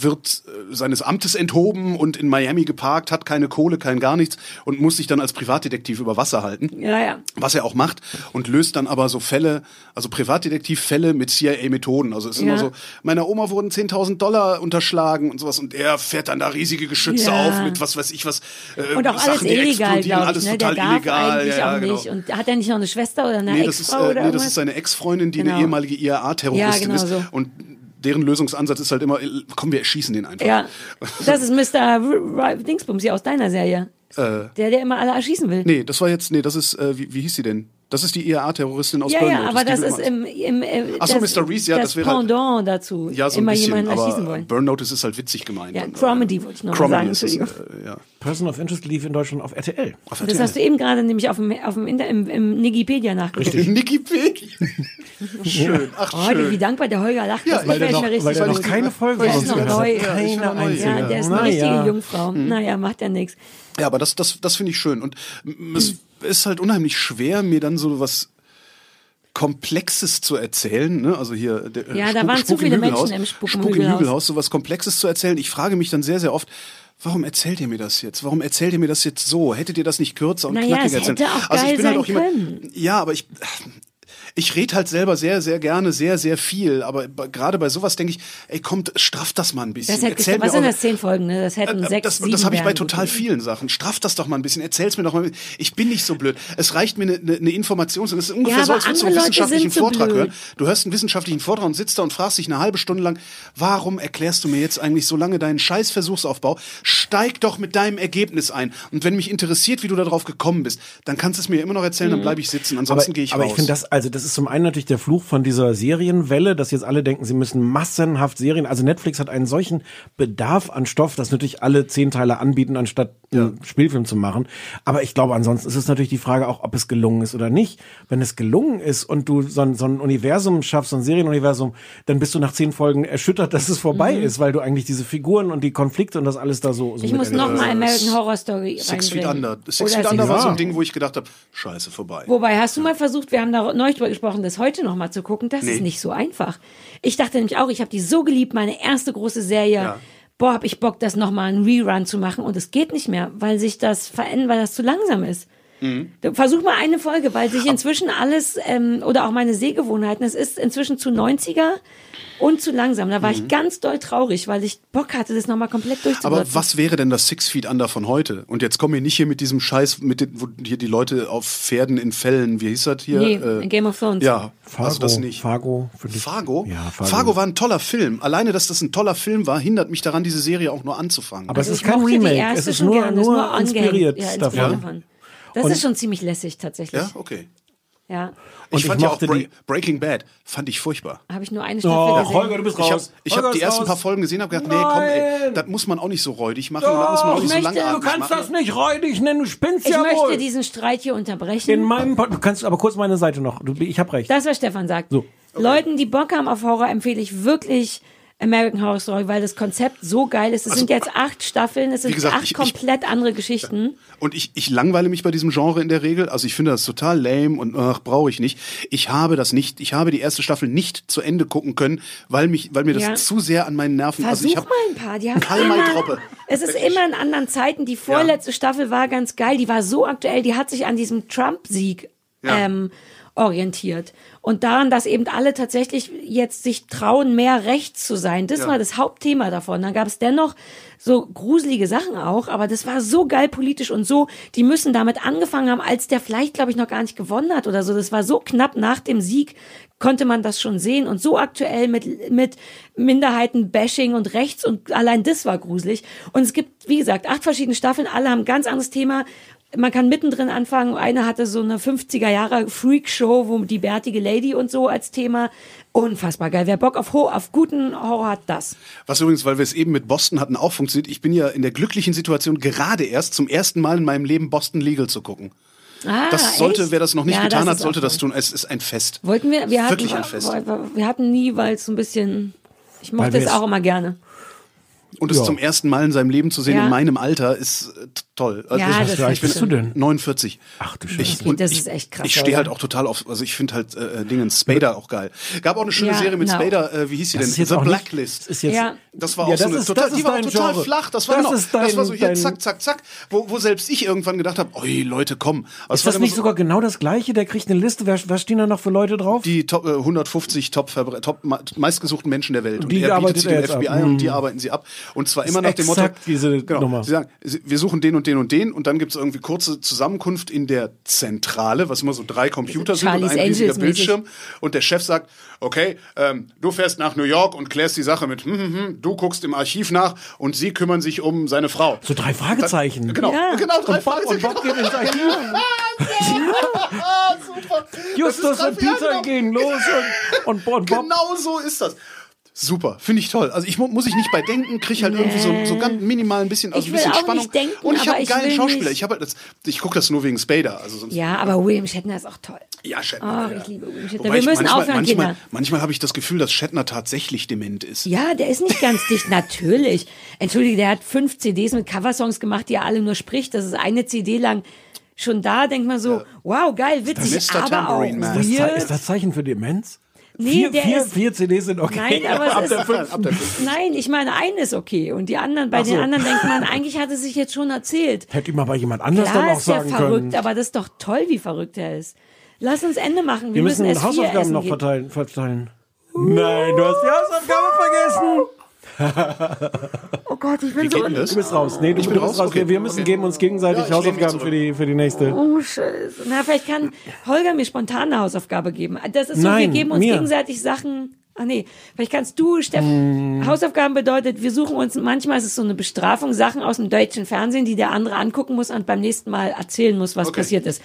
[SPEAKER 10] wird äh, seines Amtes enthoben und in Miami geparkt, hat keine Kohle, kein gar nichts und muss sich dann als Privatdetektiv über Wasser halten
[SPEAKER 9] Ja, ja.
[SPEAKER 10] was er auch macht und löst dann aber so Fälle, also Privatdetektivfälle mit CIA-Methoden. Also es ist
[SPEAKER 9] Ja.
[SPEAKER 10] immer so, meiner Oma wurden 10.000 Dollar unterschlagen und sowas und er fährt dann da riesige Geschütze
[SPEAKER 9] Ja.
[SPEAKER 10] auf mit was weiß ich was. äh,
[SPEAKER 9] Und auch alles
[SPEAKER 10] Sachen, die
[SPEAKER 9] illegal,
[SPEAKER 10] explodieren,
[SPEAKER 9] glaube ich.
[SPEAKER 10] alles
[SPEAKER 9] Ne? Der
[SPEAKER 10] total
[SPEAKER 9] darf
[SPEAKER 10] illegal.
[SPEAKER 9] eigentlich
[SPEAKER 10] ja, ja,
[SPEAKER 9] auch
[SPEAKER 10] genau.
[SPEAKER 9] nicht. Und hat er nicht noch eine Schwester oder eine
[SPEAKER 10] Nee, das, ist, äh,
[SPEAKER 9] Ex-Frau oder
[SPEAKER 10] nee, das
[SPEAKER 9] irgendwas?
[SPEAKER 10] ist seine Ex-Freundin, die
[SPEAKER 9] Genau.
[SPEAKER 10] eine ehemalige
[SPEAKER 9] Ja,
[SPEAKER 10] IAA-Terroristin
[SPEAKER 9] genau
[SPEAKER 10] ist
[SPEAKER 9] so.
[SPEAKER 10] und deren Lösungsansatz ist halt immer, komm, wir erschießen den einfach.
[SPEAKER 9] Ja, das ist Mr. R- R- Dingsbums hier aus deiner Serie. der, der immer alle erschießen will.
[SPEAKER 10] Äh. Nee, das war jetzt, nee, das ist, äh, wie, wie hieß sie denn? Das ist die IAA-Terroristin aus
[SPEAKER 9] ja,
[SPEAKER 10] Burn
[SPEAKER 9] ja,
[SPEAKER 10] Notice,
[SPEAKER 9] aber
[SPEAKER 10] die
[SPEAKER 9] das
[SPEAKER 10] will
[SPEAKER 9] ist
[SPEAKER 10] immer-
[SPEAKER 9] im, im äh,
[SPEAKER 10] Ach so, Mr. Reese, ja, das wäre halt-
[SPEAKER 9] Pendant dazu.
[SPEAKER 10] Ja, so ein
[SPEAKER 9] immer
[SPEAKER 10] bisschen,
[SPEAKER 9] jemanden erschießen
[SPEAKER 10] aber
[SPEAKER 9] wollen.
[SPEAKER 10] Burnout ist es halt witzig gemeint.
[SPEAKER 9] Ja,
[SPEAKER 10] Und, äh,
[SPEAKER 9] Cromedy wollte ich noch mal
[SPEAKER 10] Cromedy
[SPEAKER 9] sagen,
[SPEAKER 10] ist es,
[SPEAKER 9] Entschuldigung.
[SPEAKER 10] äh, ja.
[SPEAKER 8] Person of Interest lief in Deutschland auf RTL.
[SPEAKER 10] Auf
[SPEAKER 9] Das hast du eben gerade nämlich auf dem, auf dem Inter, im, im Nigipedia nachgeguckt.
[SPEAKER 10] Wikipedia. schön, ach
[SPEAKER 9] Oh, wie, wie
[SPEAKER 10] schön.
[SPEAKER 9] dankbar der Holger lacht.
[SPEAKER 10] Ja,
[SPEAKER 9] das
[SPEAKER 10] weil
[SPEAKER 9] gefällt
[SPEAKER 10] der
[SPEAKER 9] mir
[SPEAKER 8] Weil
[SPEAKER 9] richtig
[SPEAKER 8] der noch
[SPEAKER 9] gut.
[SPEAKER 8] keine Folge
[SPEAKER 9] Der ist
[SPEAKER 8] von uns
[SPEAKER 9] noch
[SPEAKER 8] gehört hat.
[SPEAKER 9] neu. Ja,
[SPEAKER 10] ich
[SPEAKER 8] Keine
[SPEAKER 10] war neu.
[SPEAKER 8] einzige.
[SPEAKER 9] ja, der ist eine richtige
[SPEAKER 8] Naja.
[SPEAKER 9] Jungfrau.
[SPEAKER 10] Hm.
[SPEAKER 9] Naja, macht ja nichts.
[SPEAKER 10] Ja, aber das, das, das finde ich schön. Und m- es ist halt unheimlich schwer, mir dann so was Komplexes zu erzählen. Ne? Also hier der, äh,
[SPEAKER 9] Ja, da waren zu
[SPEAKER 10] im
[SPEAKER 9] viele
[SPEAKER 10] Hügelhaus.
[SPEAKER 9] Menschen im Spuk im
[SPEAKER 10] Spuk im
[SPEAKER 9] Hügelhaus.
[SPEAKER 10] Hügelhaus, so was Komplexes zu erzählen. Ich frage mich dann sehr, sehr oft, Warum erzählt ihr mir das jetzt? Warum erzählt ihr mir das jetzt so? Hättet ihr das nicht kürzer und
[SPEAKER 9] Naja,
[SPEAKER 10] knackiger
[SPEAKER 9] es
[SPEAKER 10] erzählt?
[SPEAKER 9] hätte auch
[SPEAKER 10] also ich
[SPEAKER 9] geil
[SPEAKER 10] bin halt
[SPEAKER 9] sein
[SPEAKER 10] auch jemand,
[SPEAKER 9] können.
[SPEAKER 10] Ja, aber ich, ich rede halt selber sehr, sehr gerne, sehr, sehr viel. Aber b- gerade bei sowas denke ich, ey, kommt, strafft das mal ein bisschen.
[SPEAKER 9] Das hätte
[SPEAKER 10] Erzählt
[SPEAKER 9] gestimmt. Was
[SPEAKER 10] mir
[SPEAKER 9] sind
[SPEAKER 10] auch-
[SPEAKER 9] das? Zehn Folgen, ne? Das hätten
[SPEAKER 10] Äh,
[SPEAKER 9] sechs,
[SPEAKER 10] das
[SPEAKER 9] sieben
[SPEAKER 10] das habe ich bei
[SPEAKER 9] wären
[SPEAKER 10] total
[SPEAKER 9] gut.
[SPEAKER 10] vielen Sachen. Straff das doch mal ein bisschen. Erzähl's mir doch mal. Ich bin nicht so blöd. Es reicht mir eine ne, ne Information. Das ist ungefähr
[SPEAKER 9] Ja,
[SPEAKER 10] so,
[SPEAKER 9] aber
[SPEAKER 10] als würdest du einen
[SPEAKER 9] andere Leute
[SPEAKER 10] wissenschaftlichen
[SPEAKER 9] sind so
[SPEAKER 10] Vortrag
[SPEAKER 9] blöd.
[SPEAKER 10] hören. Du hörst einen wissenschaftlichen Vortrag und sitzt da und fragst dich eine halbe Stunde lang, warum erklärst du mir jetzt eigentlich so lange deinen scheiß Versuchsaufbau? Steig doch mit deinem Ergebnis ein. Und wenn mich interessiert, wie du darauf gekommen bist, dann kannst du es mir immer noch erzählen, dann
[SPEAKER 9] Mhm.
[SPEAKER 10] bleibe ich sitzen. Ansonsten gehe ich
[SPEAKER 8] aber
[SPEAKER 10] raus.
[SPEAKER 8] ich finde das, also das ist zum einen natürlich der Fluch von dieser Serienwelle, dass jetzt alle denken, sie müssen massenhaft Serien. Also Netflix hat einen solchen Bedarf an Stoff, dass natürlich alle zehn Teile anbieten, anstatt einen Spielfilm zu machen. Aber ich glaube, ansonsten ist es natürlich die Frage auch, ob es gelungen ist oder nicht. Wenn es gelungen ist und du so ein, so ein Universum schaffst, so ein Serienuniversum, dann bist du nach zehn Folgen erschüttert, dass es
[SPEAKER 10] Mhm.
[SPEAKER 8] vorbei ist, weil du eigentlich diese Figuren und die Konflikte und das alles da so, so
[SPEAKER 9] Ich muss
[SPEAKER 8] miteinander-
[SPEAKER 9] nochmal American Horror Story
[SPEAKER 10] Äh, Six Feet
[SPEAKER 9] reinbringen.
[SPEAKER 10] Under. Six
[SPEAKER 9] Oder
[SPEAKER 10] Feet Under war so ein
[SPEAKER 8] Ja.
[SPEAKER 10] Ding, wo ich gedacht habe, scheiße, vorbei.
[SPEAKER 9] Wobei, hast du mal versucht, wir haben da neulich drüber gesprochen, das heute nochmal zu gucken, das
[SPEAKER 10] Nee.
[SPEAKER 9] ist nicht so einfach. Ich dachte nämlich auch, ich habe die so geliebt, meine erste große Serie. Boah, hab ich Bock, das nochmal einen Rerun zu machen und es geht nicht mehr, weil sich das verändert, weil das zu langsam ist.
[SPEAKER 10] Mhm.
[SPEAKER 9] Versuch mal eine Folge, weil sich inzwischen alles ähm, oder auch meine Sehgewohnheiten, es ist inzwischen zu 90er und zu langsam. Da war ich ganz doll traurig, weil ich Bock hatte, das nochmal komplett
[SPEAKER 10] Mhm. Aber
[SPEAKER 9] durchzubotzen.
[SPEAKER 10] was wäre denn das Six Feet Under von heute? Und jetzt kommen wir nicht hier mit diesem Scheiß, mit den, wo hier die Leute auf Pferden in Fellen, wie hieß das hier? Äh,
[SPEAKER 9] Nee, in Game of Thrones.
[SPEAKER 10] Ja,
[SPEAKER 8] Fargo,
[SPEAKER 10] also das nicht.
[SPEAKER 8] Fargo,
[SPEAKER 10] Fargo?
[SPEAKER 8] Ja,
[SPEAKER 10] Fargo?
[SPEAKER 8] Fargo.
[SPEAKER 10] war ein toller Film. Alleine, dass das ein toller Film war, hindert mich daran, diese Serie auch nur anzufangen.
[SPEAKER 8] Aber es
[SPEAKER 9] Also
[SPEAKER 8] ist
[SPEAKER 9] ich
[SPEAKER 8] kein
[SPEAKER 9] mochte die
[SPEAKER 8] Remake,
[SPEAKER 9] erste
[SPEAKER 8] es ist
[SPEAKER 9] schon
[SPEAKER 8] nur,
[SPEAKER 9] gerne, es ist nur
[SPEAKER 8] nur
[SPEAKER 9] angehängt.
[SPEAKER 8] inspiriert
[SPEAKER 9] Ja, inspiriert
[SPEAKER 8] davon.
[SPEAKER 9] davon. Das
[SPEAKER 8] Und-
[SPEAKER 9] ist schon ziemlich lässig tatsächlich.
[SPEAKER 10] ja,
[SPEAKER 9] Ja,
[SPEAKER 10] okay.
[SPEAKER 8] Und
[SPEAKER 10] ich
[SPEAKER 8] ich
[SPEAKER 10] fand ja auch
[SPEAKER 8] mochte
[SPEAKER 10] Bra
[SPEAKER 8] die-
[SPEAKER 10] Breaking Bad, fand ich furchtbar.
[SPEAKER 9] habe ich nur eine Staffel
[SPEAKER 8] Oh,
[SPEAKER 9] gesehen.
[SPEAKER 8] Holger, du bist
[SPEAKER 10] Ich habe
[SPEAKER 8] raus.
[SPEAKER 10] ich hab
[SPEAKER 8] Holger
[SPEAKER 10] die
[SPEAKER 8] ist
[SPEAKER 10] ersten
[SPEAKER 8] raus.
[SPEAKER 10] paar Folgen gesehen und habe gedacht, nee, komm, ey, das muss man auch nicht so räudig machen und das muss man auch
[SPEAKER 8] Doch,
[SPEAKER 10] nicht so
[SPEAKER 9] ich möchte-
[SPEAKER 10] langatmig
[SPEAKER 8] Du kannst
[SPEAKER 10] machen.
[SPEAKER 8] das nicht räudig nennen, du spinnst
[SPEAKER 9] ich
[SPEAKER 8] ja
[SPEAKER 9] möchte
[SPEAKER 8] wohl.
[SPEAKER 9] diesen Streit hier unterbrechen.
[SPEAKER 8] In meinem Pod du kannst aber kurz meine Seite noch. Du, ich habe recht.
[SPEAKER 9] Das, was Stefan sagt. Leuten, die Bock haben auf Horror, empfehle ich wirklich American Horror Story, weil das Konzept so geil ist. Es
[SPEAKER 8] Also
[SPEAKER 9] sind jetzt acht Staffeln, es sind
[SPEAKER 10] gesagt,
[SPEAKER 9] acht
[SPEAKER 10] ich- ich-
[SPEAKER 9] komplett andere Geschichten.
[SPEAKER 10] Und ich, ich langweile mich bei diesem Genre in der Regel. Also ich finde das total lame und ach, brauche ich nicht. Ich habe das nicht, ich habe die erste Staffel nicht zu Ende gucken können, weil mich, weil mir das
[SPEAKER 9] Ja.
[SPEAKER 10] zu sehr an meinen Nerven. also
[SPEAKER 9] Versuch
[SPEAKER 10] ich hab,
[SPEAKER 9] mal ein paar. Die haben
[SPEAKER 10] Karl May Troppe.
[SPEAKER 9] immer, es ist immer in anderen Zeiten. Die vorletzte Staffel war ganz geil. Die war so aktuell. Die hat sich an diesem Trump-Sieg
[SPEAKER 10] Ja.
[SPEAKER 9] ähm, orientiert. Und daran, dass eben alle tatsächlich jetzt sich trauen, mehr rechts zu sein. Das
[SPEAKER 10] Ja.
[SPEAKER 9] war das Hauptthema davon. Dann gab es dennoch so gruselige Sachen auch, aber das war so geil politisch und so, die müssen damit angefangen haben, als der vielleicht, glaube ich, noch gar nicht gewonnen hat oder so. Das war so knapp nach dem Sieg, konnte man das schon sehen. Und so aktuell mit, mit Minderheiten-Bashing und rechts und allein das war gruselig. Und es gibt, wie gesagt, acht verschiedene Staffeln, alle haben ein ganz anderes Thema man kann mittendrin anfangen. Eine hatte so eine 50er Jahre Freak-Show, wo die bärtige Lady und so als Thema. Unfassbar geil. Wer Bock auf, Ho auf guten Horror hat, das.
[SPEAKER 10] was übrigens, weil wir es eben mit Boston hatten, auch funktioniert. Ich bin ja in der glücklichen Situation, gerade erst zum ersten Mal in meinem Leben Boston Legal zu gucken.
[SPEAKER 9] Ah,
[SPEAKER 10] das sollte,
[SPEAKER 9] echt?
[SPEAKER 10] wer das noch nicht
[SPEAKER 9] Ja,
[SPEAKER 10] getan hat,
[SPEAKER 9] ist
[SPEAKER 10] sollte
[SPEAKER 9] auch
[SPEAKER 10] das
[SPEAKER 9] cool.
[SPEAKER 10] tun. Es ist ein Fest.
[SPEAKER 9] Wollten wir, wir hatten,
[SPEAKER 10] Wirklich ein Fest.
[SPEAKER 9] wir hatten nie, weil es so ein bisschen, ich
[SPEAKER 8] wir
[SPEAKER 9] mochte es
[SPEAKER 8] es-
[SPEAKER 9] auch immer gerne.
[SPEAKER 10] Und es
[SPEAKER 8] Ja.
[SPEAKER 10] zum ersten Mal in seinem Leben zu sehen,
[SPEAKER 9] Ja.
[SPEAKER 10] in meinem Alter, ist äh, t- toll. Also
[SPEAKER 9] Ja,
[SPEAKER 10] ich-
[SPEAKER 9] das
[SPEAKER 10] ich
[SPEAKER 9] ist
[SPEAKER 10] bin
[SPEAKER 8] bist du denn?
[SPEAKER 10] 49.
[SPEAKER 8] Ach du
[SPEAKER 10] Ich,
[SPEAKER 9] Okay,
[SPEAKER 10] und
[SPEAKER 9] das
[SPEAKER 10] ich,
[SPEAKER 9] ist echt krass,
[SPEAKER 10] Ich stehe halt
[SPEAKER 9] Alter.
[SPEAKER 10] auch total auf, also ich finde halt äh, Dingen Spader auch geil. Gab auch eine schöne
[SPEAKER 9] Ja,
[SPEAKER 10] Serie mit
[SPEAKER 9] na.
[SPEAKER 10] Spader, äh, wie hieß sie denn?
[SPEAKER 8] ist jetzt
[SPEAKER 10] The
[SPEAKER 8] auch nicht-
[SPEAKER 10] Blacklist.
[SPEAKER 8] das ist jetzt-
[SPEAKER 9] Ja.
[SPEAKER 10] Das war
[SPEAKER 8] Ja,
[SPEAKER 10] auch so
[SPEAKER 8] das
[SPEAKER 10] eine
[SPEAKER 8] ist-
[SPEAKER 10] total,
[SPEAKER 8] das
[SPEAKER 10] die
[SPEAKER 8] ist
[SPEAKER 10] war
[SPEAKER 8] dein
[SPEAKER 10] total
[SPEAKER 8] Genre.
[SPEAKER 10] flach. Das war,
[SPEAKER 8] Das
[SPEAKER 10] genau,
[SPEAKER 8] ist
[SPEAKER 10] das
[SPEAKER 8] dein-
[SPEAKER 10] war so hier
[SPEAKER 8] dein-
[SPEAKER 10] zack, zack, zack, wo, wo selbst ich irgendwann gedacht habe, oi Leute, komm. Also es
[SPEAKER 8] ist
[SPEAKER 10] war
[SPEAKER 8] das
[SPEAKER 10] immer
[SPEAKER 8] nicht
[SPEAKER 10] so-
[SPEAKER 8] sogar genau das Gleiche? Der kriegt eine Liste. Wer, was stehen da noch für Leute drauf?
[SPEAKER 10] die Top, äh, 150 Top, Verbre- Top ma- meistgesuchten Menschen der Welt. Und,
[SPEAKER 8] die
[SPEAKER 10] er bietet
[SPEAKER 8] arbeitet
[SPEAKER 10] sie
[SPEAKER 8] er
[SPEAKER 10] dem
[SPEAKER 8] jetzt
[SPEAKER 10] FBI
[SPEAKER 8] ab.
[SPEAKER 10] und
[SPEAKER 8] Hm.
[SPEAKER 10] die arbeiten sie ab. Und zwar immer
[SPEAKER 8] Ist
[SPEAKER 10] nach dem Motto,
[SPEAKER 8] exakt diese
[SPEAKER 10] genau,
[SPEAKER 8] Nummer.
[SPEAKER 10] sie sagen, sie- wir suchen den und den und den und dann gibt's irgendwie kurze Zusammenkunft in der Zentrale, was immer so drei Computer sind und
[SPEAKER 9] Charlie's
[SPEAKER 10] ein riesiger
[SPEAKER 9] Angels mäßig.
[SPEAKER 10] Bildschirm. Und der Chef sagt, okay, ähm, du fährst nach New York und klärst die Sache mit, hm, hm, hm, du guckst im Archiv nach und sie kümmern sich um seine Frau.
[SPEAKER 8] so drei Fragezeichen.
[SPEAKER 10] Genau,
[SPEAKER 9] Ja.
[SPEAKER 10] genau, drei
[SPEAKER 8] Und Bob, und Bob geht ins Archiv.
[SPEAKER 10] Ah, super.
[SPEAKER 8] Justus
[SPEAKER 10] Das
[SPEAKER 8] und
[SPEAKER 10] ist drei- ja,
[SPEAKER 8] Peter
[SPEAKER 10] genau.
[SPEAKER 8] gehen los und, und Bob. Bob.
[SPEAKER 10] Genau so ist das. Super, finde ich toll. Also ich mu- muss ich nicht bei denken, kriege halt irgendwie so, so ganz minimal ein bisschen, also
[SPEAKER 9] Ich
[SPEAKER 10] ein
[SPEAKER 9] will
[SPEAKER 10] bisschen
[SPEAKER 9] auch nicht
[SPEAKER 10] Spannung.
[SPEAKER 9] denken,
[SPEAKER 10] und ich
[SPEAKER 9] aber
[SPEAKER 10] habe einen
[SPEAKER 9] ich
[SPEAKER 10] geilen
[SPEAKER 9] will
[SPEAKER 10] Schauspieler.
[SPEAKER 9] nicht-
[SPEAKER 10] Ich habe halt das, ich gucke das nur wegen Spader. Also sonst,
[SPEAKER 9] Ja, aber William Shatner ist auch toll.
[SPEAKER 10] ja, Shatner.
[SPEAKER 9] Ach,
[SPEAKER 10] ja.
[SPEAKER 9] ich liebe William Shatner.
[SPEAKER 10] Wobei
[SPEAKER 9] Wir
[SPEAKER 10] ich
[SPEAKER 9] müssen
[SPEAKER 10] manchmal,
[SPEAKER 9] aufhören,
[SPEAKER 10] manchmal,
[SPEAKER 9] Kinder.
[SPEAKER 10] manchmal habe ich das Gefühl, dass Shatner tatsächlich dement ist.
[SPEAKER 9] Ja, der ist nicht ganz dicht, natürlich. Entschuldige, der hat fünf CDs mit Coversongs gemacht, die er alle nur spricht. Das ist eine CD lang schon da, denkt man so, wow, geil, witzig,
[SPEAKER 10] Mr.
[SPEAKER 9] aber auch
[SPEAKER 10] Tambourine Man.
[SPEAKER 8] Das Ze-
[SPEAKER 9] weird.
[SPEAKER 8] ist das Zeichen für Demenz?
[SPEAKER 9] Nee,
[SPEAKER 8] vier,
[SPEAKER 9] der
[SPEAKER 8] vier,
[SPEAKER 9] ist-
[SPEAKER 8] vier CDs sind okay.
[SPEAKER 9] Nein, aber es
[SPEAKER 8] ab
[SPEAKER 9] ist-
[SPEAKER 8] der fünften.
[SPEAKER 9] Nein, ich meine, eine ist okay. Und die anderen, bei
[SPEAKER 8] Ach so.
[SPEAKER 9] den anderen denkt man, eigentlich hat es sich jetzt schon erzählt.
[SPEAKER 8] Hätte ihm aber jemand anders dann
[SPEAKER 9] Klar
[SPEAKER 8] auch
[SPEAKER 9] ist der
[SPEAKER 8] sagen können.
[SPEAKER 9] verrückt, aber das ist doch toll, wie verrückt er ist. Lass uns Ende machen. Wir,
[SPEAKER 8] Wir müssen
[SPEAKER 9] müssen S4
[SPEAKER 8] Hausaufgaben
[SPEAKER 9] essen
[SPEAKER 8] noch
[SPEAKER 9] gehen.
[SPEAKER 8] verteilen. verteilen. Nein, du hast die Hausaufgabe vergessen.
[SPEAKER 9] Oh Gott, ich bin
[SPEAKER 10] Wie
[SPEAKER 9] so.
[SPEAKER 10] geht denn das?
[SPEAKER 8] Du bist raus. Nee, du,
[SPEAKER 10] Ich bin
[SPEAKER 8] du bist
[SPEAKER 10] raus?
[SPEAKER 8] raus.
[SPEAKER 10] Okay.
[SPEAKER 8] Wir müssen geben uns gegenseitig
[SPEAKER 10] Ja, ich lehne mich
[SPEAKER 8] Hausaufgaben
[SPEAKER 10] zurück.
[SPEAKER 8] für die, für die nächste.
[SPEAKER 9] Oh, Scheiße. Na, vielleicht kann Holger mir spontan eine Hausaufgabe geben. Das ist so,
[SPEAKER 8] Nein,
[SPEAKER 9] wir geben uns
[SPEAKER 8] mir.
[SPEAKER 9] gegenseitig Sachen. Ach nee, vielleicht kannst du, Steffen.
[SPEAKER 8] Mm.
[SPEAKER 9] Hausaufgaben bedeutet, wir suchen uns, manchmal ist es so eine Bestrafung, Sachen aus dem deutschen Fernsehen, die der andere angucken muss und beim nächsten Mal erzählen muss, was
[SPEAKER 10] Okay.
[SPEAKER 9] passiert ist.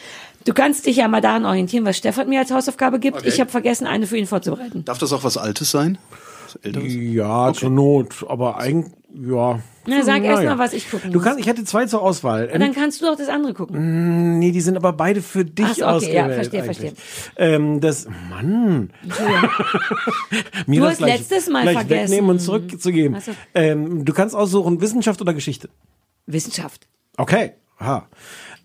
[SPEAKER 9] Du kannst dich ja mal daran orientieren, was Stefan mir als Hausaufgabe gibt.
[SPEAKER 10] Okay.
[SPEAKER 9] Ich habe vergessen, eine für ihn vorzubereiten.
[SPEAKER 10] Darf das auch was Altes sein? Was Älteres?
[SPEAKER 8] Ja, zur Not. Aber eigentlich, ja.
[SPEAKER 9] Na, sag erst
[SPEAKER 8] Naja.
[SPEAKER 9] mal, was ich gucken
[SPEAKER 8] Du
[SPEAKER 9] muss.
[SPEAKER 8] kannst, ich hätte zwei zur Auswahl.
[SPEAKER 9] Und dann kannst du auch das andere
[SPEAKER 8] Hm.
[SPEAKER 9] gucken.
[SPEAKER 8] Nee, die sind aber beide für dich
[SPEAKER 9] Ach so, okay,
[SPEAKER 8] ausgewählt.
[SPEAKER 9] ja, verstehe,
[SPEAKER 8] eigentlich. Ähm, das, Mann. Mir
[SPEAKER 9] Du
[SPEAKER 8] das
[SPEAKER 9] hast
[SPEAKER 8] gleich-
[SPEAKER 9] letztes Mal
[SPEAKER 8] gleich
[SPEAKER 9] vergessen.
[SPEAKER 8] wegnehmen und zurückzugeben.
[SPEAKER 9] Ach so.
[SPEAKER 8] Ähm, du kannst aussuchen, Wissenschaft oder Geschichte.
[SPEAKER 9] Wissenschaft.
[SPEAKER 8] Okay. Aha.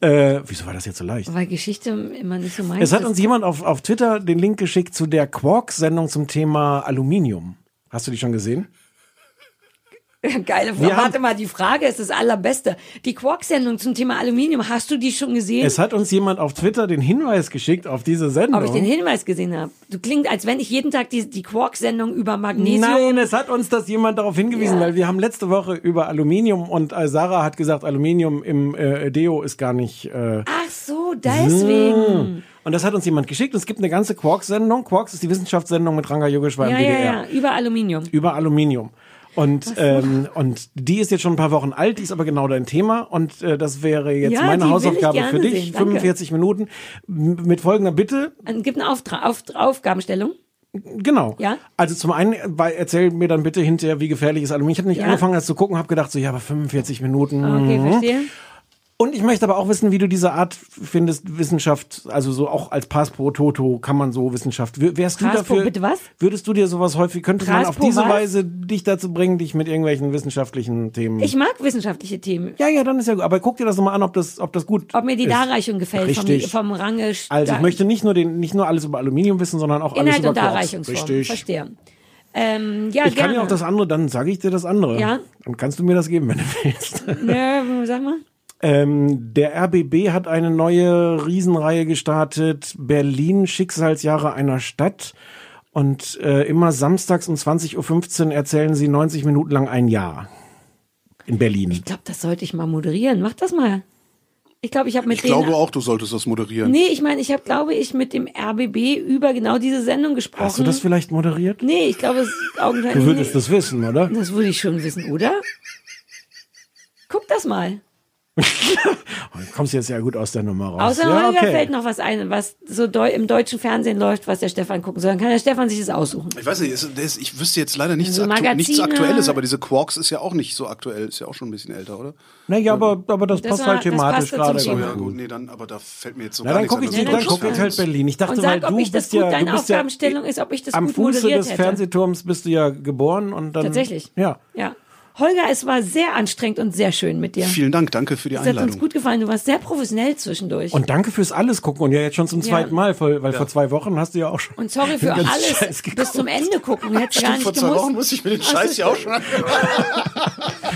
[SPEAKER 8] Äh, wieso war das jetzt so leicht?
[SPEAKER 9] Weil Geschichte immer nicht so meins
[SPEAKER 8] Es hat
[SPEAKER 9] ist.
[SPEAKER 8] uns jemand auf, auf Twitter den Link geschickt zu der Quark-Sendung zum Thema Aluminium. Hast du die schon gesehen?
[SPEAKER 9] Geile Frage.
[SPEAKER 8] Wir haben-
[SPEAKER 9] Warte mal, die Frage ist das Allerbeste. Die Quark-Sendung zum Thema Aluminium, hast du die schon gesehen?
[SPEAKER 8] Es hat uns jemand auf Twitter den Hinweis geschickt auf diese Sendung.
[SPEAKER 9] Ob ich den Hinweis gesehen habe? Du klingt, als wenn ich jeden Tag die, die Quark-Sendung über Magnesium...
[SPEAKER 8] Nein, es hat uns das jemand darauf hingewiesen,
[SPEAKER 9] Ja.
[SPEAKER 8] weil wir haben letzte Woche über Aluminium und äh, Sarah hat gesagt, Aluminium im äh, Deo ist gar nicht. Äh,
[SPEAKER 9] Ach so, deswegen.
[SPEAKER 8] Mm. Und das hat uns jemand geschickt. Und es gibt eine ganze Quarks-Sendung. Quarks ist die Wissenschaftssendung mit Ranga Yogeshwar
[SPEAKER 9] Ja,
[SPEAKER 8] im DDR.
[SPEAKER 9] ja, ja, über Aluminium.
[SPEAKER 8] Über Aluminium. Und, ähm, und die ist jetzt schon ein paar Wochen alt, die ist aber genau dein Thema. Und äh, das wäre jetzt
[SPEAKER 9] Ja, die
[SPEAKER 8] meine
[SPEAKER 9] will ich
[SPEAKER 8] Hausaufgabe
[SPEAKER 9] gerne
[SPEAKER 8] für dich.
[SPEAKER 9] sehen, danke.
[SPEAKER 8] 45 Minuten. M- Mit folgender Bitte.
[SPEAKER 9] Es gibt eine Auftra Auf Aufgabenstellung.
[SPEAKER 8] Genau.
[SPEAKER 9] Ja?
[SPEAKER 8] Also zum einen, äh, bei, erzähl mir dann bitte hinterher, wie gefährlich ist Aluminium. Ich habe nicht
[SPEAKER 9] Ja.
[SPEAKER 8] angefangen, das zu gucken, habe gedacht, so ja, aber 45 Minuten.
[SPEAKER 9] Okay,
[SPEAKER 8] mhm.
[SPEAKER 9] verstehe.
[SPEAKER 8] Und ich möchte aber auch wissen, wie du diese Art findest, Wissenschaft, also so auch als Pass pro Toto kann man so Wissenschaft. W- Wärst du
[SPEAKER 9] Pras pro-
[SPEAKER 8] dafür,
[SPEAKER 9] bitte was?
[SPEAKER 8] würdest du dir sowas häufig, könntest man
[SPEAKER 9] Pras
[SPEAKER 8] auf
[SPEAKER 9] pro
[SPEAKER 8] diese
[SPEAKER 9] was?
[SPEAKER 8] Weise dich dazu bringen, dich mit irgendwelchen wissenschaftlichen Themen...
[SPEAKER 9] Ich mag wissenschaftliche Themen.
[SPEAKER 8] ja, ja, dann ist ja gut. Aber guck dir das nochmal an, ob das, ob das gut
[SPEAKER 9] Ob mir die
[SPEAKER 8] ist.
[SPEAKER 9] Darreichung gefällt vom,
[SPEAKER 8] Richtig.
[SPEAKER 9] vom Range.
[SPEAKER 8] Also ich möchte nicht nur, den, nicht nur alles über Aluminium wissen, sondern auch alles
[SPEAKER 9] Inhalt
[SPEAKER 8] über
[SPEAKER 9] und
[SPEAKER 8] Quarks.
[SPEAKER 9] Darreichungsform.
[SPEAKER 8] Richtig.
[SPEAKER 9] Verstehe. Ähm, ja,
[SPEAKER 8] ich
[SPEAKER 9] gerne.
[SPEAKER 8] kann ja auch das andere, dann sage ich dir das andere.
[SPEAKER 9] Ja.
[SPEAKER 8] Dann kannst du mir das geben, wenn du willst.
[SPEAKER 9] Ja, Ne, sag mal.
[SPEAKER 8] Ähm, der RBB hat eine neue Riesenreihe gestartet. Berlin, Schicksalsjahre einer Stadt. Und äh, immer samstags um 20.15 Uhr erzählen sie 90 Minuten lang ein Jahr. In Berlin.
[SPEAKER 9] Ich glaube, das sollte ich mal moderieren. Mach das mal. Ich glaube, ich habe mit
[SPEAKER 10] Ich glaube
[SPEAKER 9] denen.
[SPEAKER 10] auch, du solltest das moderieren.
[SPEAKER 9] Nee, ich meine, ich habe, glaube ich, mit dem RBB über genau diese Sendung gesprochen.
[SPEAKER 8] Hast du das vielleicht moderiert?
[SPEAKER 9] Nee, ich glaube, es augenscheinlich.
[SPEAKER 8] Du würdest
[SPEAKER 9] nicht.
[SPEAKER 8] das wissen, oder?
[SPEAKER 9] Das würde ich schon wissen, oder? Guck das mal.
[SPEAKER 8] Du kommst jetzt ja gut aus der Nummer raus.
[SPEAKER 9] Außer
[SPEAKER 8] ja,
[SPEAKER 9] mir fällt noch was ein, was so deu im deutschen Fernsehen läuft, was der Stefan gucken soll. Dann kann der Stefan sich das aussuchen.
[SPEAKER 10] Ich weiß nicht, es, es, ich wüsste jetzt leider nichts,
[SPEAKER 9] So
[SPEAKER 10] aktu
[SPEAKER 9] Magazine.
[SPEAKER 10] nichts Aktuelles, aber diese Quarks ist ja auch nicht so aktuell, ist ja auch schon ein bisschen älter, oder?
[SPEAKER 8] Naja, aber, aber das,
[SPEAKER 9] Das
[SPEAKER 8] passt
[SPEAKER 9] war-
[SPEAKER 8] halt
[SPEAKER 9] das
[SPEAKER 8] thematisch
[SPEAKER 9] passte
[SPEAKER 8] gerade
[SPEAKER 9] zum
[SPEAKER 10] Oh
[SPEAKER 9] Thema.
[SPEAKER 8] ganz
[SPEAKER 10] ja,
[SPEAKER 8] gut.
[SPEAKER 10] gut, nee, dann, aber da fällt mir jetzt so
[SPEAKER 8] Na,
[SPEAKER 10] gar
[SPEAKER 8] dann
[SPEAKER 10] nichts
[SPEAKER 8] guck ich,
[SPEAKER 10] an,
[SPEAKER 8] die-
[SPEAKER 10] was
[SPEAKER 9] Ja,
[SPEAKER 8] dann
[SPEAKER 10] ich
[SPEAKER 9] dann
[SPEAKER 8] guck
[SPEAKER 10] sagen
[SPEAKER 8] ich halt
[SPEAKER 10] muss.
[SPEAKER 8] Berlin. Ich dachte,
[SPEAKER 9] und sag,
[SPEAKER 8] weil
[SPEAKER 9] ob
[SPEAKER 8] du
[SPEAKER 9] ich das
[SPEAKER 8] bist
[SPEAKER 9] gut,
[SPEAKER 8] ja, du
[SPEAKER 9] deine
[SPEAKER 8] bist ja
[SPEAKER 9] Aufgabenstellung ist, ob ich das
[SPEAKER 8] am
[SPEAKER 9] gut
[SPEAKER 8] Fuße
[SPEAKER 9] moderiert
[SPEAKER 8] des
[SPEAKER 9] hätte.
[SPEAKER 8] Fernsehturms bist du ja geboren und dann
[SPEAKER 9] Tatsächlich.
[SPEAKER 8] ja.
[SPEAKER 9] Ja. Holger, es war sehr anstrengend und sehr schön mit dir.
[SPEAKER 10] Vielen Dank, danke für die
[SPEAKER 9] Es hat uns
[SPEAKER 10] Einladung.
[SPEAKER 9] gut gefallen. Du warst sehr professionell zwischendurch.
[SPEAKER 8] Und danke fürs alles gucken und ja jetzt schon zum
[SPEAKER 9] Ja.
[SPEAKER 8] zweiten Mal, weil, weil vor zwei Wochen hast du ja auch schon.
[SPEAKER 9] Und sorry für
[SPEAKER 8] ganz
[SPEAKER 9] alles.
[SPEAKER 8] scheiß
[SPEAKER 9] Bis zum Ende gucken. Hätte gar
[SPEAKER 10] Stimmt,
[SPEAKER 9] nicht
[SPEAKER 10] vor zwei
[SPEAKER 9] gemusst.
[SPEAKER 10] Wochen muss ich mir den
[SPEAKER 9] Ach so,
[SPEAKER 10] Scheiß ja auch schon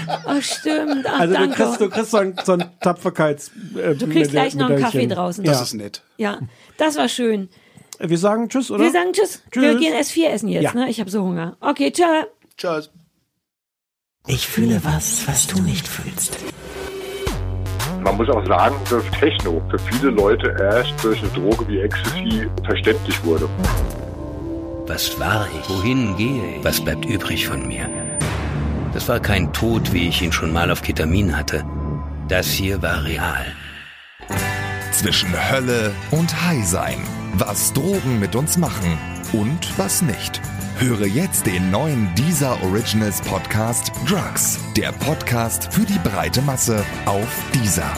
[SPEAKER 9] Ach, stimmt. Ach,
[SPEAKER 8] Also du
[SPEAKER 9] danke.
[SPEAKER 8] kriegst, du kriegst so ein, so ein Tapferkeits. Äh,
[SPEAKER 9] Du kriegst gleich noch einen Kaffee draußen.
[SPEAKER 10] Das
[SPEAKER 8] Ja.
[SPEAKER 10] ist nett.
[SPEAKER 9] Ja, das war schön.
[SPEAKER 8] Wir sagen Tschüss, oder?
[SPEAKER 9] Wir sagen Tschüss. Wir
[SPEAKER 8] Tschüss.
[SPEAKER 9] gehen S4 essen jetzt.
[SPEAKER 8] Ja.
[SPEAKER 9] Ne? Ich habe so Hunger. Okay, tschö.
[SPEAKER 10] Tschüss.
[SPEAKER 2] Ich fühle was, was du nicht fühlst.
[SPEAKER 12] Man muss auch sagen, dass Techno für viele Leute erst durch eine Droge wie Ecstasy verständlich wurde.
[SPEAKER 13] Was war ich? Wohin gehe ich? Was bleibt übrig von mir? Das war kein Tod, wie ich ihn schon mal auf Ketamin hatte. Das hier war real.
[SPEAKER 14] Zwischen Hölle und High sein. Was Drogen mit uns machen und was nicht. Höre jetzt den neuen Deezer Originals Podcast Drugs. Der Podcast für die breite Masse auf Deezer.